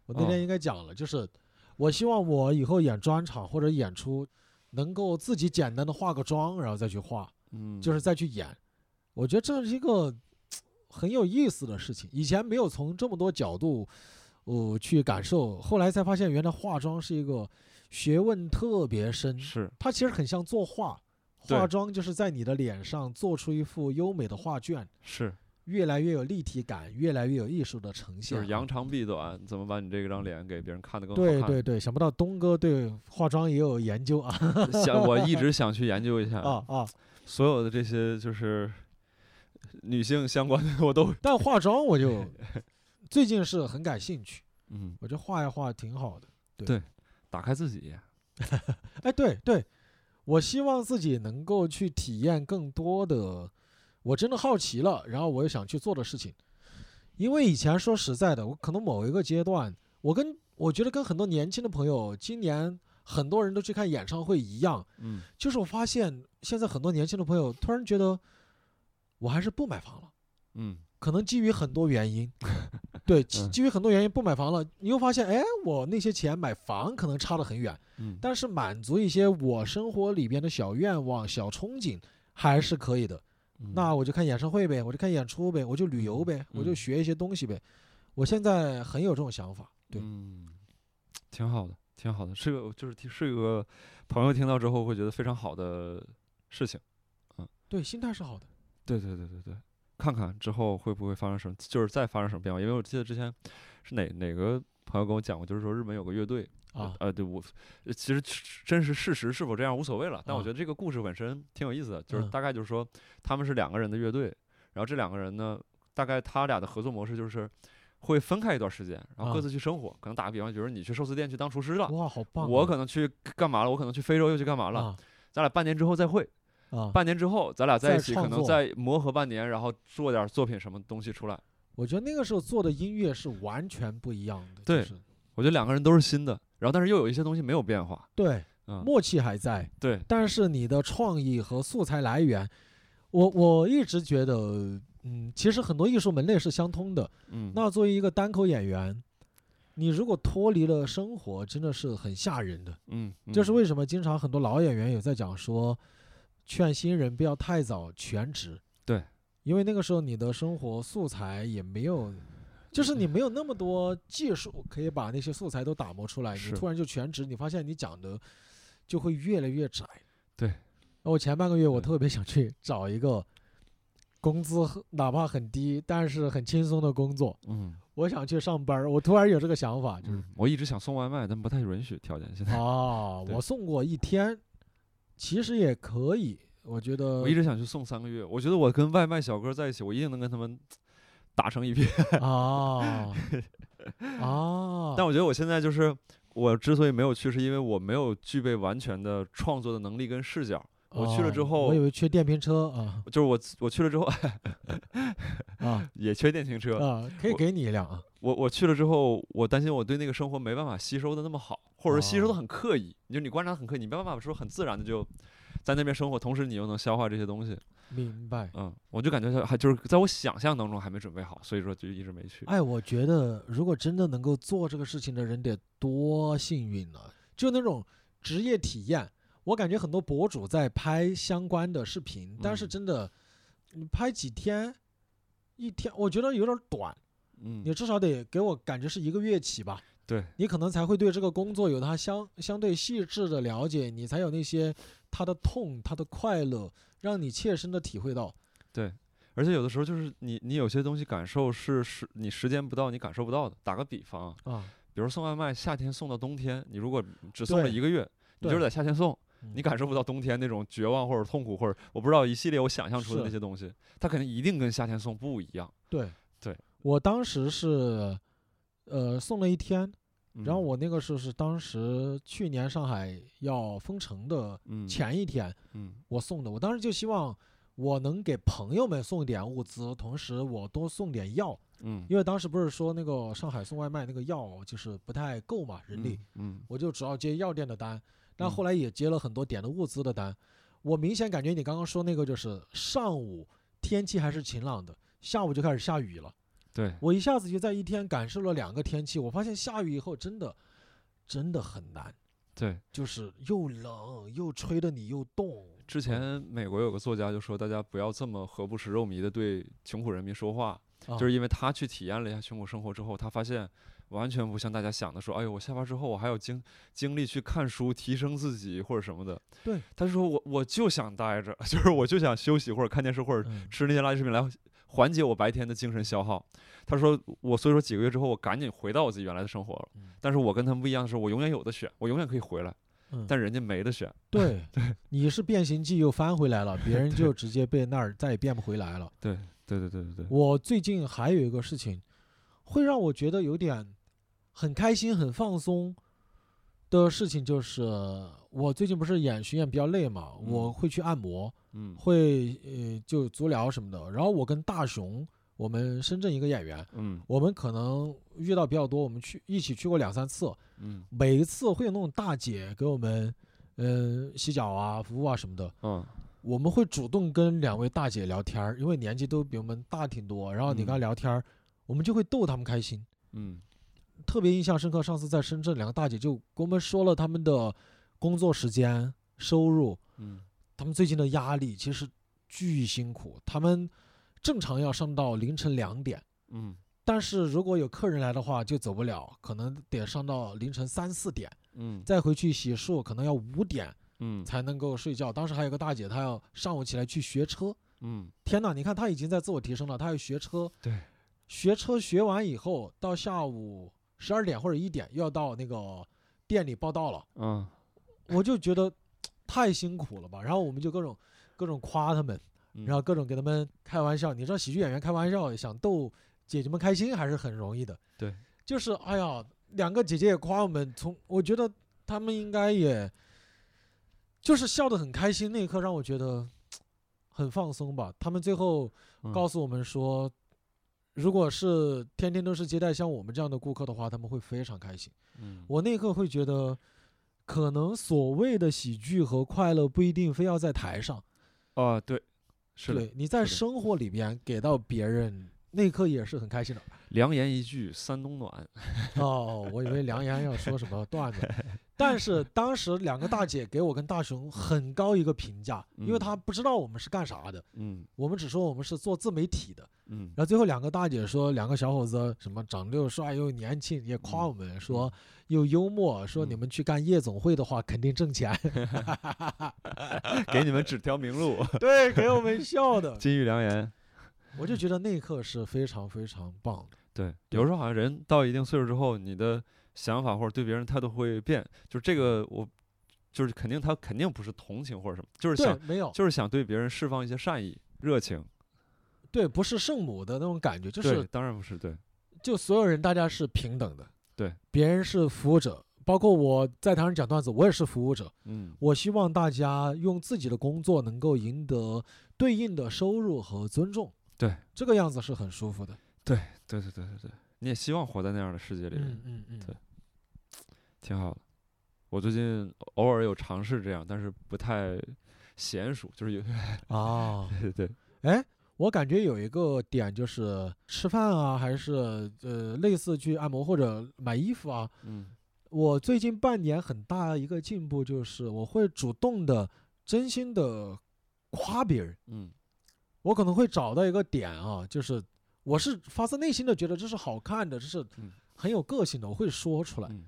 A: 我那
B: 哦
A: 天应该讲了，就是我希望我以后演专场或者演出，能够自己简单的化个妆，然后再去画，
B: 嗯，
A: 就是再去演。我觉得这是一个很有意思的事情，以前没有从这么多角度，呃，去感受，后来才发现原来化妆是一个学问特别深，
B: 是
A: 它其实很像作画。
B: 对
A: 化妆就是在你的脸上做出一幅优美的画卷，
B: 是，
A: 越来越有立体感，越来越有艺术的呈现
B: 就
A: 啊。
B: 是扬长避短，怎么把你这张脸给别人看得更好
A: 对
B: 看？
A: 对对，想不到东哥对化妆也有研究啊
B: 想我一直想去研究一下
A: 啊啊！
B: 所有的这些就是女性相关的，我都
A: 但化妆我就 最近是很感兴趣，
B: 嗯
A: 我觉得画一画挺好的。
B: 打开自己。
A: 哎，对对，我希望自己能够去体验更多的，我真的好奇了，然后我也想去做的事情。因为以前说实在的，我可能某一个阶段，我跟我觉得跟很多年轻的朋友，今年很多人都去看演唱会一样，
B: 嗯
A: 就是我发现现在很多年轻的朋友突然觉得，我还是不买房了，
B: 嗯
A: 可能基于很多原因，对，基
B: 嗯
A: 基于很多原因不买房了，你又发现，哎，我那些钱买房可能差得很远，
B: 嗯，
A: 但是满足一些我生活里边的小愿望、小憧憬还是可以的。
B: 嗯
A: 那我就看演唱会呗，我就看演出呗，我就旅游呗，我就
B: 嗯
A: 学一些东西呗。我现在很有这种想法，对，
B: 嗯，挺好的，挺好的，是个就是听是个朋友听到之后会觉得非常好的事情。
A: 对，心态是好的。
B: 对对对对对，看看之后会不会发生什么，就是再发生什么变化。因为我记得之前是哪哪个朋友跟我讲过，就是说日本有个乐队
A: 啊
B: 呃，对我呃其实真实事实是否这样无所谓了，但我
A: 啊
B: 觉得这个故事本身挺有意思的，就是
A: 嗯
B: 大概就是说他们是两个人的乐队，然后这两个人呢，大概他俩的合作模式就是。会分开一段时间，然后各
A: 啊
B: 自去生活。可能打个比方，比如说你去寿司店去当厨师了，
A: 哇，好棒啊、
B: 我可能去干嘛了？我可能去非洲又去干嘛了？
A: 啊
B: 咱俩半年之后再会，
A: 啊！
B: 半年之后，咱俩在
A: 再
B: 一起，可
A: 创
B: 能
A: 作
B: 再磨合半年，然后做点作品什么东西出来。
A: 我觉得那个时候做的音乐是完全不一样的，
B: 对
A: 就是、
B: 我觉得两个人都是新的，然后但是又有一些东西没有变化。
A: 对，
B: 嗯，
A: 默契还在，
B: 对，
A: 但是你的创意和素材来源，我我一直觉得，嗯，其实很多艺术门类是相通的。
B: 嗯，
A: 那作为一个单口演员，你如果脱离了生活，真的是很吓人的。
B: 嗯，
A: 这是
B: 嗯
A: 为什么经常很多老演员也在讲说，劝新人不要太早全职。
B: 对，
A: 因为那个时候你的生活素材也没有，就是你没有那么多技术可以把那些素材都打磨出来。你
B: 是
A: 突然就全职，你发现你讲的就会越来越窄。
B: 对，
A: 我前半个月我
B: 对
A: 特别想去找一个工资很哪怕很低，但是很轻松的工作。
B: 嗯
A: 我想去上班儿，我突然有这个想法，就是
B: 嗯，我一直想送外卖，但不太允许条件现在。
A: 啊，
B: 嗯对
A: 我送过一天，其实也可以，我觉得
B: 我一直想去送三个月，我觉得我跟外卖小哥在一起，我一定能跟他们打成一片。
A: 啊啊，
B: 但我觉得我现在就是，我之所以没有去，是因为我没有具备完全的创作的能力跟视角。我去了
A: 哦
B: 之后
A: 我以为缺电瓶车 啊
B: 就是我我去了之后
A: 啊
B: 也缺电瓶车，
A: 啊，可以
B: 我
A: 给你一辆啊
B: 我我去了之后，我担心我对那个生活没办法吸收的那么好，或者是吸收的
A: 哦
B: 很刻意，你就你观察得很刻意，你没办法说很自然的就在那边生活，同时你又能消化这些东西，
A: 明白。
B: 嗯，我就感觉它还就是在我想象当中还没准备好，所以说就一直没去。
A: 哎，我觉得如果真的能够做这个事情的人得多幸运呢、就那种职业体验，我感觉很多博主在拍相关的视频，但是
B: 嗯
A: 真的，你拍几天，一天，我觉得有点短，你
B: 嗯，
A: 至少得给我感觉是一个月起吧，
B: 对，
A: 你可能才会对这个工作有它相相对细致的了解，你才有那些它的痛、它的快乐，让你切身的体会到。
B: 而且有的时候就是你你有些东西感受是时你时间不到你感受不到的。打个比方啊，
A: 啊，
B: 比如送外卖，夏天送到冬天，你如果只送了
A: 对
B: 一个月，你就是
A: 对
B: 在夏天送，
A: 嗯
B: 你感受不到冬天那种绝望或者痛苦，或者我不知道一系列我想象出的那
A: 是
B: 些东西，它肯定一定跟夏天送不一样。
A: 对
B: 对，
A: 我当时是，呃，送了一天，然后
B: 嗯
A: 我那个时候是当时去年上海要封城的
B: 嗯
A: 前一天
B: 嗯
A: 我送的，我当时就希望我能给朋友们送点物资，同时我多送点药，
B: 嗯，
A: 因为当时不是说那个上海送外卖那个药就是不太够嘛，人力，
B: 嗯
A: 我就主要接药店的单，但
B: 嗯
A: 后来也接了很多点的物资的单。我明显感觉你刚刚说那个就是上午天气还是晴朗的，下午就开始下雨了。
B: 对，
A: 我一下子就在一天感受了两个天气，我发现下雨以后真的真的很难，
B: 对，
A: 就是又冷又吹的你又冻。
B: 之前美国有个作家就说，大家不要这么何不食肉糜的对穷苦人民说话，
A: 啊
B: 就是因为他去体验了一下穷苦生活之后，他发现完全不像大家想的说，哎呦，我下班之后我还有精精力去看书、提升自己或者什么的。
A: 对，
B: 他说我我就想待着， 就是我就想休息或者看电视或者
A: 嗯
B: 吃那些垃圾食品来缓解我白天的精神消耗。他说我所以说几个月之后我赶紧回到我自己原来的生活了，
A: 嗯
B: 但是我跟他们不一样的是，我永远有的选，我永远可以回来，
A: 嗯
B: 但人家没得选。
A: 对你是变形记又翻回来了，别人就直接被那儿再也变不回来了。
B: 对对对对对对，
A: 我最近还有一个事情，会让我觉得有点很开心、很放松的事情，就是我最近不是演巡演比较累嘛，
B: 嗯
A: 我会去按摩，
B: 嗯
A: 会呃就足疗什么的。然后我跟大熊，我们深圳一个演员，
B: 嗯
A: 我们可能遇到比较多，我们去一起去过两三次，
B: 嗯
A: 每一次会有那种大姐给我们。嗯，洗脚啊、服务啊什么的，
B: 嗯
A: 我们会主动跟两位大姐聊天儿，因为年纪都比我们大挺多。然后你跟她
B: 嗯
A: 聊天儿，我们就会逗她们开心。
B: 嗯
A: 特别印象深刻，上次在深圳，两个大姐就跟我们说了她们的工作时间、收入，
B: 嗯
A: 她们最近的压力其实巨辛苦。她们正常要上到凌晨两点，
B: 嗯
A: 但是如果有客人来的话就走不了，可能得上到凌晨三四点，
B: 嗯
A: 再回去洗漱可能要五点
B: 嗯
A: 才能够睡觉。当时还有个大姐，她要上午起来去学车。
B: 嗯
A: 天哪，你看他已经在自我提升了，他要学车，
B: 对，
A: 学车学完以后，到下午十二点或者一点又要到那个店里报到了，
B: 嗯
A: 我就觉得太辛苦了吧。然后我们就各种各种夸他们，
B: 嗯
A: 然后各种给他们开玩笑。你知道喜剧演员开玩笑想逗姐姐们开心还是很容易的，
B: 对，
A: 就是哎呀，两个姐姐也夸我们，从我觉得他们应该也就是笑得很开心，那一刻让我觉得很放松吧。他们最后。
B: 嗯
A: 告诉我们说，如果是天天都是接待像我们这样的顾客的话，他们会非常开心。
B: 嗯
A: 我那一刻会觉得，可能所谓的喜剧和快乐不一定非要在台上，
B: 啊对，是的，
A: 对，你在
B: 是的
A: 生活里边给到别人。那一刻也是很开心的
B: 良言一句三冬暖，
A: 哦，我以为 梁岩要说什么段子，但是当时两个大姐给我跟大熊很高一个评价，因为
B: 嗯
A: 她不知道我们是干啥的，
B: 嗯
A: 我们只说我们是做自媒体的，
B: 嗯
A: 然 后最后两个大姐说，两个小伙子什么长得又帅又年轻，也夸我们说又幽默，说你
B: 嗯
A: 们去干夜总会的话肯定挣 钱，
B: 给你们指条明路，，
A: 对，给我们笑的
B: 金玉良言。
A: 我就觉得那一刻是非常非常棒的，
B: 对，有时候好像人到一定岁数之后，你的想法或者对别人态度会变，就是这个我就是肯定他肯定不是同情或者什么，就是
A: 对
B: 想，
A: 没有，
B: 就是想对别人释放一些善意、热情。
A: 对，不是圣母的那种感觉，就
B: 对，
A: 是
B: 当然不是对，
A: 就所有人大家是平等的，
B: 对，
A: 别人是服务者，包括我在台上讲段子，我也是服务者，
B: 嗯
A: 我希望大家用自己的工作能够赢得对应的收入和尊重，
B: 对，
A: 这个样子是很舒服的，
B: 对对对对对，你也希望活在那样的世界里，
A: 嗯嗯嗯，
B: 对挺好的。我最近偶尔有尝试这样，但是不太娴熟，就是有
A: 啊，
B: 对对对，
A: 哎，我感觉有一个点就是吃饭啊，还是呃类似去按摩或者买衣服啊，
B: 嗯
A: 我最近半年很大一个进步就是我会主动的、真心的夸别人。
B: 嗯
A: 我可能会找到一个点啊，就是我是发自内心的觉得这是好看的，这是
B: 嗯
A: 很有个性的，我会说出来。
B: 嗯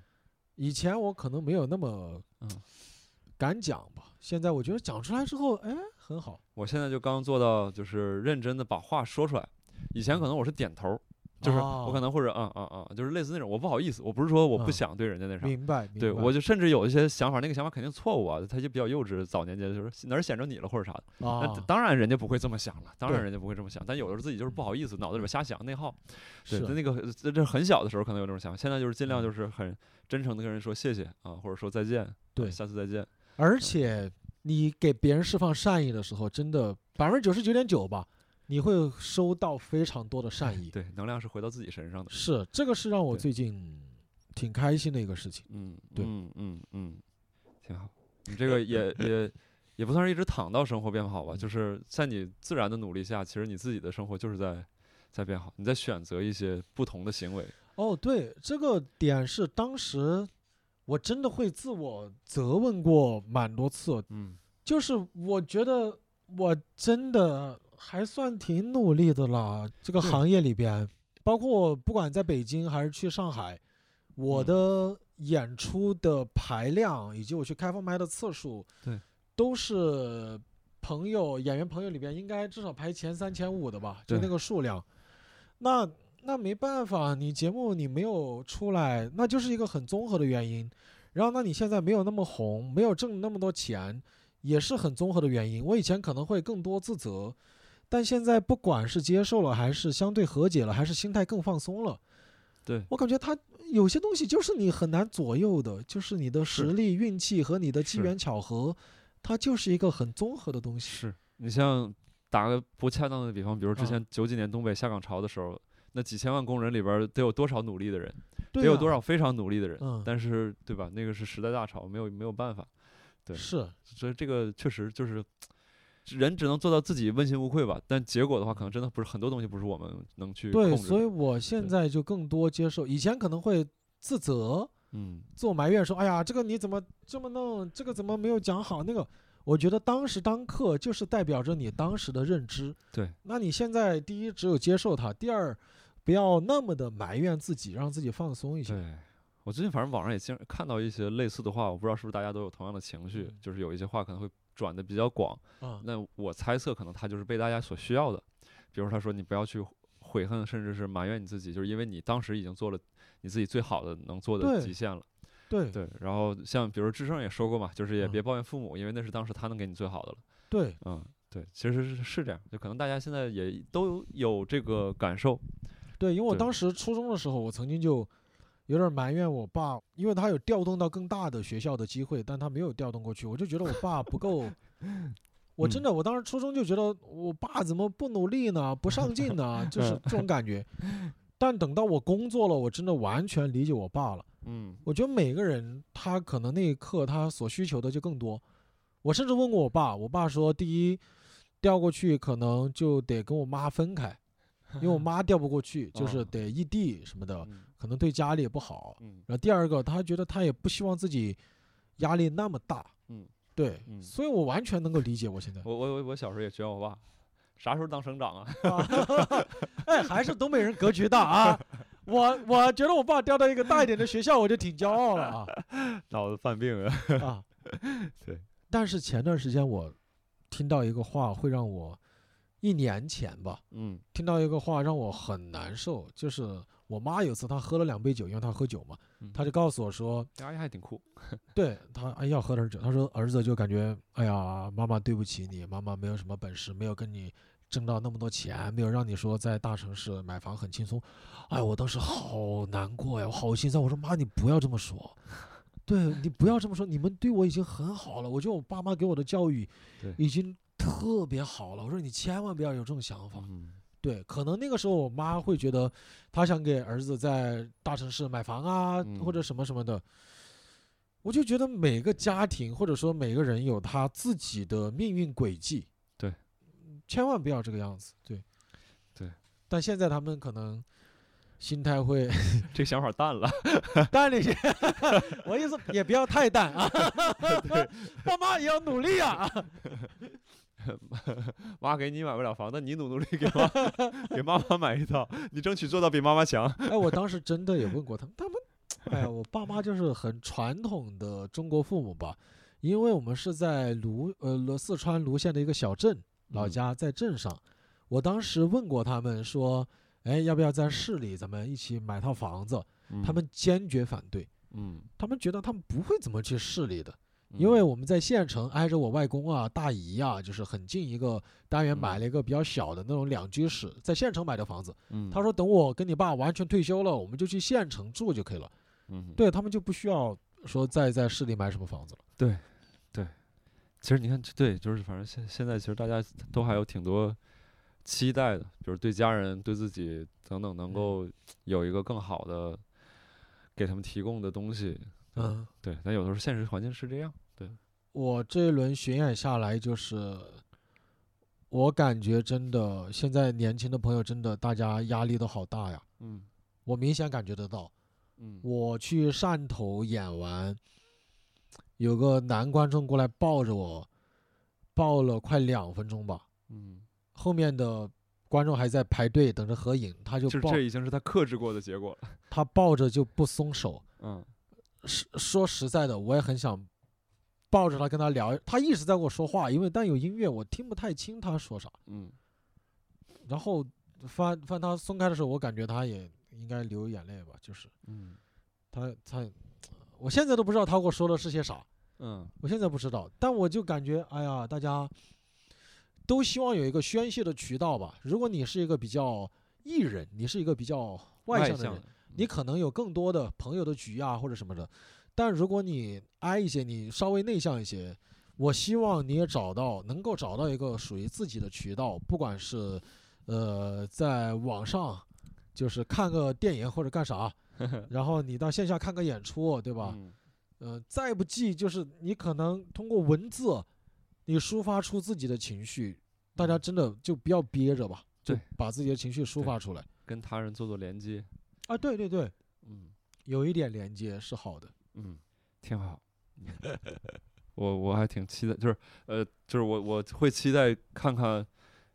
A: 以前我可能没有那么
B: 嗯
A: 敢讲吧，现在我觉得讲出来之后，哎，很好。
B: 我现在就刚做到，就是认真的把话说出来。以前可能我是点头儿，就是我可能或者啊啊啊，就是类似那种，我不好意思，我不是说我不
A: 哦嗯
B: 想对人家那啥，
A: 明白，明白
B: 对我就甚至有一些想法，那个想法肯定错误啊，他就比较幼稚，早年间就是哪儿显着你了或者啥的。那
A: 啊，
B: 当然人家不会这么想了，当然
A: 对
B: 人家不会这么想，但有的时候自己就是不好意思，脑子里边瞎想内耗。对，
A: 是啊嗯
B: 那那个这这很小的时候可能有这种想法，现在就是尽量就是很真诚的跟人说谢谢啊，或者说再见，啊
A: 对
B: 下次再见。
A: 而且你给别人释放善意的时候，真的百分之九十九点九吧，你会收到非常多的善意。
B: 对，能量是回到自己身上的。
A: 是，这个是让我
B: 对
A: 最近挺开心的一个事情。
B: 嗯，
A: 对
B: 嗯嗯嗯，挺好。你这个也也也不算是一直躺到生活变好
A: 嗯
B: 吧，就是在你自然的努力下，其实你自己的生活就是在在变好，你在选择一些不同的行为。
A: 哦，对，这个点是当时我真的会自我责问过蛮多次，
B: 嗯
A: 就是我觉得我真的还算挺努力的啦，这个
B: 对
A: 行业里边，包括不管在北京还是去上海，我
B: 嗯
A: 的演出的排量以及我去开放麦的次数，
B: 对，
A: 都是朋友演员朋友里边应该至少排前三前五的吧，就
B: 对
A: 那个数量。那那没办法，你节目你没有出来，那就是一个很综合的原因。然后，那你现在没有那么红，没有挣那么多钱，也是很综合的原因。我以前可能会更多自责，但现在不管是接受了，还是相对和解了，还是心态更放松了，
B: 对
A: 我感觉它有些东西就是你很难左右的，就是你的实
B: 是
A: 力、运气和你的机
B: 是
A: 缘巧合，它就是一个很综合的东西。
B: 是你像打个不恰当的比方，比如之
A: 啊
B: 前九几年东北下岗潮的时候，那几千万工人里边儿得有多少努力的人，
A: 对、啊，
B: 得有多少非常努力的人，
A: 嗯
B: 但是对吧？那个是时代大潮，没有没有办法。对
A: 是
B: 所以这个确实就是人只能做到自己问心无愧吧，但结果的话，可能真的不是很多东西不是我们能去控
A: 对，
B: 制的。
A: 所以我现
B: 对
A: 在就更多接受，以前可能会自责，
B: 嗯，
A: 自我埋怨说：“哎呀，这个你怎么这么弄？这个怎么没有讲好？”那个，我觉得当时当刻就是代表着你当时的认知。
B: 对，
A: 那你现在第一只有接受它，第二不要那么的埋怨自己，让自己放松一些。
B: 对。我最近反正网上也经看到一些类似的话，我不知道是不是大家都有同样的情绪，
A: 嗯
B: 就是有一些话可能会转的比较广。
A: 啊，
B: 那我猜测，可能他就是被大家所需要的。比如他说你不要去悔恨，甚至是埋怨你自己，就是因为你当时已经做了你自己最好的能做的
A: 对
B: 极限了。
A: 对
B: 对，然后像比如智胜也说过嘛，就是也
A: 嗯
B: 别抱怨父母，因为那是当时他能给你最好的了。
A: 对
B: 嗯，对，其实是是这样，就可能大家现在也都有这个感受。
A: 对，因为我
B: 对
A: 当时初中的时候，我曾经就有点埋怨我爸，因为他有调动到更大的学校的机会，但他没有调动过去，我就觉得我爸不够。我真的，我当时初中就觉得我爸怎么不努力呢，不上进呢，就是这种感觉。但等到我工作了，我真的完全理解我爸了。
B: 嗯
A: 我觉得每个人他可能那一刻他所需求的就更多。我甚至问过我爸，我爸说，第一调过去可能就得跟我妈分开，因为我 妈调不过去，就是
B: 哦
A: 得异地什么的，
B: 嗯
A: 可能对家里也不好。
B: 嗯
A: 然后第二个，他觉得他也不希望自己压力那么大。
B: 嗯，
A: 对，
B: 嗯，
A: 所以我完全能够理解。我现在
B: 我我我我小时候也卷我爸，啥时候当省长啊？
A: 哎，还是东北人格局大啊！我我觉得我爸调到一个大一点的学校，我就挺骄傲了啊
B: 脑子犯病啊！
A: 啊！
B: 对。
A: 但是前段时间我听到一个话，会让我一年前吧，
B: 嗯
A: 听到一个话让我很难受，就是我妈有次她喝了两杯酒，因为她喝酒嘛，
B: 嗯
A: 她就告诉我说，
B: 哎呀还挺酷。
A: 对她哎要喝点酒，她说儿子就感觉哎呀妈妈对不起你，妈妈没有什么本事，没有跟你挣到那么多钱，没有让你说在大城市买房很轻松，哎我当时好难过呀，我好心酸，我说妈你不要这么说。对你不要这么说，你们对我已经很好了。我觉得我爸妈给我的教育
B: 对
A: 已经特别好了。我说你千万不要有这种想法。
B: 嗯
A: 对，可能那个时候我妈会觉得，她想给儿子在大城市买房啊，或者
B: 嗯
A: 什么什么的。我就觉得每个家庭或者说每个人有他自己的命运轨迹，
B: 对
A: 嗯，千万不要这个样子，对，
B: 对。
A: 但现在他们可能心态会
B: 这个想法淡了。
A: 淡了一些， 我 意思也不要太淡啊，爸妈也要努力啊。
B: 妈给你买不了房，但你努努力给妈 给妈妈买一套，你争取做到比妈妈强。
A: 哎，我当时真的也问过他们，他们，哎呀，我爸妈就是很传统的中国父母吧，因为我们是在泸呃泸四川泸县的一个小镇，老
B: 嗯
A: 家在镇上。我当时问过他们说，哎，要不要在市里咱们一起买套房子？他们坚决反对，
B: 嗯，
A: 他们觉得他们不会怎么去市里的。
B: 嗯，
A: 因为我们在县城挨着我外公啊、大姨啊，就是很近一个单元买
B: 嗯
A: 了一个比较小的那种两居室，在县城买的房子。
B: 嗯
A: 他，说等我跟你爸完全退休了，我们就去县城住就可以了。
B: 嗯，
A: 对他们就不需要说再在市里买什么房子了。
B: 其实你看，对，就是反正现现在其实大家都还有挺多期待的，就是对家人、对自己等等，能够有一个更好的给他们提供的东西。
A: 嗯，
B: 对，但有的时候现实环境是这样。对，
A: 我这一轮巡演下来，就是我感觉真的现在年轻的朋友真的大家压力都好大呀，
B: 嗯
A: 我明显感觉得到。
B: 嗯
A: 我去汕头演完，有个男观众过来抱着我，抱了快两分钟吧。
B: 嗯，
A: 后面的观众还在排队等着合影，他就
B: 就是
A: 抱
B: 这已经是他克制过的结果了。
A: 他抱着就不松手。
B: 嗯
A: 是说实在的，我也很想抱着他跟他聊，他一直在跟我说话，因为但有音乐我听不太清他说啥。
B: 嗯
A: 然后翻翻他松开的时候，我感觉他也应该流眼泪吧，就是
B: 嗯
A: 他他，我现在都不知道他跟我说的是些啥。
B: 嗯
A: 我现在不知道，但我就感觉，哎呀，大家都希望有一个宣泄的渠道吧。如果你是一个比较艺人，你是一个比较外向的人，
B: 的
A: 你可能有更多的朋友的局啊或者什么的。但如果你挨一些，你稍微内向一些，我希望你也找到能够找到一个属于自己的渠道，不管是呃在网上，就是看个电影或者干 啥，然后你到线下看个演出，对吧？
B: 嗯
A: 呃，再不济就是你可能通过文字，你抒发出自己的情绪，大
B: 嗯
A: 家真的就不要憋着吧，就
B: 对
A: 把自己的情绪抒
B: 对
A: 发出来
B: 跟他人做做连接。
A: 啊，对对对，
B: 嗯。
A: 有一点连接是好的，
B: 嗯，挺好。 嗯我我还挺期待，就是呃，就是我我会期待看看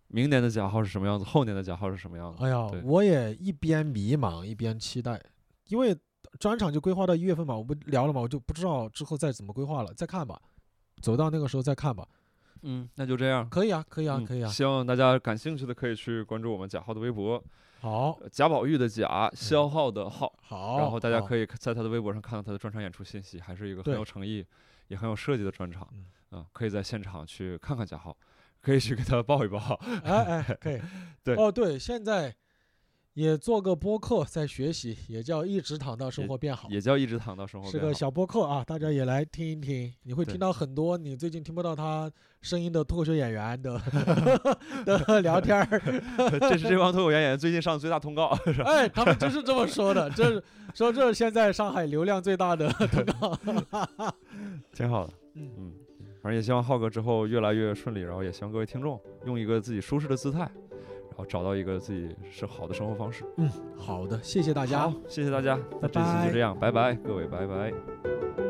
B: 明年的贾浩是什么样子，后年的贾浩是什么样子。
A: 哎呀
B: 对，
A: 我也一边迷茫一边期待，因为专场就规划到一月份嘛，我不聊了嘛，我就不知道之后再怎么规划了，再看吧，走到那个时候再看吧，
B: 嗯，那就这样。
A: 可以啊，可以啊，
B: 嗯
A: 可以啊，
B: 希望大家感兴趣的可以去关注我们贾浩的微博，
A: 好，
B: 呃贾宝玉的
A: 嗯
B: 贾，消耗的耗。
A: 好，
B: 然后大家
A: 以，
B: 可以在他的微博上看到他的专场演出信息，还是一个很
A: 哦对
B: 有诚意、也很有设计的专场。
A: 嗯
B: 啊，可以在现场去看看贾浩，可以去给他抱一抱。。
A: 哎哎，可以
B: 对
A: 哦，对，现在也做个播客，在学习，也叫一直躺到生活变好，
B: 也叫一直躺到生活
A: 是
B: 变好
A: 个小播客啊，大家也来听一听，你会
B: 对
A: 听到很多你最近听不到他声音的脱口秀演员 的 的聊天儿。
B: 这是这帮脱口秀演员最近上的最大通告。
A: 哎，他们就是这么说的，这是说这是现在上海流量最大的通告。
B: 挺好的，
A: 嗯
B: 嗯，反正也希望浩哥之后越来越顺利，然后也希望各位听众用一个自己舒适的姿态，然后找到一个自己是好的生活方式。
A: 嗯好的，谢谢大家
B: 好。，谢谢大家，那这期
A: 拜
B: 就这样，拜拜，各位，拜拜。